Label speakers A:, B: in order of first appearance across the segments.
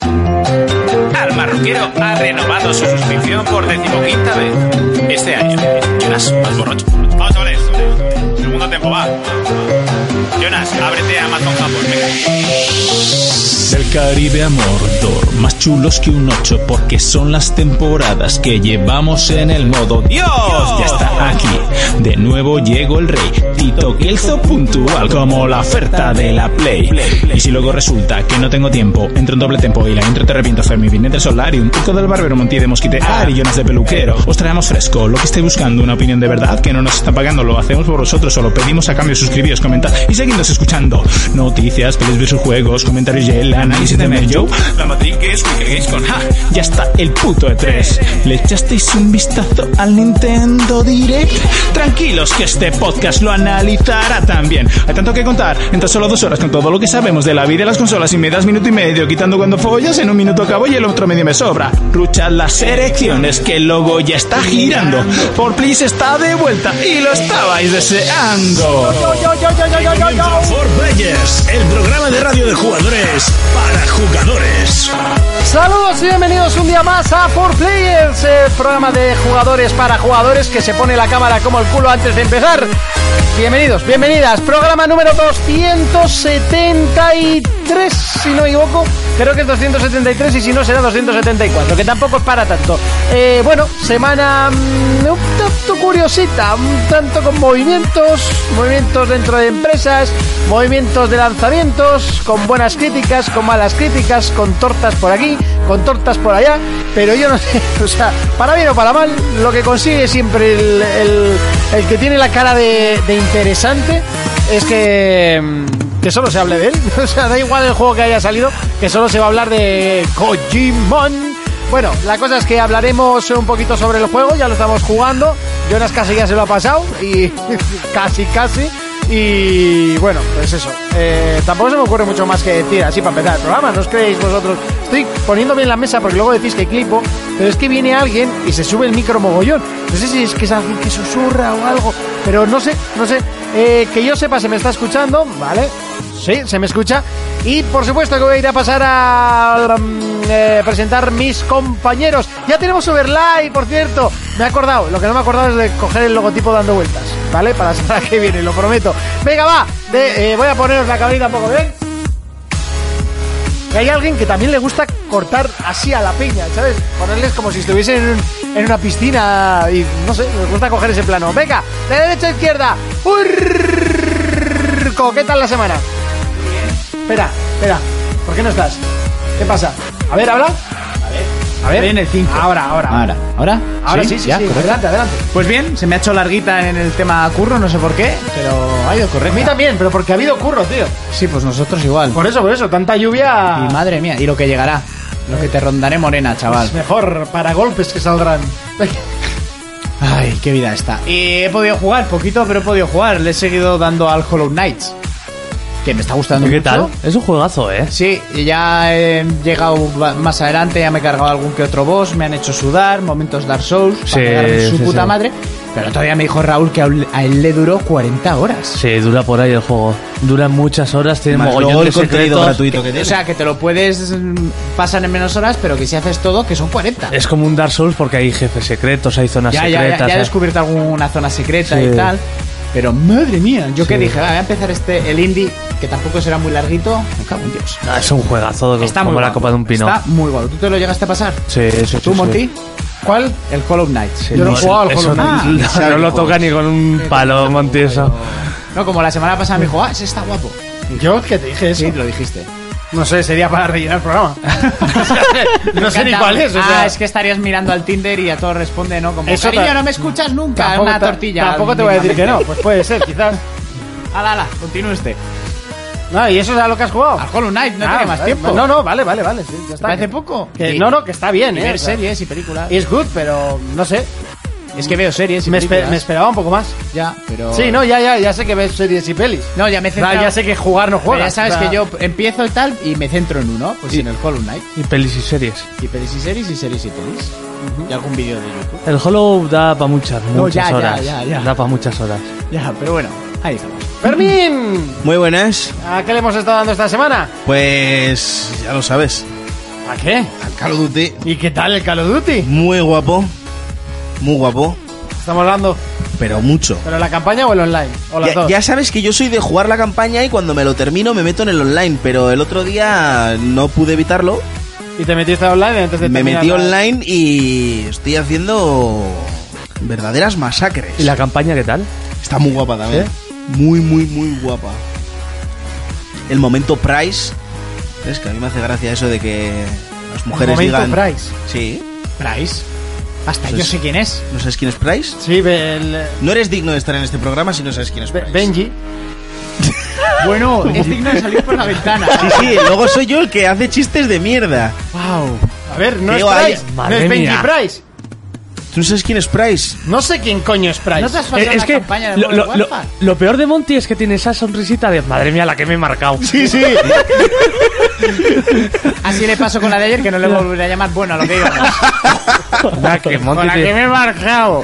A: Al Marroquero ha renovado su suscripción por decimoquinta vez este año. Jonas, más borracho. Vamos, chavales. Segundo tiempo, va. Jonas, ábrete a Amazon Japón.
B: Del Caribe a Mordor, más chulos que un 8 porque son las temporadas que llevamos en el modo Dios. Ya está aquí, de nuevo llegó el rey, Tito Kelso puntual como la oferta de la Play. Y si luego resulta que no tengo tiempo, entro en doble tempo y la intro te reviento, Fermi, vinete solarium, pico del barbero, Montier de mosquitear y Jonas de peluquero. Os traemos fresco, lo que esté buscando, una opinión de verdad que no nos está pagando, lo hacemos por vosotros, solo pedimos a cambio suscribiros, comentad y seguidnos escuchando. Noticias, pelis versus juegos, comentarios y el análisis de Mello. La matriz que es que queréis con ja, ya está el puto E3. ¿Le echasteis un vistazo al Nintendo Direct? Tranquilos que este podcast lo analizará también. Hay tanto que contar en tan solo dos horas con todo lo que sabemos de la vida de las consolas y me das minuto y medio, quitando cuando follas, en un minuto acabo y el otro medio me sobra. Ruchad las erecciones que el logo ya está girando. Por please está de vuelta y lo estabais deseando.
C: Bienvenido a For Players, el programa de radio de jugadores para jugadores.
D: Saludos y bienvenidos un día más a 4Players, el programa de jugadores para jugadores que se pone la cámara como el culo antes de empezar. Bienvenidos, bienvenidas, programa número 273, si no me equivoco, creo que es 273 y si no será 274, que tampoco es para tanto. Eh, bueno, semana mm, un tanto curiosita, un tanto con movimientos, movimientos dentro de empresas, movimientos de lanzamientos, con buenas críticas, con malas críticas, con tortas por aquí, con tortas por allá, pero yo no sé, o sea, para bien o para mal, lo que consigue siempre el, el- el que tiene la cara de, de interesante es que, mm, que solo se hable de él, o sea, da igual el juego que haya salido, que solo se va a hablar de Kojimon. Bueno, la cosa es que hablaremos un poquito sobre el juego, ya lo estamos jugando. Jonas casi ya se lo ha pasado y casi, casi. Y bueno, pues eso. Eh, tampoco se me ocurre mucho más que decir así para empezar el programa, ¿no os creéis vosotros? Estoy poniendo bien la mesa porque luego decís que clipo, pero es que viene alguien y se sube el micro mogollón. No sé si es que es alguien que susurra o algo, pero no sé, no sé. Eh, que yo sepa, se me está escuchando, ¿vale? Sí, se me escucha. Y por supuesto que voy a ir a pasar a mm, eh, presentar mis compañeros. Ya tenemos Overlay, por cierto. Me he acordado. Lo que no me he acordado es de coger el logotipo dando vueltas. ¿Vale? Para la semana que viene, lo prometo. Venga, va. De- eh, voy a poneros la cabrita un poco, ¿ven? Y hay alguien que también le gusta cortar así a la peña, ¿sabes? Ponerles como si estuviesen en, un- en una piscina y no sé, les gusta coger ese plano. Venga, de derecha a izquierda. Urco, ¿qué tal la semana? Espera, espera, ¿por qué no estás? ¿Qué pasa? A ver, habla. A ver.
E: Estoy en el 5.
D: Ahora, ahora.
E: Ahora, ahora.
D: Ahora sí, sí, sí.
E: ya, correcto.
D: Adelante, adelante.
E: Pues bien, se me ha hecho larguita en el tema curro, no sé por qué, pero ha ido
D: A mí
E: correcto.
D: también, pero porque ha habido curro, tío.
E: Sí, pues nosotros igual.
D: Por eso, por eso, tanta
E: Y
D: lluvia.
E: madre mía, y lo que llegará. Lo que te rondaré morena, chaval.
D: Es mejor para golpes que saldrán.
E: Ay, qué vida está. Y he podido jugar, poquito, pero he podido jugar. Le he seguido dando al Hollow Knights. Que me está gustando
F: ¿Qué
E: mucho.
F: tal? Es un juegazo, ¿eh?
E: Sí, y ya he llegado ba- más adelante, ya me he cargado algún que otro boss, me han hecho sudar, momentos Dark Souls, para
F: Sí,
E: cagarme su
F: sí,
E: puta
F: sí.
E: madre. Pero todavía me dijo Raúl que a él a él le duró 40 horas.
F: Sí, dura por ahí el juego. Dura muchas horas, tiene
C: Más
F: mogollón
C: luego
F: de
C: el contenido
F: secretos.
C: gratuito que
E: O
C: tiene.
E: sea, que te lo puedes mm, pasar en menos horas, pero que si haces todo, que son 40.
F: Es como un Dark Souls porque hay jefes secretos, hay zonas
E: Ya, ya, ya,
F: secretas.
E: ya he
F: hay-
E: descubierto alguna zona secreta y
F: Sí.
E: tal. Pero madre mía, yo que
F: Sí.
E: dije, "Ah, voy a empezar este, el indie, que tampoco será muy larguito. Me cago en Dios.
F: Ah, es un juegazo
E: Está
F: como
E: muy
F: la
E: guapo,
F: copa de un pino.
E: Está muy guapo. ¿Tú te lo llegaste a pasar?
F: Sí, sí, sí,
E: ¿Tú,
F: sí.
E: Monty?
D: ¿Cuál?
E: El Hollow Knight.
D: Yo no he
F: Eso-
D: jugado al
F: eso
D: Hollow
F: no-
E: Knight.
F: no- No, lo toca ni con un palo, Monty, eso.
E: No, como la semana pasada me dijo, ah, ese está guapo.
D: Yo que te dije eso.
E: Sí, lo dijiste.
D: No sé, sería para rellenar el programa.
E: Ah,
D: no sé ni
E: Canta-
D: cuál es, o sea.
E: Ah, es que estarías mirando al Tinder y a todo responde, ¿no? Como,
D: Eso
E: cariño,
D: ta-
E: no me escuchas nunca, una
D: ta-
E: tortilla.
D: Tampoco te voy a decir que no, pues puede ser, quizás.
E: Ala, ala, continúe usted.
G: No, y eso es a lo que has jugado.
E: Al Hollow Knight no
G: Ah,
E: tiene más
G: vale.
E: tiempo.
G: No, no, vale, vale, vale. sí, ya
E: ¿Te
G: está.
E: parece poco?
G: Que-
E: Sí.
G: no, no, que está bien,
E: Y
G: ¿eh?
E: ver
G: o sea,
E: series y películas.
G: It's good, pero no sé.
E: Es que veo series y
G: Me, espe-
E: películas.
G: me esperaba un poco más.
E: Ya, pero...
G: Sí, no, ya, ya, ya sé que ves series y pelis.
E: No, ya me he
G: O sea,
E: centrado...
G: ya sé que jugar no
E: Pero
G: juega.
E: ya sabes que yo empiezo y tal y me centro en uno, pues
F: Y-
E: en el Hollow Knight.
F: Y pelis y series.
E: Y pelis y series y series y pelis. Y algún vídeo de YouTube.
F: El Hollow da para muchas, muchas
E: No, ya, ya,
F: horas.
E: ya, ya.
F: Da para muchas horas.
E: Ya, pero bueno, ahí estamos.
G: Fermín,
H: Muy buenas.
G: ¿a qué le hemos estado dando esta semana?
H: Pues ya lo sabes.
G: ¿A qué?
H: Al Call of Duty,
G: ¿Y qué tal el Call of Duty?
H: muy guapo. Muy guapo.
G: Estamos hablando,
H: Pero mucho.
G: ¿pero la campaña o el online? O las
H: Ya,
G: dos.
H: ya sabes que yo soy de jugar la campaña y cuando me lo termino me meto en el online, pero el otro día no pude evitarlo.
G: ¿Y te metiste online antes de
H: Me
G: terminar
H: metí
G: la-
H: online y estoy haciendo verdaderas masacres.
F: ¿Y la campaña qué tal?
H: Está muy guapa también. Muy, muy, muy guapa. El momento Price. Es que a mí me hace gracia eso de que las mujeres
G: momento
H: digan.
G: Price.
H: Sí.
E: Price. Hasta yo
H: Pues-
E: sé quién es.
H: ¿No sabes quién es Price?
G: Sí, ve- el-
H: No eres digno de estar en este programa si no sabes quién es
G: Be-
H: Price.
G: Benji.
E: Bueno, es digno de salir por la ventana.
H: Sí, sí, luego soy yo el que hace chistes de mierda.
E: Wow.
G: A ver, no
H: Qué
G: es
H: guay.
G: Price. No
F: Madre
G: es Benji
F: mía.
G: Price.
H: ¿Tú no sabes quién es Price?
G: No sé quién coño es Price.
E: ¿No te has pasado
F: Eh, es
E: la
F: que
E: campaña de
F: lo, lo-
E: Modern
F: lo-
E: Warfare?
F: lo peor de Monty es que tiene esa sonrisita de madre mía la que me he marcado.
H: Sí, sí.
E: Así le pasó con la de ayer que no le volveré a llamar. Bueno, a lo que íbamos.
F: Nada, que Monty te-
E: he marcado.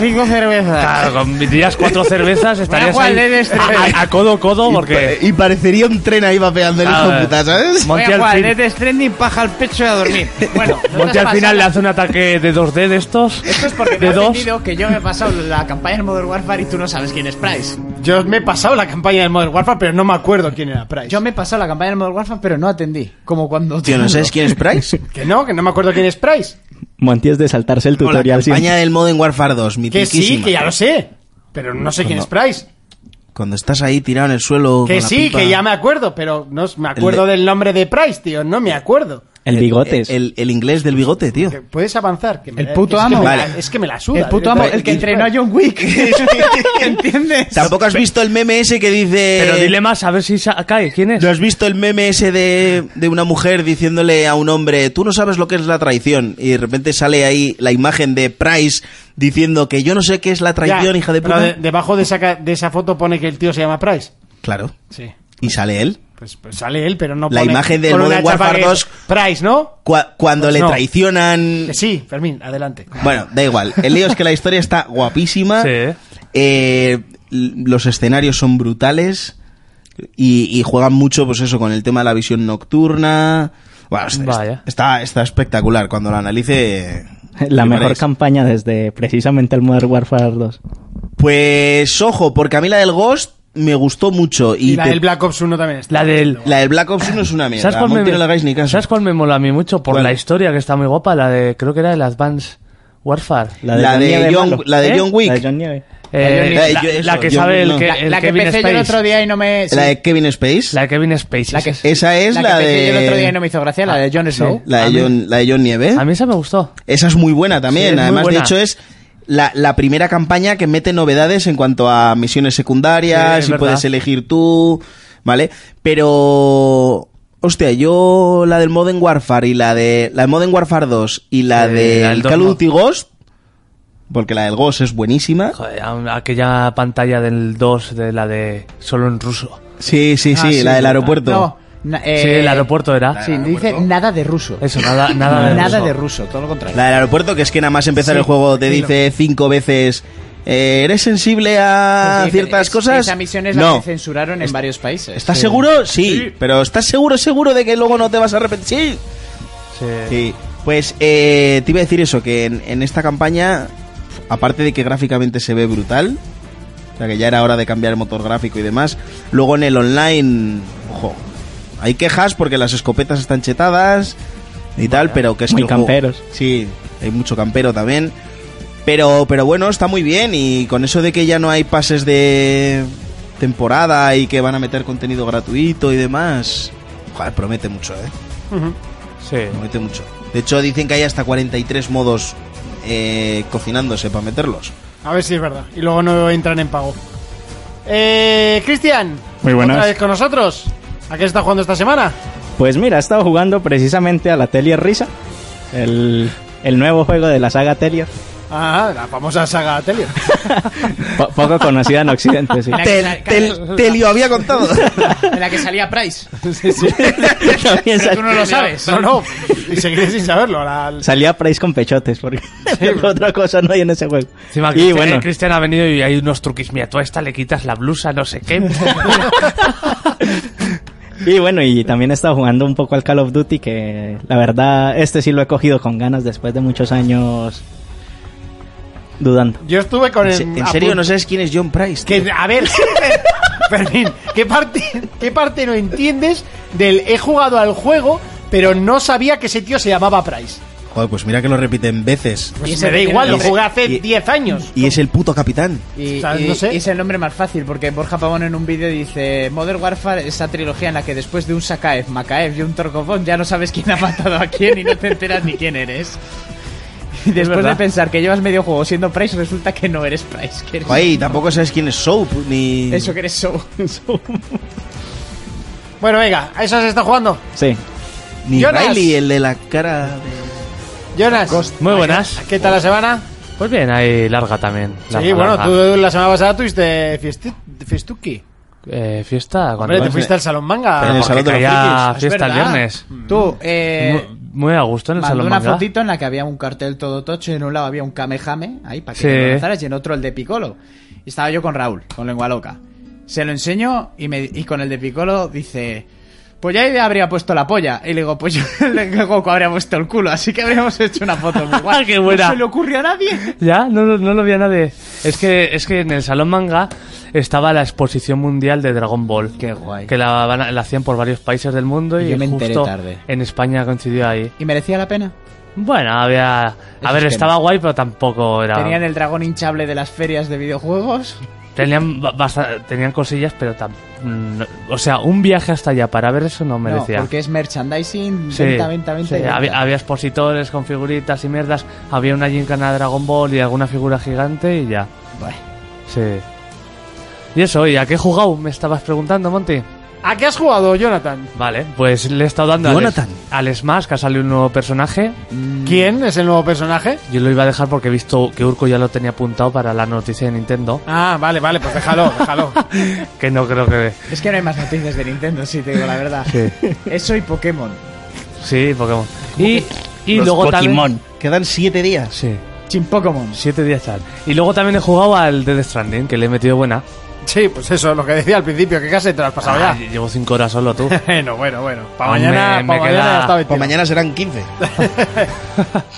E: Cinco cervezas.
F: Claro, con días cuatro cervezas estarías
E: Juan
F: ahí
E: Ledes,
F: a, a- a codo codo porque
H: Y parecería un tren ahí vapeando el hijo
F: Ah,
H: puta, ¿sabes?
F: Monty al, fin-
E: Stranding, paja al pecho y a dormir. Bueno, ¿no te
F: Monty
E: has
F: al final le
E: pasado?
F: hace un ataque de 2D de estos.
E: Esto es porque me
F: de
E: has
F: dos.
E: entendido que yo me he pasado la campaña del Modern Warfare y tú no sabes quién es Price.
G: Yo me he pasado la campaña del Modern Warfare, pero no me acuerdo quién era Price.
E: Yo me he pasado la campaña del Modern Warfare, pero no atendí. Como cuando...
H: Tío, ¿no sabes quién es Price?
G: Que no, que no me acuerdo quién es Price.
I: Monty es de saltarse el
H: No, la
I: tutorial sin...
H: campaña del Modern Warfare 2,
G: Que sí,
H: mitiquísima.
G: que ya lo sé. Pero no sé quién es Price.
H: Cuando estás ahí tirado en el suelo
G: Que
H: Pues con la
G: sí,
H: pipa.
G: que ya me acuerdo, pero no s- me acuerdo
H: El de-
G: del nombre de Price, tío. No me acuerdo.
I: El bigotes.
H: El, el inglés del bigote, tío.
G: Que Puedes avanzar. que me-
E: El puto
G: es que
E: amo.
G: me la-
H: Vale.
G: es que me la suda.
E: El puto amo, el que entrenó a John Wick. ¿Entiendes?
H: Tampoco has visto el meme ese que dice...
F: Pero dile más a ver si sa- cae. ¿Quién es?
H: ¿No has visto el meme ese de, de una mujer diciéndole a un hombre, tú no sabes lo que es la traición? Y de repente sale ahí la imagen de Price diciendo que yo no sé qué es la traición, hija de puta.
G: debajo de esa, ca- de esa foto pone que el tío se llama Price.
H: Claro.
G: Sí.
H: Y sale él.
G: Pues, pues sale él, pero no
H: La
G: pone-
H: imagen del
G: con una
H: Modern
G: chapa
H: Warfare
G: que-
H: 2.
G: Price, ¿no?
H: Cua- cuando
G: Pues
H: le
G: no.
H: traicionan...
G: Que sí, Fermín, adelante.
H: Bueno, da igual. El lío es que la historia está guapísima.
F: Sí.
H: Eh, l- los escenarios son brutales. Y, y juegan mucho, pues eso, con el tema de la visión nocturna. Bueno, es- es-
F: Vaya.
H: Está, está espectacular. Cuando lo analice.
I: la mejor
H: fliparéis.
I: campaña desde precisamente el Modern Warfare 2.
H: Pues ojo, porque a mí la del Ghost me gustó mucho. Y,
G: Y, la
H: te-
G: del Black Ops 1 también está.
F: La del...
H: la del Black Ops 1 es una mierda.
F: ¿Sabes cuál,
H: Monty,
F: me,
H: no le hagáis ni caso.
F: ¿Sabes cuál me mola a mí mucho? Por
H: ¿Cuál?
F: la historia que está muy guapa, la de... Creo que era el Advanced Warfare.
H: La de, John,
I: Malo.
H: la de
F: ¿Eh?
H: John Wick.
I: La de John Nieve.
F: Eh,
H: La de-
F: la,
H: yo- eso,
F: la que
H: yo-
F: sabe el
H: no.
F: que
E: La,
F: el
E: la que
F: Kevin
E: empecé yo el
F: Spacey.
E: otro día y no me... sí.
H: La de Kevin Space.
F: La
H: La,
F: de Kevin Spacey.
E: La que-
F: sí, sí.
H: Esa es
E: que
H: la
E: empecé
H: de- Ah,
E: yo el otro día y no me hizo gracia, la de Jon Snow.
H: de, John, la de John Nieve.
F: A mí esa me gustó.
H: Esa es muy buena también.
F: Sí, es muy
H: Además,
F: buena.
H: de hecho, es la, la primera campaña que mete novedades en cuanto a misiones
F: Sí,
H: secundarias,
F: es
H: y
F: verdad.
H: puedes elegir tú, ¿vale? Pero... Hostia, yo la del Modern Warfare y la de... La de Modern Warfare 2 y la
F: Eh,
H: de
F: la del
H: Call of
F: dos
H: Duty Ghost, porque la del Ghost es buenísima.
F: Joder, a- aquella pantalla del 2 de la de solo en ruso. Ah,
H: Sí, sí, sí, la del aeropuerto.
E: No, na- eh,
F: sí, el aeropuerto era.
E: Sí, dice nada de ruso.
F: Eso, nada, nada de
E: nada
F: ruso.
E: de ruso, todo lo contrario.
H: La del aeropuerto, que es que nada más empezar el juego te dice cinco veces... eh, ¿Eres sensible a
E: Sí,
H: ciertas
E: es-
H: cosas?
E: Esa misión es la
H: no.
E: que censuraron en varios países.
H: ¿Estás seguro? Sí. Pero ¿estás seguro, seguro de que luego no te vas a arrepentir? Sí.
F: Sí.
H: Sí. Pues eh, te iba a decir eso, que en, en esta campaña, aparte de que gráficamente se ve brutal, o sea que ya era hora de cambiar el motor gráfico y demás, luego en el online, ojo, hay quejas porque las escopetas están chetadas y tal, pero que es
I: Muy
H: que el juego-
I: camperos.
H: sí, hay mucho campero también. Pero, pero bueno, está muy bien y con eso de que ya no hay pases de temporada y que van a meter contenido gratuito y demás, joder, promete mucho, ¿eh?
F: Sí.
H: Promete mucho. De hecho, dicen que hay hasta 43 modos eh, cocinándose para meterlos.
G: A ver si es verdad. Y luego no entran en pago. Eh, Cristian.
I: Muy buenas.
G: ¿otra vez con nosotros.
D: ¿A qué estás jugando esta semana?
I: Pues mira, he estado jugando precisamente a la Telier Risa, el, el nuevo juego de la saga Telier,
D: Ah, la famosa saga Telier.
I: po- poco conocida en Occidente, sí.
H: Te, te- te lo había contado.
E: En la que salía Price.
I: También
E: Pero tú no
I: sal-
E: lo sabes.
D: No, no. Y seguiré sin saberlo. la-
I: salía Price con pechotes, porque pero otra cosa no hay en ese juego.
F: Encima,
I: y
F: Cristian,
I: bueno,
F: eh, Cristian ha venido y hay unos truquis. Mira, tú a esta le quitas la blusa, no sé qué.
I: y bueno, y también he estado jugando un poco al Call of Duty, que la verdad, este sí lo he cogido con ganas después de muchos años dudando.
D: Yo estuve con el.
H: En serio, no sabes quién es John Price. tío?
D: Que, a ver, Fermín, ¿qué parte, ¿qué parte no entiendes del he jugado al juego, pero no sabía que ese tío se llamaba Price?
H: Joder, pues mira que lo repiten veces.
D: Pues
E: ese
D: me da
E: tío
D: igual, lo
E: no es-
D: jugué hace
H: y-
D: 10 años.
H: Y es el puto capitán.
E: Y,
D: O sea,
E: y-
D: no sé.
E: y es el nombre más fácil, porque Borja Pavón en un vídeo dice Modern Warfare, esa trilogía en la que después de un Sakaev, Makaev y un Torcofón ya no sabes quién ha matado a quién y no te enteras ni quién eres. Y después de
F: verdad.
E: pensar que llevas medio juego siendo Price, resulta que no eres Price, que eres...
H: Ay, tampoco sabes quién es Soap, ni...
E: Eso que eres Show.
D: Bueno, venga, a eso se está jugando.
I: Sí,
H: Ni
D: Jonas.
H: Riley, el de la cara... de-
D: Jonas,
F: Muy buenas.
D: ¿qué tal la semana?
F: Pues bien, ahí larga también.
D: sí,
F: larga,
D: bueno,
F: larga.
D: tú la semana pasada tuviste fiesti- fiestuki.
F: Eh, fiesta, cuando
D: Hombre, te fuiste al salón manga.
H: En el salón de los
F: caía
H: frikis.
E: Es
F: fiesta el
E: verdad. Mm.
F: viernes. Mm.
E: Tú, eh...
F: Mu- muy a gusto en el
E: Mandó
F: salón
E: una
F: manga.
E: fotito en la que había un cartel todo tocho y en un lado había un kamehame, ahí para que
F: Sí.
E: te lo lanzaras, y en otro el de Piccolo. Y estaba yo con Raúl, con lengua loca. Se lo enseño y, me, y con el de Piccolo dice... Pues ya le habría puesto la polla. Y le digo, pues yo le que Goku habría puesto el culo, así que habríamos hecho una foto muy guay.
F: ¡Qué buena!
E: No se le ocurrió a nadie.
F: Ya, no, no, no lo vi a nadie. Es que, es que en el salón manga estaba la exposición mundial de Dragon Ball.
E: Qué guay.
F: Que la, van a- la hacían por varios países del mundo y
E: Yo me enteré
F: justo
E: tarde.
F: en España coincidió ahí.
E: ¿Y merecía la pena?
F: Bueno, había... A
E: Esos
F: ver,
E: temas.
F: estaba guay, pero tampoco era...
E: Tenían el dragón hinchable de las ferias de videojuegos.
F: Tenían, ba- basta- tenían cosillas, pero tam- mm, no- O sea, un viaje hasta allá para ver eso no merecía.
E: No, porque es merchandising.
F: Sí,
E: venta, venta,
F: sí,
E: venta y venta.
F: había, había expositores con figuritas y mierdas. Había una gincana de Dragon Ball y alguna figura gigante y ya.
E: Bueno.
F: Sí. Y eso, ¿y a qué he jugado? Me estabas preguntando, Monty.
D: ¿A qué has jugado, Jonathan?
F: Vale, pues le he estado dando al,
H: Jonathan.
F: al Smash, que ha salido un nuevo personaje.
E: Mm.
D: ¿Quién es el nuevo personaje?
F: Yo lo iba a dejar porque he visto que Urco ya lo tenía apuntado para la noticia de Nintendo.
D: Ah, vale, vale, pues déjalo, déjalo.
F: Que no creo que...
E: Es que no hay más noticias de Nintendo, si te digo la verdad. Eso y Pokémon.
F: Sí, Pokémon. Y, y luego también...
H: Quedan siete días.
F: Sí,
E: Sin Pokémon.
F: siete días tal. Y luego también he jugado al Dead Stranding, que le he metido buena.
D: Sí, pues eso, lo que decía al principio, que casi te lo has pasado
F: Ah,
D: ya.
F: llevo cinco horas solo, tú.
D: Bueno, bueno, bueno. Para
F: Hombre,
D: mañana,
F: me
D: pa' mañana
F: queda-
D: ya está metido.
H: Pues mañana serán 15.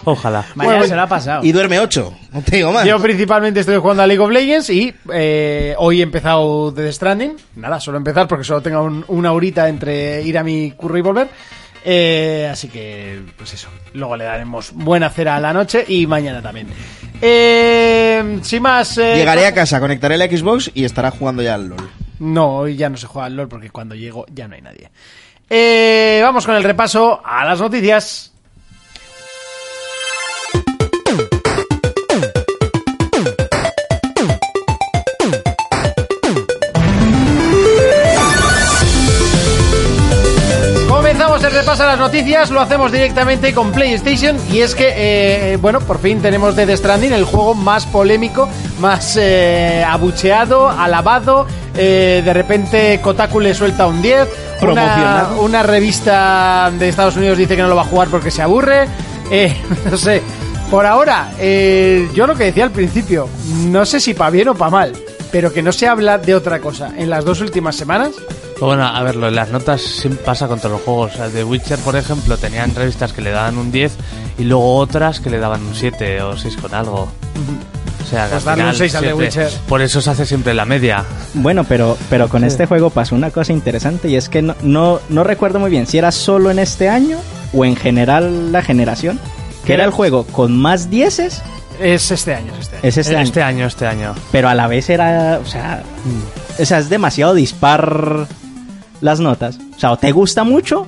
F: Ojalá.
E: Mañana
D: Bueno,
E: se lo ha pasado.
H: Y duerme 8. No te digo más.
D: Yo principalmente estoy jugando a League of Legends y eh, hoy he empezado Death Stranding. Nada, solo empezar porque solo tengo un- una horita entre ir a mi curro y volver. Eh, así que, pues eso. Luego le daremos buena cera a la noche y mañana también. Eh, sin más... eh,
H: Llegaré a casa, conectaré la Xbox y estará jugando ya al LOL.
D: No, hoy ya no se juega al LOL porque cuando llego ya no hay nadie. Eh, vamos con el repaso a las noticias. Comenzamos el repaso a las noticias, lo hacemos directamente con PlayStation y es que, eh, bueno, por fin tenemos Death Stranding, el juego más polémico, más eh, abucheado, alabado, eh, de repente Kotaku le suelta un 10, una,
H: Promocionado.
D: una revista de Estados Unidos dice que no lo va a jugar porque se aburre, eh, no sé, por ahora, eh, yo lo que decía al principio, no sé si para bien o para mal, pero que no se habla de otra cosa en las dos últimas semanas.
F: Pero bueno, a ver, lo de las notas siempre pasa con todos los juegos. O sea, The Witcher, por ejemplo, tenían revistas que le daban un 10 y luego otras que le daban un 7 o 6 con algo. O sea, que
D: Pues
F: al
D: darle un
F: final
D: 6 al The
F: siempre-
D: Witcher.
F: Por eso se hace siempre la media.
I: Bueno, pero, pero con este juego pasó una cosa interesante y es que no, no, no recuerdo muy bien si era solo en este año o en general la generación, que era el juego con más dieces,
D: Es este año, es este año.
I: es este, año,
F: Este año, este año.
I: pero a la vez era, o sea, o sea, es demasiado dispar las notas. O sea, o te gusta mucho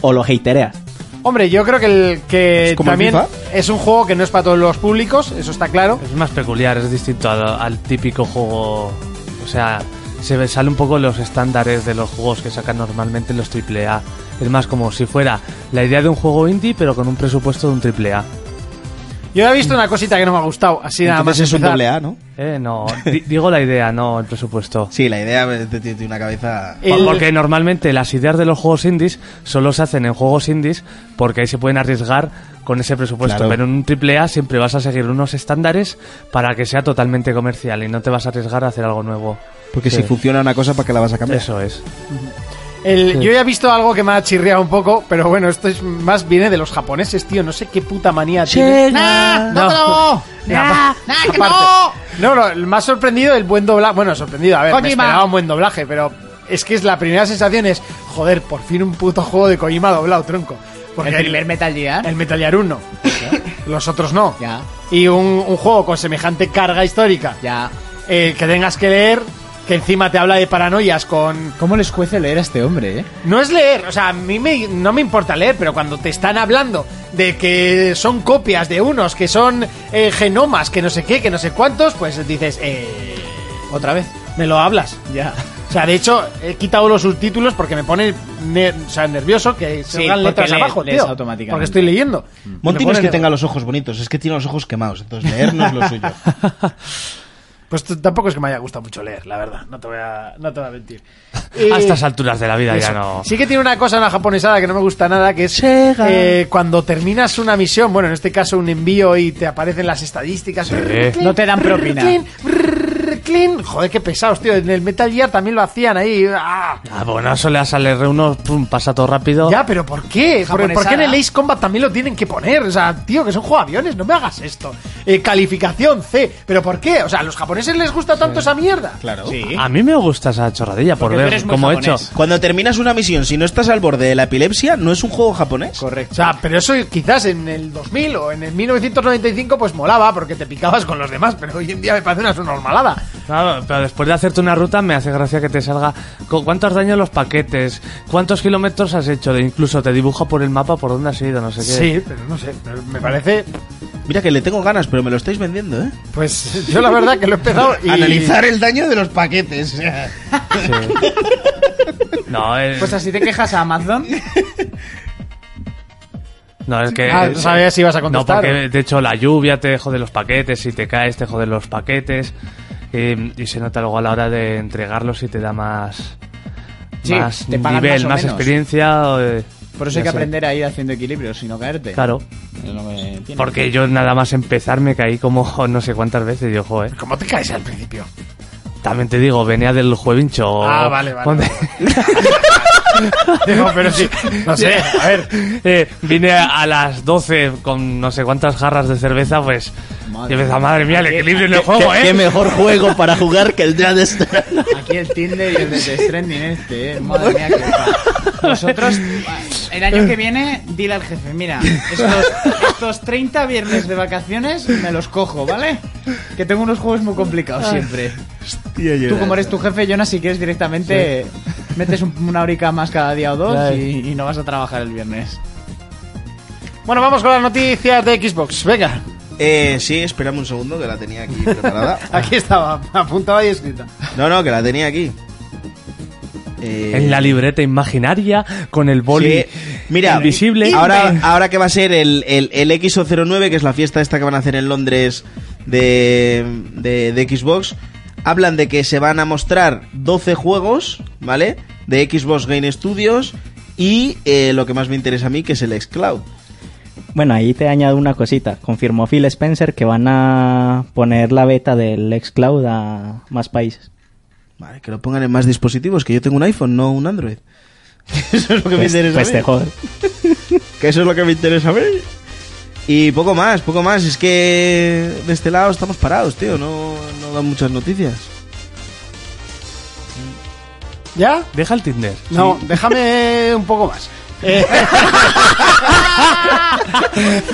I: o lo hatereas.
D: Hombre, yo creo que, el, que
H: ¿Es como el
D: también
H: FIFA?
D: es un juego que no es para todos los públicos, eso está claro.
F: Es más peculiar, es distinto al, al típico juego. O sea, se ve- sale un poco los estándares de los juegos que sacan normalmente los AAA. Es más como si fuera la idea de un juego indie, pero con un presupuesto de un AAA.
D: Yo he visto una cosita que no me ha gustado, así nada más.
H: Entonces es un
D: empezar.
H: doble A, ¿no?
F: Eh, no, di- digo la idea, no el presupuesto.
H: Sí, la idea eh, te- te- tiene una cabeza...
F: Po-
D: El-
F: Porque normalmente las ideas de los juegos indies solo se hacen en juegos indies porque ahí se pueden arriesgar con ese presupuesto.
H: Claro.
F: Pero en un triple A siempre vas a seguir unos estándares para que sea totalmente comercial y no te vas a arriesgar a hacer algo nuevo.
H: Porque
F: Sí.
H: si funciona una cosa, ¿para qué la vas a cambiar?
F: Eso es.
D: El- Yo ya he visto algo que me ha chirriado un poco, pero bueno, esto es más viene de los japoneses, tío. No sé qué puta manía tiene.
E: ¡Nah! ¡No, te lo hago! ¡Nah!
D: Ah,
E: ¡Nah, Ah, que
D: no,
E: no!
D: no, el más sorprendido el buen doblaje. Bueno, sorprendido, a ver, me
E: Kojima.
D: esperaba un buen doblaje, pero es que es la primera sensación es, joder, por fin un puto juego de Kojima doblado, tronco. Porque
E: El primer Metal Gear.
D: el Metal Gear 1. Los otros no.
E: Ya.
D: Y un, un juego con semejante carga histórica.
E: Ya.
D: Eh, que tengas que leer, que encima te habla de paranoias con
E: ¿Cómo les cuece leer a este hombre, eh?
D: no es leer, o sea, a mí me- no me importa leer, pero cuando te están hablando de que son copias de unos, que son eh, genomas, que no sé qué, que no sé cuántos, pues dices, eh, otra vez, me lo hablas.
E: Ya.
D: O sea, de hecho, he quitado los subtítulos porque me pone ner- o sea, nervioso que
E: Sí,
D: salgan
E: porque
D: letras
E: lees-
D: abajo,
E: lees
D: tío,
E: automáticamente. Mm.
D: Porque estoy leyendo.
H: Monty
D: Me
H: no
D: pone
H: es que
D: ner-
H: tenga los ojos bonitos, es que tiene los ojos quemados. Entonces, leer no es lo suyo.
D: Pues t- tampoco es que me haya gustado mucho leer, la verdad. No te voy a, no te voy a mentir.
F: a
D: Eh,
F: estas alturas de la vida
D: Eso.
F: ya no.
D: Sí que tiene una cosa, una japonesada que no me gusta nada, que es eh, cuando terminas una misión, bueno, en este caso un envío y te aparecen las estadísticas. Brr, clean,
E: No te dan
D: brr,
E: propina.
D: clean, brr, clean. Joder, qué pesados, tío. En el Metal Gear también lo hacían ahí. Ah.
F: Ah, bueno, eso le sale uno, pum, pasa todo rápido.
D: Ya, pero ¿por qué? ¿Por,
E: Japonesada.
D: por qué en el Ace Combat también lo tienen que poner? O sea, tío, que son aviones, no me hagas esto. Eh, calificación C, pero ¿por qué? O sea, a los japoneses les gusta tanto esa mierda.
H: Claro.
F: A mí me gusta esa chorradilla por
E: Porque tú
F: ver
E: eres muy
F: cómo he hecho.
E: japonés.
H: Cuando terminas una misión, si no estás al borde de la epilepsia, ¿no es un juego japonés?
D: O
E: Correcto.
D: sea, pero eso quizás en el 2000 o en el 1995 pues molaba porque te picabas con los demás, pero hoy en día me parece una subnormalada.
F: Claro, pero después de hacerte una ruta me hace gracia que te salga co- cuántos daños los paquetes, cuántos kilómetros has hecho, de incluso te dibuja por el mapa por dónde has ido, no sé qué.
D: Sí, pero no sé, pero me parece...
H: Mira que le tengo ganas, pero me lo estáis vendiendo, ¿eh?
D: Pues yo la verdad que lo he empezado y...
H: Analizar el daño de los paquetes.
F: No, es,
E: Eh, Pues así te quejas a Amazon.
F: no, es que...
D: Ah, no sabía si ibas a
F: No,
D: contestar.
F: porque de hecho la lluvia te jode los paquetes, si te caes te jode los paquetes, eh, y se nota luego a la hora de entregarlos y te da más...
E: Sí,
F: más
E: te pagan
F: nivel,
E: más o
F: más,
E: menos.
F: experiencia. eh,
E: Por eso hay
F: ya sé.
E: que aprender Mm. a ir haciendo equilibrio, si no caerte.
F: Claro,
E: Es lo que tiene.
F: porque yo nada más empezar me caí como no sé cuántas veces, yo, joder.
D: ¿Cómo te caes al principio?
F: También te digo, venía del juevincho.
D: Ah, vale, vale,
F: Oh. Ponte-
D: Digo, pero sí, no sé, a ver.
F: Eh, vine a a las 12 con no sé cuántas jarras de cerveza, pues...
E: Madre
F: Madre, madre mía, el equilibrio en el juego,
H: ¿Qué, qué
F: ¿eh?
H: mejor juego para jugar que el Dead Stranding.
E: Aquí el Tinder y el de Stranding este, eh. Madre mía, qué pa- Nosotros, el año que viene, dile al jefe, mira, estos, estos 30 viernes de vacaciones me los cojo, ¿vale? Que tengo unos juegos muy
D: Ah.
E: complicados siempre. Tú, como eres tu jefe, Jonas, si quieres directamente, metes un- una horica más cada día o dos y, y no vas a trabajar el viernes.
D: Bueno, vamos con las noticias de Xbox, venga.
H: Eh, sí, espérame un segundo que la tenía aquí
F: Ah.
H: preparada.
D: Aquí estaba, apuntada y escrita.
H: No, no, que la tenía aquí. Eh,
F: En la libreta imaginaria, con el boli
H: sí. Mira,
F: invisible.
H: Ahora, ahora que va a ser el, el, el XO09, que es la fiesta esta que van a hacer en Londres de, de, de Xbox, hablan de que se van a mostrar 12 juegos, ¿vale? De Xbox Game Studios y eh, lo que más me interesa a mí, que es el xCloud.
I: Bueno, ahí te añado una cosita. Confirmó Phil Spencer que van a poner la beta del xCloud a más países.
H: Vale, que lo pongan en más dispositivos, que yo tengo un iPhone, no un Android. Eso es lo que me
I: Pues,
H: interesa.
I: pues
H: a mí.
I: te jode.
H: Que eso es lo que me interesa a mí. Y poco más, poco más. Es que de este lado estamos parados, tío. No, no dan muchas noticias.
D: ¿Ya?
F: Deja el Tinder.
D: No, déjame un poco más. Eh,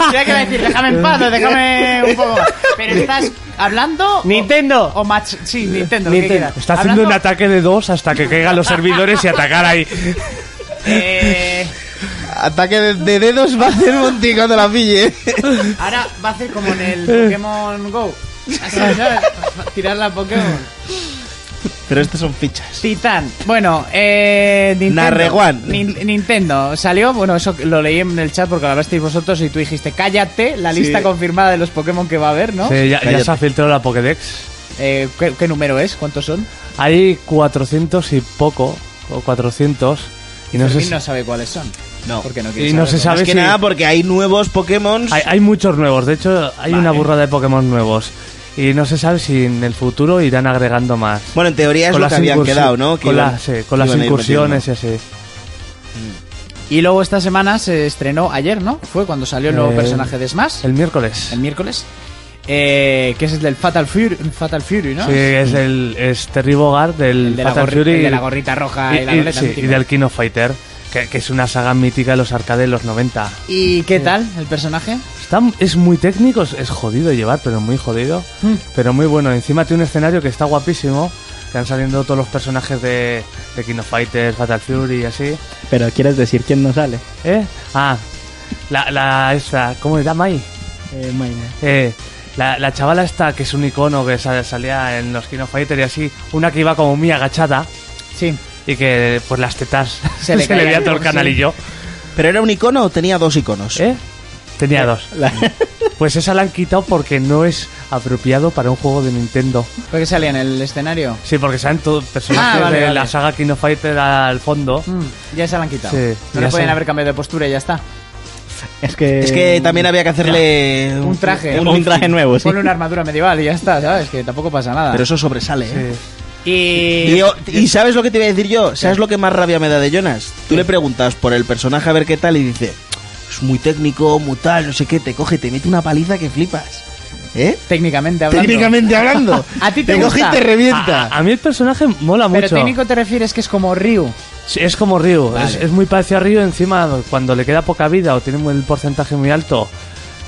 E: Mira que va a decir, déjame en paz, o déjame un poco. más. Pero estás hablando. o-
D: Nintendo.
E: O, match. Sí, Nintendo, lo que
D: Nintendo.
E: quieras.
F: Está haciendo un
E: Hablando-
F: ataque de dos hasta que caigan los servidores y atacar ahí.
E: Eh,
H: Ataque de, de dedos va a hacer Monty cuando la pille.
E: ahora va a hacer como en el Pokémon Go. Así, ¿sabes? Tirar la Pokémon.
H: Pero estas son fichas.
E: Titán. Bueno, eh. Nintendo.
H: Narreguán.
E: Nin- Nintendo. Salió, bueno, eso lo leí en el chat porque lo hablasteis vosotros y tú dijiste, cállate, la
H: Sí.
E: lista confirmada de los Pokémon que va a haber, ¿no?
F: Sí, ya, ya
H: Cállate.
F: se ha filtrado la Pokédex.
E: Eh, ¿qué, qué número es? ¿Cuántos son?
F: Hay 400 y poco, o 400. Y no sé
E: Fermín
F: si-
E: no sabe cuáles son.
H: No.
E: Porque no quiere
F: y no se
E: saberlo.
H: Más
F: sabe
H: que
F: si-
H: nada porque hay nuevos Pokémon.
F: Hay, hay muchos nuevos, de hecho hay una burrada de Pokémon nuevos. Y no se sabe si en el futuro irán agregando más.
H: Bueno, en teoría es lo que habían
F: incursi-
H: quedado, ¿no? Que
F: Con,
H: iban-
F: la- sí, con
H: que
F: las
H: iban a ir
F: incursiones y así.
E: Y luego esta semana se estrenó ayer, ¿no? Fue cuando salió el nuevo
F: Eh,
E: personaje de Smash, el,
F: El miércoles.
E: miércoles. Eh, que es el del Fatal Fury, Fatal Fury ¿no?
F: Sí, es el es Terry Bogard del
E: El de, la
F: Fatal
E: gorri-
F: Fury
E: el de la
F: y-
E: gorrita roja y,
F: y-
E: la
F: y-
E: goleta
F: sí, y
E: mítica.
F: del King of Fighter, que, que es una saga mítica de los arcades de los 90.
E: ¿Y qué tal el personaje?
F: Está- es muy técnico, es, es jodido llevar, pero muy jodido.
E: Mm.
F: Pero muy bueno. Encima tiene un escenario que está guapísimo. Están saliendo todos los personajes de, de King of Fighters, Fatal Fury y así.
I: Pero quieres decir quién no sale.
F: ¿Eh? Ah, la, la esta, ¿cómo era Mai?
I: Eh, Maine.
F: Eh, la, la chavala esta, que es un icono que sa- salía en los King of Fighter y así, una que iba como muy agachada
E: Sí.
F: y que pues las tetas
E: Se le caían
F: veía todo el
E: por
F: canalillo.
H: ¿Pero era un icono o tenía dos iconos?
F: ¿Eh? Tenía dos. Pues esa la han quitado porque no es apropiado para un juego de Nintendo.
E: Porque salía en el escenario.
F: Sí, porque salen todos personajes
E: Ah, vale,
F: de
E: vale.
F: la saga King of Fighter al fondo.
E: Mm, ya se la han quitado.
F: Sí, ya
E: no le pueden
F: sé.
E: haber cambiado de postura y ya está.
I: Es que.
H: Es que también había que hacerle
E: Un traje.
I: Un, un traje nuevo, sí.
E: Ponle una armadura medieval y ya está, ¿sabes? Que tampoco pasa nada.
H: Pero eso sobresale, ¿eh?
E: Y...
H: Y, y sabes lo que te iba a decir yo? ¿Sabes lo que más rabia me da de Jonas? Tú le preguntas por el personaje a ver qué tal y dice, es muy técnico, muy tal, no sé qué, te coge, te mete una paliza que flipas. ¿Eh?
E: Técnicamente hablando.
H: Técnicamente hablando.
E: A ti te
H: coge
E: gusta.
H: y te revienta.
F: A, a mí el personaje mola
E: Pero
F: mucho.
E: técnico te refieres que es como Ryu.
F: Sí, Es como Ryu, es, es muy parecido a Ryu. Encima, cuando le queda poca vida o tiene el porcentaje muy alto,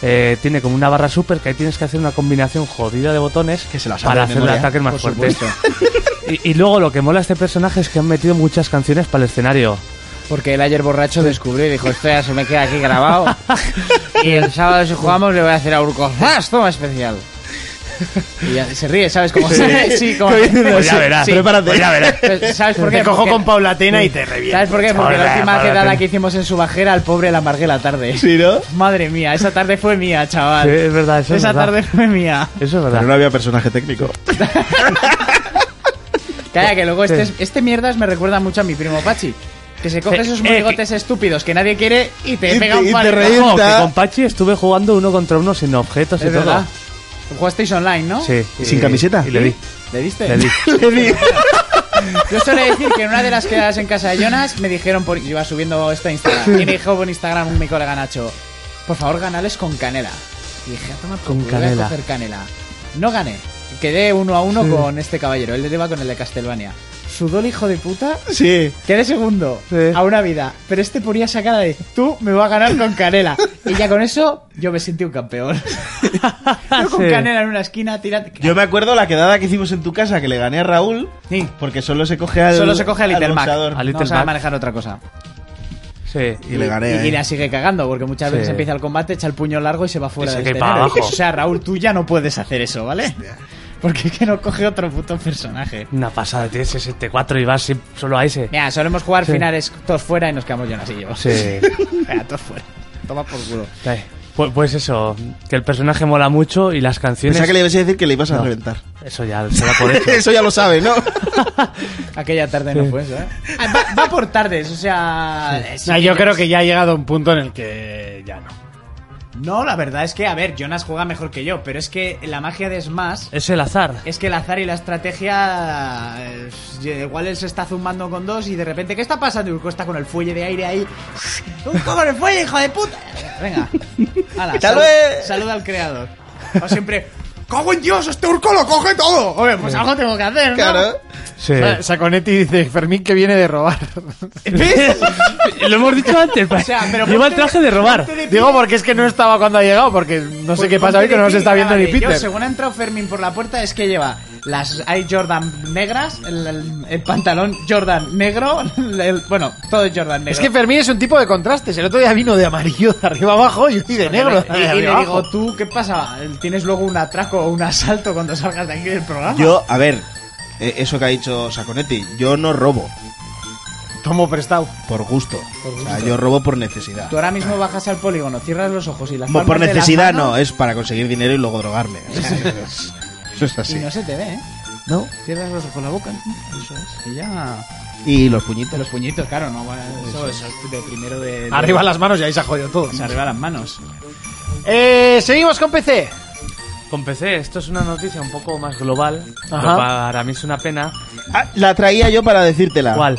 F: eh, tiene como una barra super que ahí tienes que hacer una combinación jodida de botones
H: Que se la sabe
F: para
H: de
F: hacer
H: memoria,
F: ataques más
E: por
F: fuertes.
E: supuesto.
F: Y, y luego lo que mola a este personaje es que han metido muchas canciones para el escenario.
E: Porque el ayer borracho descubrió y dijo, esto ya se me queda aquí grabado. y el sábado si jugamos le voy a hacer a Urco, ¡zas! Toma especial. Y ya se ríe, ¿sabes? Como sí, como...
F: Pues ya verás,
E: Sí.
F: prepárate. Pues ya verás.
E: Pero, ¿Sabes por qué?
D: Te cojo
E: Porque-
D: con Paulatina y te reviento.
E: ¿Sabes por qué? Porque
F: Hola,
E: la última
F: hola,
E: quedada
F: ten-
E: que hicimos en su bajera al pobre le amargué la tarde.
H: ¿Sí, no?
E: Madre mía, esa tarde fue mía,
F: Sí,
E: chaval.
F: es verdad, eso es
E: esa
F: verdad.
E: tarde fue mía.
F: Eso es verdad.
H: había personaje técnico.
E: Calla, que luego
F: Sí.
E: este, este mierdas me recuerda mucho a mi primo Pachi. Que se coge
F: Eh,
E: esos
F: eh,
E: monigotes estúpidos que nadie quiere y te
H: Y
E: pega
H: te-
E: un
H: y te
E: palo.
H: reí-
F: Ojo, que
H: Está-
F: con Pachi estuve jugando uno contra uno sin objetos y
E: Es
F: todo.
E: verdad. Jugasteis online, ¿no?
F: Sí.
H: ¿Y sin camiseta?
F: Y le di.
E: ¿Le diste?
F: Le di.
E: Yo suelo decir que en una de las quedadas en casa de Jonas me dijeron por. Yo iba subiendo esto a Instagram. Y me dijo por Instagram mi colega Nacho: Por favor, ganales con canela. Y dije: "Ah, Toma,
F: Con
E: con canela. Voy a
F: canela.
E: coger canela. No gané. Quedé uno a uno con este caballero. Él iba con el de Castelvania. Sudó el hijo de puta.
H: Sí.
E: Quedé segundo
F: Sí.
E: a una vida. Pero este ponía esa cara de:
F: Uh.
E: Tú me vas a ganar con canela. Y ya con eso, yo me sentí un campeón. yo con
F: Sí.
E: canela en una esquina, tirate.
H: Yo me acuerdo la quedada que hicimos en tu casa que le gané a Raúl.
E: Sí.
H: Porque solo se coge al.
E: Solo se coge a Little
H: al
E: Mac.
H: boxeador.
F: Al- Little
E: no sabe
F: Mac.
E: manejar otra cosa.
F: Sí.
H: Y le gané.
E: Y, y
H: ¿eh?
E: la sigue cagando, porque muchas
F: Sí.
E: veces empieza el combate, echa el puño largo y se va fuera
F: Y se
E: del
F: cae para
E: escenario.
F: abajo.
E: O sea, Raúl, tú ya no puedes hacer eso, ¿vale? Porque es que no coge otro puto personaje.
F: Una pasada, tienes 64 y vas sin- solo a ese.
E: Mira, solemos jugar
F: Sí.
E: finales todos fuera y nos quedamos Jonas y yo.
F: Sí.
E: Venga, todos fuera. Toma por culo.
F: Eh, Pues, pues eso, que el personaje mola mucho y las canciones.
H: Pensaba que le ibas a decir que le ibas a
F: No.
H: reventar.
F: Eso ya se da por hecho.
H: Eso ya lo sabe, ¿no?
E: Aquella tarde no fue eso, ¿eh? Ah, Va, va por tardes, o sea... eh, sí
D: No, yo
E: que-
D: creo que ya ha llegado un punto en el que ya no.
E: No, la verdad es que, a ver, Jonas juega mejor que yo, pero es que la magia de Smash...
F: es el azar.
E: Es que el azar y la estrategia. eh, Igual él se está zumbando con dos y de repente, ¿qué está pasando? Y Urco está con el fuelle de aire ahí. ¡Urco con el fuelle, hijo de puta! Venga, hala,
H: Tal
E: salu-
D: eh.
H: vez-
E: saluda al creador. O siempre, ¡cago en Dios! ¡Este Urco lo coge todo! Hombre, pues algo tengo que hacer, ¿no?
H: Claro.
F: Sí.
D: Sa- Saconetti dice, Fermín que viene de robar.
F: Lo hemos dicho antes.
E: O sea, pero
F: Lleva
E: ponte-
F: el traje de robar.
E: ponte de pie.
D: Digo porque es que no estaba cuando ha llegado, porque no sé
E: Pues
D: qué pasa hoy
E: ponte
D: que
E: de
D: no se
E: pie,
D: está viendo ni
E: vale. Yo,
D: Peter.
E: según ha entrado Fermín por la puerta, es que lleva las hay Jordan negras, el, el- el pantalón Jordan negro, el- bueno, todo es Jordan negro.
D: Es que Fermín es un tipo de contrastes. El otro día vino de amarillo de arriba abajo y hoy de negro.
E: Y,
D: de
E: y le
D: arriba
E: digo,
D: abajo.
E: tú, ¿qué pasa? ¿Tienes luego un atraco o un asalto cuando salgas de aquí del programa?
H: Yo, a ver. eh, eso que ha dicho Saconetti, yo no robo
D: Tomo prestado.
H: por gusto. O sea, yo robo por necesidad.
E: Tú ahora mismo bajas al polígono, cierras los ojos y las
H: Mo-
E: palmas
H: Por
E: de las
H: necesidad
E: manos
H: no, es para conseguir dinero y luego drogarme. Eso es
E: Y
H: así.
E: no se te ve, ¿eh?
H: ¿No?
E: Cierras los ojos con la boca. Eso es. Y ya.
H: Y los
E: De
H: puñitos.
E: los puñitos, claro, no. bueno, Eso, eso es de primero de. de-
D: Arriba las manos y ahí se ha jodido todo.
E: o sea, arriba las manos.
G: Eh, seguimos con PC.
F: Con PC, esto es una noticia un poco más global. pero
G: Ajá.
F: Para mí es una pena.
H: Ah, la traía yo para decírtela.
F: ¿Cuál?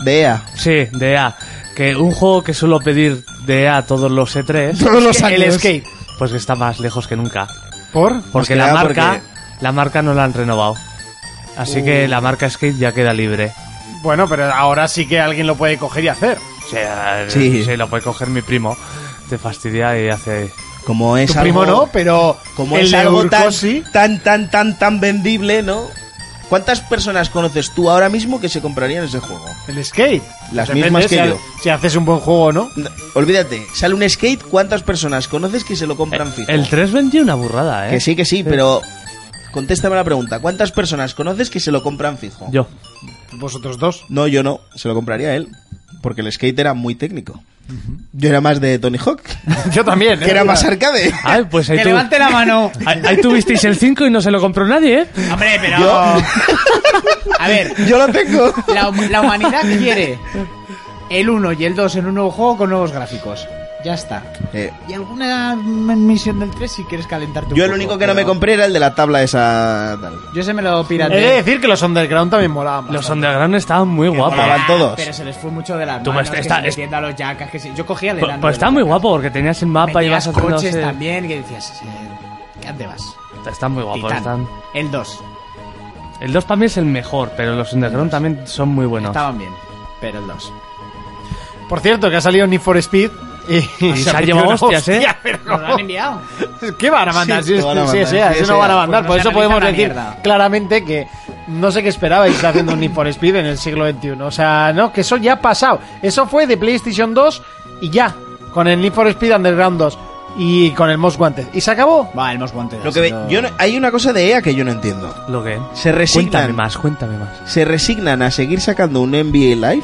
H: De EA.
F: Sí, de EA. Que un juego que suelo pedir de EA todos los E E3,
D: Todos los años.
G: El skate.
F: pues que está más lejos que nunca.
D: ¿Por?
F: Porque
H: que
F: la
H: nada
F: marca, la marca no la han renovado. Así
H: Uh.
F: que la marca Skate ya queda libre.
D: Bueno, pero ahora sí que alguien lo puede coger y hacer.
F: O sea,
H: Sí.
F: Eh, sí, lo puede coger mi primo. Te fastidia y hace
H: Como es
D: Tu
H: algo,
D: primo no, pero
H: como
D: el
H: es
D: de
H: algo tan,
D: Urco sí.
H: tan, tan, tan, tan vendible, ¿no? ¿Cuántas personas conoces tú ahora mismo que se comprarían ese juego?
D: El skate.
H: Las mismas que
D: si, ha-
H: yo.
D: si haces un buen juego o no.
H: No, olvídate, sale un skate, ¿cuántas personas conoces que se lo compran fijo?
F: Eh, El 3 vendió una burrada, ¿eh?
H: Que sí, que sí, pero contéstame la pregunta. ¿Cuántas personas conoces que se lo compran fijo?
F: Yo.
D: Vosotros dos.
H: No, yo no. Se lo compraría él. Porque el skate era muy técnico. Yo era más de Tony Hawk.
D: Yo también. eh,
H: Que era más arcade.
F: Ay, pues ahí,
E: Que
F: tu-
E: levante la mano.
F: ahí- ahí tuvisteis el 5 y no se lo compró nadie, ¿eh?
E: Hombre, pero. A ver,
H: Yo lo tengo.
E: la, hum- la humanidad quiere el 1 y el 2 en un nuevo juego con nuevos gráficos. Ya está.
H: Eh,
E: Y alguna mm, misión del 3 si quieres calentarte un
H: yo el
E: poco,
H: único que no me
E: pero-
H: compré era el de la tabla esa... tal.
E: Yo se me lo
D: He de
E: pirateé. Eh,
D: decir que los underground también molaban.
F: Los
D: bastante.
F: underground estaban muy guapos.
H: molaban.
E: Ah,
H: todos.
E: Pero se les fue mucho de las
F: Tú me
E: manos.
F: está-
E: que
F: está-
E: se
F: es-
E: metiendo a los yacas. Que se- Yo cogía el
F: Pues,
E: enano
F: pues
E: de
F: estaba
E: los
F: muy
E: yacas.
F: guapo porque tenías el mapa y vas
E: Metías
F: haciendo...
E: coches
F: ese-
E: también que decías... eh, ¿A dónde vas?
F: Está muy guapo.
E: Titán.
F: están-
E: El 2.
F: El 2 para mí es el mejor, pero los underground también son muy buenos.
E: Estaban bien. Pero el 2.
D: Por cierto, que ha salido Need for Speed. Y, y
F: se ha llevado
D: metido una
F: hostias, ¿eh?
D: hostia, pero
E: ¿Nos lo han enviado?
D: ¿Qué van a mandar?
H: Sí,
D: Sí,
H: lo van a
D: sí,
H: mandar,
D: sí, a
H: sí,
D: eso
H: sí,
D: no van a
H: pues
D: mandar.
E: no
D: Por
E: se
D: eso
E: analiza
D: podemos
E: la
D: decir
E: mierda.
D: claramente que no sé qué esperabais haciendo un Need for Speed en el siglo XXI. O sea, no, que eso ya ha pasado. Eso fue de PlayStation 2 y ya. Con el Need for Speed Underground 2 y con el Most Wanted. Y se acabó.
E: Va, el Most Wanted.
H: Lo que ve- yo no- hay una cosa de EA que yo no entiendo.
F: Lo que...
H: Se
F: Cuéntame
H: resignan,
F: más, cuéntame más.
H: se resignan a seguir sacando un NBA Live.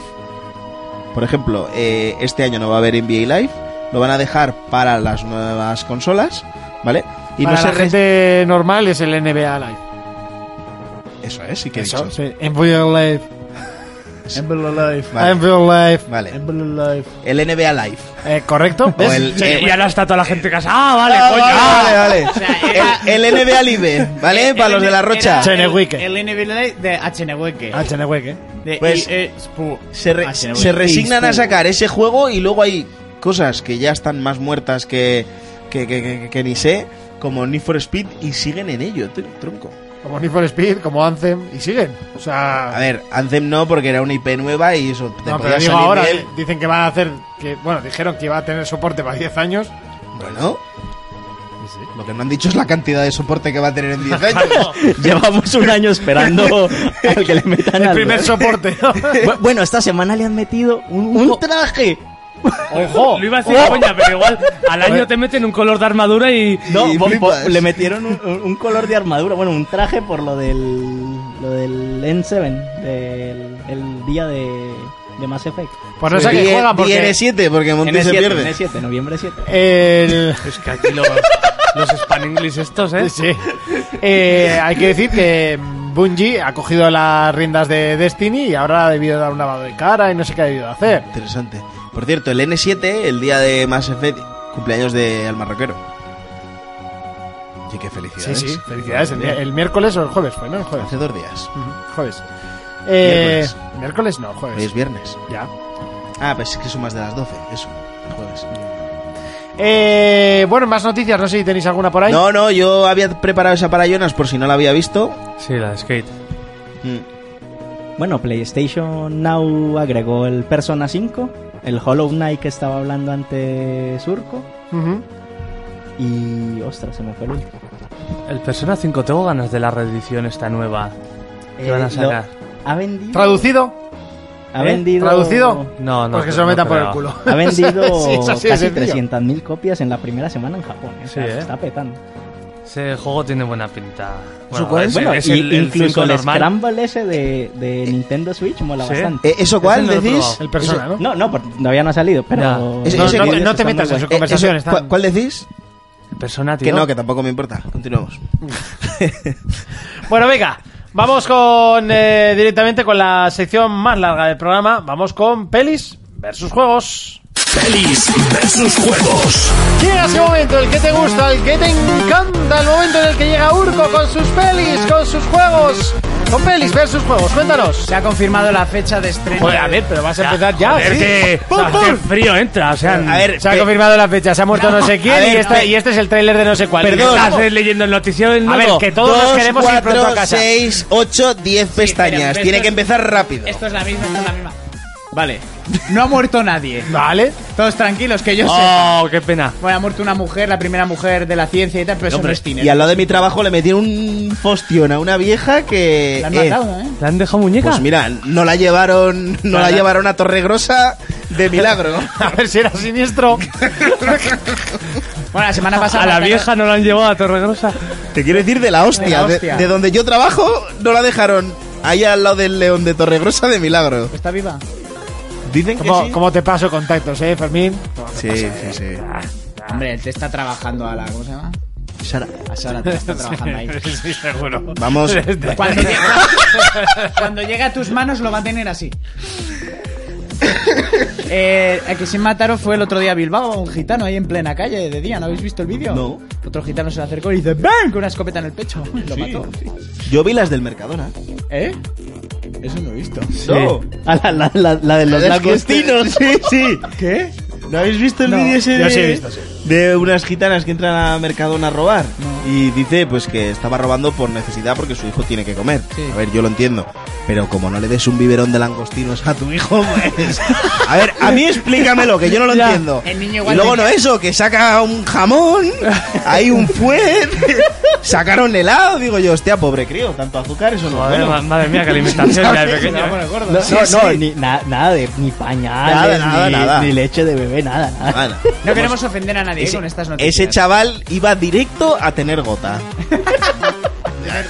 H: Por ejemplo, eh, este año no va a haber NBA Live. Lo van a dejar para las nuevas consolas, ¿vale? Y
D: Para
H: no se
D: la
H: re-
D: gente Eh, normal es el NBA Live.
H: Eso es, sí que he
D: Eso,
H: dicho.
D: sí. NBA Live.
H: Vale.
D: NBA Live.
H: Vale.
D: NBA Live.
H: El NBA Live.
D: Eh, ¿Correcto?
H: O
D: ¿Ves?
H: el,
D: Sí.
H: eh,
F: Y ahora está toda la gente casa. ¡Ah, vale,
H: Ah,
F: coño! Ah.
H: vale, vale, vale.
E: sea,
H: Ah, El, el NBA Live,
E: Eh,
H: ¿vale? Para los de la Rocha.
D: Sí. Chenehuique.
E: El, el NBA de Chenehueque.
D: Ah, Chenehueque.
E: De E,
H: Pues,
E: EA Sport.
H: Se, re-
E: Ah, Chenehueque.
H: se resignan
E: EA
H: a
E: Sport.
H: sacar ese juego y luego hay cosas que ya están más muertas que, que, que- que- que ni sé, como Need for Speed, y siguen en ello, tr- tronco.
D: Como Need for Speed, como Anthem. Y siguen. O sea...
H: A ver, Anthem no, porque era una IP nueva y eso te
D: No,
H: podía
D: pero digo
H: salir
D: ahora,
H: bien.
D: di- dicen que van a hacer, que, bueno, dijeron que iba a tener soporte para 10 años.
H: Bueno. Lo que no han dicho es la cantidad de soporte que va a tener en 10 años.
I: Llevamos un año esperando al que le metan
D: El
I: algo.
D: primer soporte. ¿no?
I: Bu- Bueno, esta semana le han metido un, un traje.
D: Ojo.
F: Lo iba a decir coña, pero igual al año te meten un color de armadura y...
I: No,
H: Y
I: bo- bo-
H: flipas.
I: le metieron un, un- un color de armadura, bueno, un traje por lo del lo del N7 del el día de, de Mass Effect.
D: Pues no sé a qué
H: Die-
D: juega porque
H: 17, porque Monty
I: N7,
H: se pierde.
I: N7, noviembre 7.
D: el
F: Es que aquí los, los span English estos, ¿eh?
D: sí. Eh, hay que decir que Bungie ha cogido las riendas de Destiny y ahora ha debido dar un lavado de cara y no sé qué ha debido hacer.
H: Interesante. Por cierto, el N7, el día de Mass Effect, cumpleaños de Al Marroquero. Y qué
D: Sí,
H: felicidades.
D: sí, felicidades. El, el miércoles o el jueves fue, ¿no? El jueves.
H: Hace dos días.
D: Ujú, Jueves. Eh,
H: Miércoles.
D: miércoles no,
I: pues,
H: Hoy es
D: jueves.
H: viernes.
D: Ya.
H: Ah, pues es que sumas de las 12, eso. el Jueves.
D: Eh, bueno, más noticias, no sé si tenéis alguna por ahí.
H: No, no, yo había preparado esa para Jonas por si no la había visto.
F: Sí, la de Skate.
H: Mm.
I: Bueno, PlayStation Now agregó el Persona 5, el Hollow Knight que estaba hablando antes Surco
D: Ujú.
I: y ostras, se me fue el último.
F: El Persona 5, tengo ganas de la reedición esta nueva. ¿Qué van a
I: Eh,
F: sacar?
I: lo- ha vendido
D: Traducido.
I: ha
D: ¿Eh?
I: vendido
D: ¿Traducido?
F: No, no.
D: pues que se lo
F: no
D: metan por el
F: creo.
D: culo.
I: Ha vendido
D: Sí, eso sí es
I: casi
D: sencillo.
I: 300.000 copias en la primera semana en Japón. ¿eh? O sea,
F: Sí,
I: se
F: ¿eh?
I: está petando.
F: Ese juego tiene buena pinta.
I: Bueno,
F: es-
I: bueno,
F: es
I: y
F: el- el
I: incluso
F: cinco
I: el,
F: normal.
I: Scramble ese de, de Nintendo Switch mola
F: Sí.
I: bastante.
H: Eh, ¿Eso cuál
F: no lo he
H: decís?
F: probado.
D: El persona, ¿no?
I: No, no, porque todavía no ha salido, pero...
H: Ya. Ese-
D: No,
H: ese
D: no
H: que-
D: te- no te
I: está muy
D: metas en
I: guay.
D: sus
H: Eh, eso,
D: conversaciones.
H: ¿cuál-
D: tan-
H: ¿Cuál decís?
F: Persona, tío.
H: Que no, que tampoco me importa. Continuamos.
D: Bueno, venga, vamos con eh, directamente con la sección más larga del programa. Vamos con pelis versus juegos.
C: Pelis versus juegos.
D: Llega ese momento, el que te gusta, el que te encanta, el momento en el que llega Urco con sus pelis, con sus juegos, con pelis versus juegos. Cuéntanos.
E: Se ha confirmado la fecha de estreno.
D: Joder, a ver, pero vas a empezar ya.
F: Joder,
D: ¿sí?
F: que-
D: O sea,
F: o sea, qué frío entra, o sea...
H: A ver,
D: Se ha
H: pe-
D: confirmado la fecha, se ha muerto no sé quién
H: a ver,
D: y, esta-
H: pe-
D: y este es el tráiler de no sé cuál.
H: Perdón.
F: Estás eh, leyendo el noticiero del
D: A ver,
F: nodo.
D: que todos nos queremos ir pronto a
H: 4,
D: casa.
H: 6, 8, 10 pestañas.
E: pero
H: Tiene
E: esto
H: que
E: es-
H: empezar rápido.
E: Esto es la misma, esto es la misma. Vale. No ha muerto nadie.
D: Vale.
E: Todos tranquilos, que yo sé.
F: Oh, qué pena.
E: Bueno, ha muerto una mujer, la primera mujer de la ciencia y tal, pero eso no es cine.
H: Y al lado de mi trabajo le metieron un fostión a una vieja que.
E: La han
H: eh,
E: matado, ¿eh?
F: ¿Le han dejado muñeca?
H: Pues mira, no la llevaron, no la llevaron a Torregrosa de milagro.
D: A ver si era siniestro.
E: Bueno, la semana pasada.
F: a la
E: mataron-
F: vieja no la han llevado a Torregrosa.
H: Te quiero decir de la
E: De
H: hostia,
E: la
H: de,
E: hostia.
H: de donde yo trabajo no la dejaron ahí al lado del león de Torregrosa de milagro.
E: ¿Está viva?
H: Dicen que
D: ¿Cómo,
H: sí.
D: cómo te paso contactos, eh, Fermín?
H: Sí, sí,
E: Ah.
H: sí.
E: Hombre, él te está trabajando a la. ¿Cómo se llama?
H: Sara,
E: A Sara te está trabajando ahí.
F: Sí, seguro.
H: vamos.
F: Este.
E: Cuando llegue, cuando llegue a tus manos lo va a tener así. Eh, el que se mataron fue el otro día a Bilbao, un gitano ahí en plena calle de día. ¿No habéis visto el vídeo?
H: No.
E: Otro gitano se le acercó y dice ¡Bang! con una escopeta en el pecho. Y Lo mató.
H: Yo vi las del Mercadona.
E: ¿Eh? Eso no he visto.
H: No.
I: A la, la, la, la de los
H: Es que
I: lagostinos.
H: este- sí, sí.
E: ¿Qué?
H: ¿No habéis visto el
E: No,
H: vídeo ese
D: yo
H: de,
D: sí he visto, sí.
H: de unas gitanas que entran a Mercadona a robar? Y dice pues que estaba robando por necesidad porque su hijo tiene que comer. A ver, yo lo entiendo. Pero como no le des un biberón de langostinos a tu hijo, pues... A ver, a mí explícamelo, que yo no lo entiendo.
E: El niño igual
H: y luego
E: tenía-
H: no eso, que saca un jamón, hay un fuet, sacaron helado. Digo yo, hostia, pobre crío, tanto azúcar, eso no es
F: Joder, ma-
H: bueno.
F: madre mía, que alimentación ya de pequeño.
I: No, no, no, ni, na- nada de ni pañales,
H: Nada, nada,
I: ni,
H: nada.
I: ni leche de bebé, nada, nada.
H: Nada.
E: No queremos ofender a nadie eh, con estas noticias.
H: ese chaval iba directo a tener gota. Mira,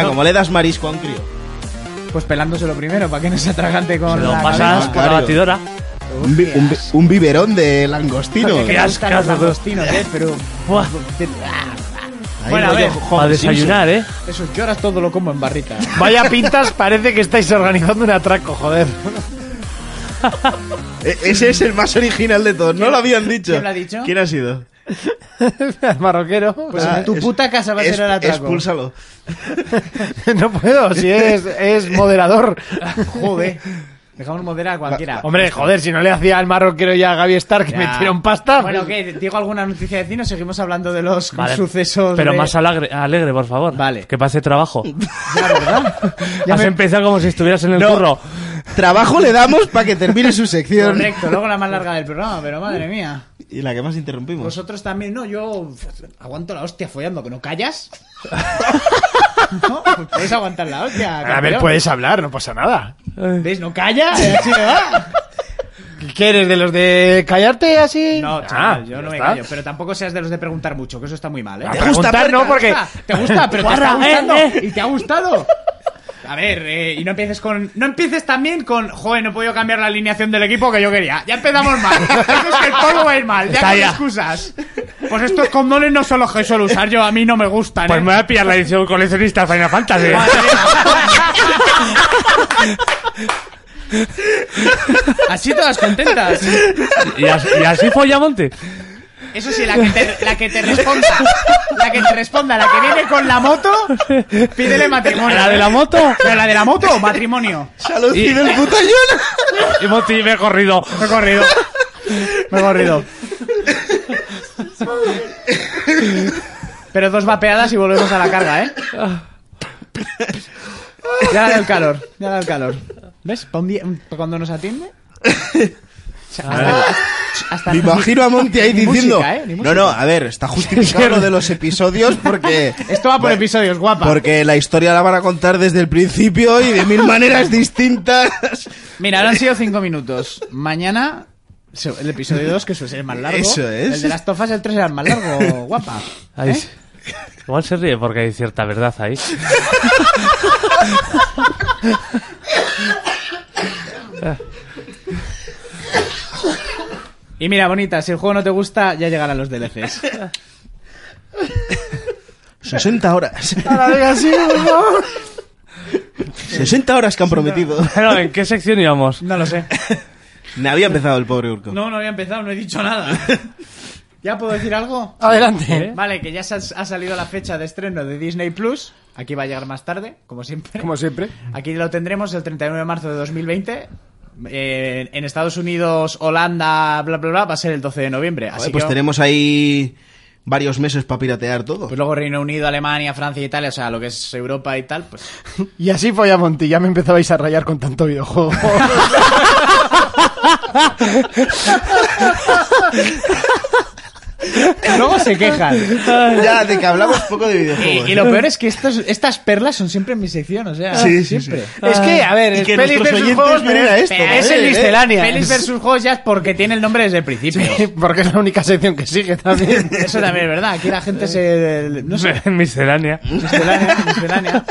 H: Ah, como le das marisco a un crío.
E: Mm. Pues pelándoselo primero, para que no se atragante con
F: Se lo
E: la
F: pasas
E: cabeza.
F: por la
H: Claro.
F: batidora.
H: Un, bi- un bi- un biberón de langostino.
E: Que
F: Qué
E: te gustan los
F: ascazo, tú.
E: langostinos, ¿eh? Pero... ah,
F: Buah,
E: te-
H: Ahí
E: Bueno, a
H: rollo
E: ver.
H: Homer
F: Para
H: Simpson.
F: desayunar, ¿eh?
E: Eso, lloras todo lo como en barrita.
D: Vaya pintas, parece que estáis organizando un atraco, joder.
H: E- ese es el más original de todos. No lo habían dicho.
E: quién lo ha dicho?
H: ¿Quién ha sido?
D: El marroquero.
E: Pues
H: Ah,
E: en tu
H: es-
E: puta casa va a
H: es-
E: ser el atraco.
H: Expúlsalo.
D: no puedo, si es, es moderador.
E: Joder. Dejamos moderar a cualquiera.
D: Hombre, joder, si no le hacía al marroquero ya a Gaby Star que
E: Ya.
D: metieron pasta.
E: Bueno, ¿qué? ¿Digo alguna noticia de cine? Seguimos hablando de los
F: Vale,
E: sucesos.
F: Pero
E: de-
F: más alegre, alegre, por favor.
E: Vale.
F: Que pase trabajo.
E: Ya, ¿verdad?
F: Has empezado como si estuvieras en el
H: No.
F: curro.
H: Trabajo le damos para que termine su sección.
E: Correcto, luego la más larga del programa, pero madre mía.
H: Y la que más interrumpimos.
E: Vosotros también, no, yo aguanto la hostia follando, que no callas. no, puedes aguantar la hostia.
D: A ver,
E: campeón.
D: puedes hablar, no pasa nada.
E: ¿Ves? No callas, así "Ah, me va.
D: ¿Qué eres de los de callarte así?
E: No, chaval,
D: Ah,
E: yo no
D: ya
E: me
D: está.
E: callo. Pero tampoco seas de los de preguntar mucho, que eso está muy mal, ¿eh?
D: A preguntar, no, porque.
E: Te gusta, pero te está
D: Guarra, eh,
E: gustando.
D: eh.
E: Y te ha gustado. A ver, eh, y no empieces con. No empieces también con. Joder, no he podido cambiar la alineación del equipo que yo quería. Ya empezamos mal. Eso es que el polvo va a ir mal. Ya
F: Está
E: con
F: ya.
E: excusas. Pues estos condones no son los que suelo usar yo. A mí no me gustan.
F: Pues
E: ¿eh?
F: me voy a pillar la edición coleccionista de Final Fantasy.
E: Madre mía. Así todas contentas.
F: y, así, y así follamonte.
E: Eso sí, la que, te, la que te responda. La que te responda, la que viene con la moto, pídele matrimonio.
F: ¿La de la moto?
E: Pero la de la moto, matrimonio.
H: Salud y del
F: Y Monti me he corrido.
E: Me he corrido. Me he corrido. Pero dos vapeadas y volvemos a la carga, ¿eh? Ya da el calor, ya da el calor. ¿Ves? Pa' un día- pa' cuando nos atiende. O sea, hasta- hasta-
H: Ah. Me imagino a Monty ahí
E: Ni
H: diciendo.
E: música, ¿eh? Ni música.
H: No, no, a ver, está justificado lo de los episodios porque.
E: Esto va por
H: Bueno,
E: episodios, guapa.
H: Porque la historia la van a contar desde el principio y de mil maneras distintas.
E: Mira, ahora han sido cinco minutos. Mañana, se- el episodio 2, que suele ser el más largo.
H: Eso es.
E: El de las tofas, el 3 será el más largo, guapa.
F: Ahí
E: ¿Eh?
F: sí. Igual se ríe porque hay cierta verdad ahí.
E: Y mira, bonita, si el juego no te gusta, ya llegarán los DLCs.
H: 60 horas.
D: Ahora diga sí, por favor.
H: 60 horas que han prometido.
F: Pero, ¿en qué sección íbamos?
E: No lo sé.
H: Me había empezado el pobre Urco.
E: No, no había empezado, no he dicho nada. ¿Ya puedo decir algo? Eh,
D: Adelante.
E: Vale, que ya se ha ha salido la fecha de estreno de Disney Plus. Aquí va a llegar más tarde, como siempre.
D: Como siempre.
E: Aquí lo tendremos el 31 de marzo de 2020. Eh, en Estados Unidos, Holanda, bla, bla, bla, va a ser el 12 de noviembre. Así
H: Joder, pues
E: que,
H: tenemos ahí varios meses para piratear todo.
E: pues luego Reino Unido, Alemania, Francia, Italia, o sea, lo que es Europa y tal, pues
D: Y así fue a Monti, ya me empezabais a rayar con tanto videojuego.
E: Luego se quejan.
H: ya, de que hablamos poco de ¿eh? videojuegos.
E: Y, y lo peor es que estos, estas perlas son siempre en mi sección, o sea,
H: Sí, sí,
E: siempre.
D: es que, a ver,
H: Y
D: es
H: que
D: pelis
H: nuestros
D: versus
H: oyentes
D: juegos, pero
H: vienen a
D: es-
H: esto.
D: pero es
H: ¿eh?
D: el miscelánea.
E: Pelis versus juegos ya es porque tiene el nombre desde el principio.
D: Porque es la única sección que sigue también.
E: Eso también es verdad, aquí la gente se... No sé,
F: Miscelánea.
E: miscelánea, miscelánea.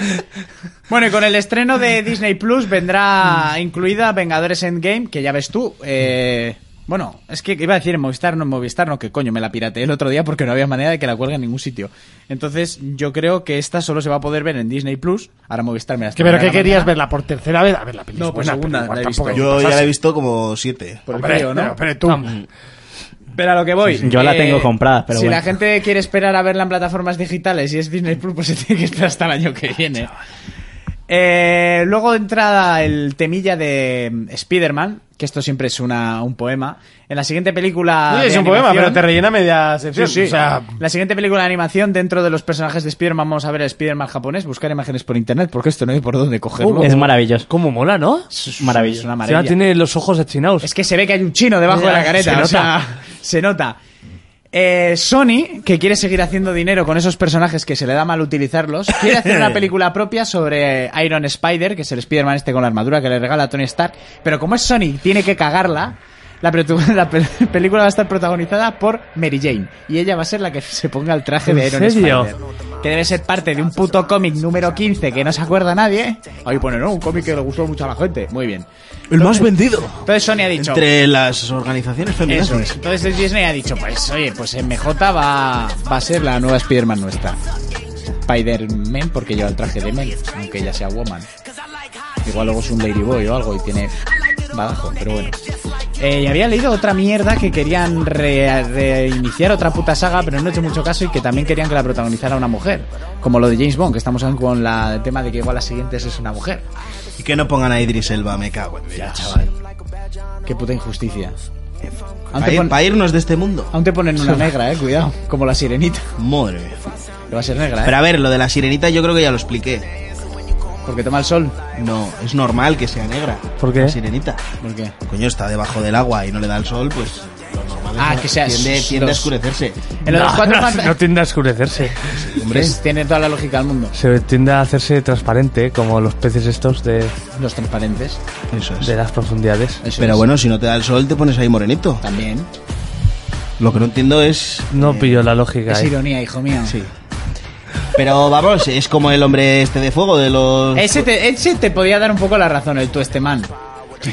E: Bueno, y con el estreno de Disney Plus vendrá incluida Vengadores Endgame, que ya ves tú. eh, bueno, es que iba a decir en Movistar, no en Movistar, no, que coño, me la pirateé el otro día porque no había manera de que la cuelgue en ningún sitio. Entonces, yo creo que esta solo se va a poder ver en Disney Plus. Ahora Movistar me la está
D: Que, pero
E: poniendo
D: que
E: a la
D: querías
E: mañana.
D: verla por tercera vez. A ver, la peli
E: No,
D: es
E: por
D: buena,
E: segunda
D: pero igual
E: la he
D: tampoco
E: visto.
D: te
H: Yo ya
D: pasas.
H: la he visto como siete.
E: Por el
D: Hombre,
E: frío, ¿no?
D: pero- pero tú.
E: Pero a lo que voy. eh,
I: Yo la tengo comprada, pero
E: Si
I: bueno.
E: la gente quiere esperar a verla en plataformas digitales y es Disney Plus, pues se tiene que esperar hasta el año que viene. Eh, luego entra el temilla de mm, Spider-Man, que esto siempre es una, un poema. En la siguiente película.
D: Sí, es
E: de
D: un poema, pero
E: Ah, animación-
D: te rellena media sección.
E: Sí, sí.
D: O sea,
E: la siguiente película de animación, dentro de los personajes de Spider-Man, vamos a ver a Spider-Man japonés, buscar imágenes por internet, porque esto no hay por dónde cogerlo.
I: Es maravilloso.
F: ¿Cómo mola, no?
E: Es
I: maravilloso.
E: una
F: Encima
E: maravilla.
F: tiene los ojos achinados.
E: Es que se ve que hay un chino debajo de la careta.
F: Se
E: o sea, se nota. Eh, Sony, que quiere seguir haciendo dinero con esos personajes que se le da mal utilizarlos, quiere hacer una película propia sobre Iron Spider, que es el Spider-Man este con la armadura que le regala a Tony Stark. Pero como es Sony, tiene que cagarla. La, protu- la pel- película va a estar protagonizada por Mary Jane. Y ella va a ser la que se ponga el traje
F: ¿En
E: de Iron
F: serio?
E: Spider. Que debe ser parte de un puto cómic número 15 que no se acuerda nadie. Ahí pone, no, un cómic que le gustó mucho a la gente. Muy bien.
H: El más vendido.
E: Entonces Sony ha dicho...
H: Entre las organizaciones
E: Eso
H: feministas.
E: es. Entonces Disney ha dicho, pues oye, pues MJ va, va a ser la nueva Spider-Man nuestra. Spider-Man porque lleva el traje de Men, aunque ella sea Woman. Igual luego es un Ladyboy o algo y tiene badajo, pero bueno. Eh, y había leído otra mierda que querían re- reiniciar otra puta saga, pero no he hecho mucho caso y que también querían que la protagonizara una mujer. Como lo de James Bond, que estamos aún con la, el tema de que igual la siguiente es una mujer.
H: Y que no pongan a Idris Elba, me cago en Dios.
E: Ya, chaval. Qué puta injusticia. Aún
H: Para,
E: te
H: ir-
E: pon-
H: para irnos de este mundo.
E: aún te ponen una negra, eh, cuidado. Como la sirenita.
H: Madre mía.
E: Que va a ser negra, ¿eh?
H: Pero a ver, lo de la sirenita yo creo que ya lo expliqué.
E: Porque toma el sol.
H: No, es normal que sea negra.
F: ¿Por qué?
H: La sirenita.
E: ¿Por qué?
H: Coño, está debajo del agua y no le da el sol, pues lo normal es
E: Ah, que sea-
H: tiende, tiende a
E: los-
H: oscurecerse.
E: En lo de los cuatro
F: no,
E: fanta-
F: no tiende a oscurecerse.
H: Hombre,
E: Pues tiene toda la lógica del mundo.
F: Se tiende a hacerse transparente, como los peces estos de,
E: Los transparentes.
H: eso es.
F: de las profundidades.
E: Eso
H: Pero
E: es.
H: bueno, si no te da el sol, te pones ahí morenito.
E: También. Eh,
H: Lo que no entiendo es.
F: No pillo la lógica.
E: Es
F: ahí.
E: ironía, hijo mío.
H: Sí. Pero vamos, es como el hombre este de fuego de los.
E: Ese te, ese te podía dar un poco la razón, el tú este man.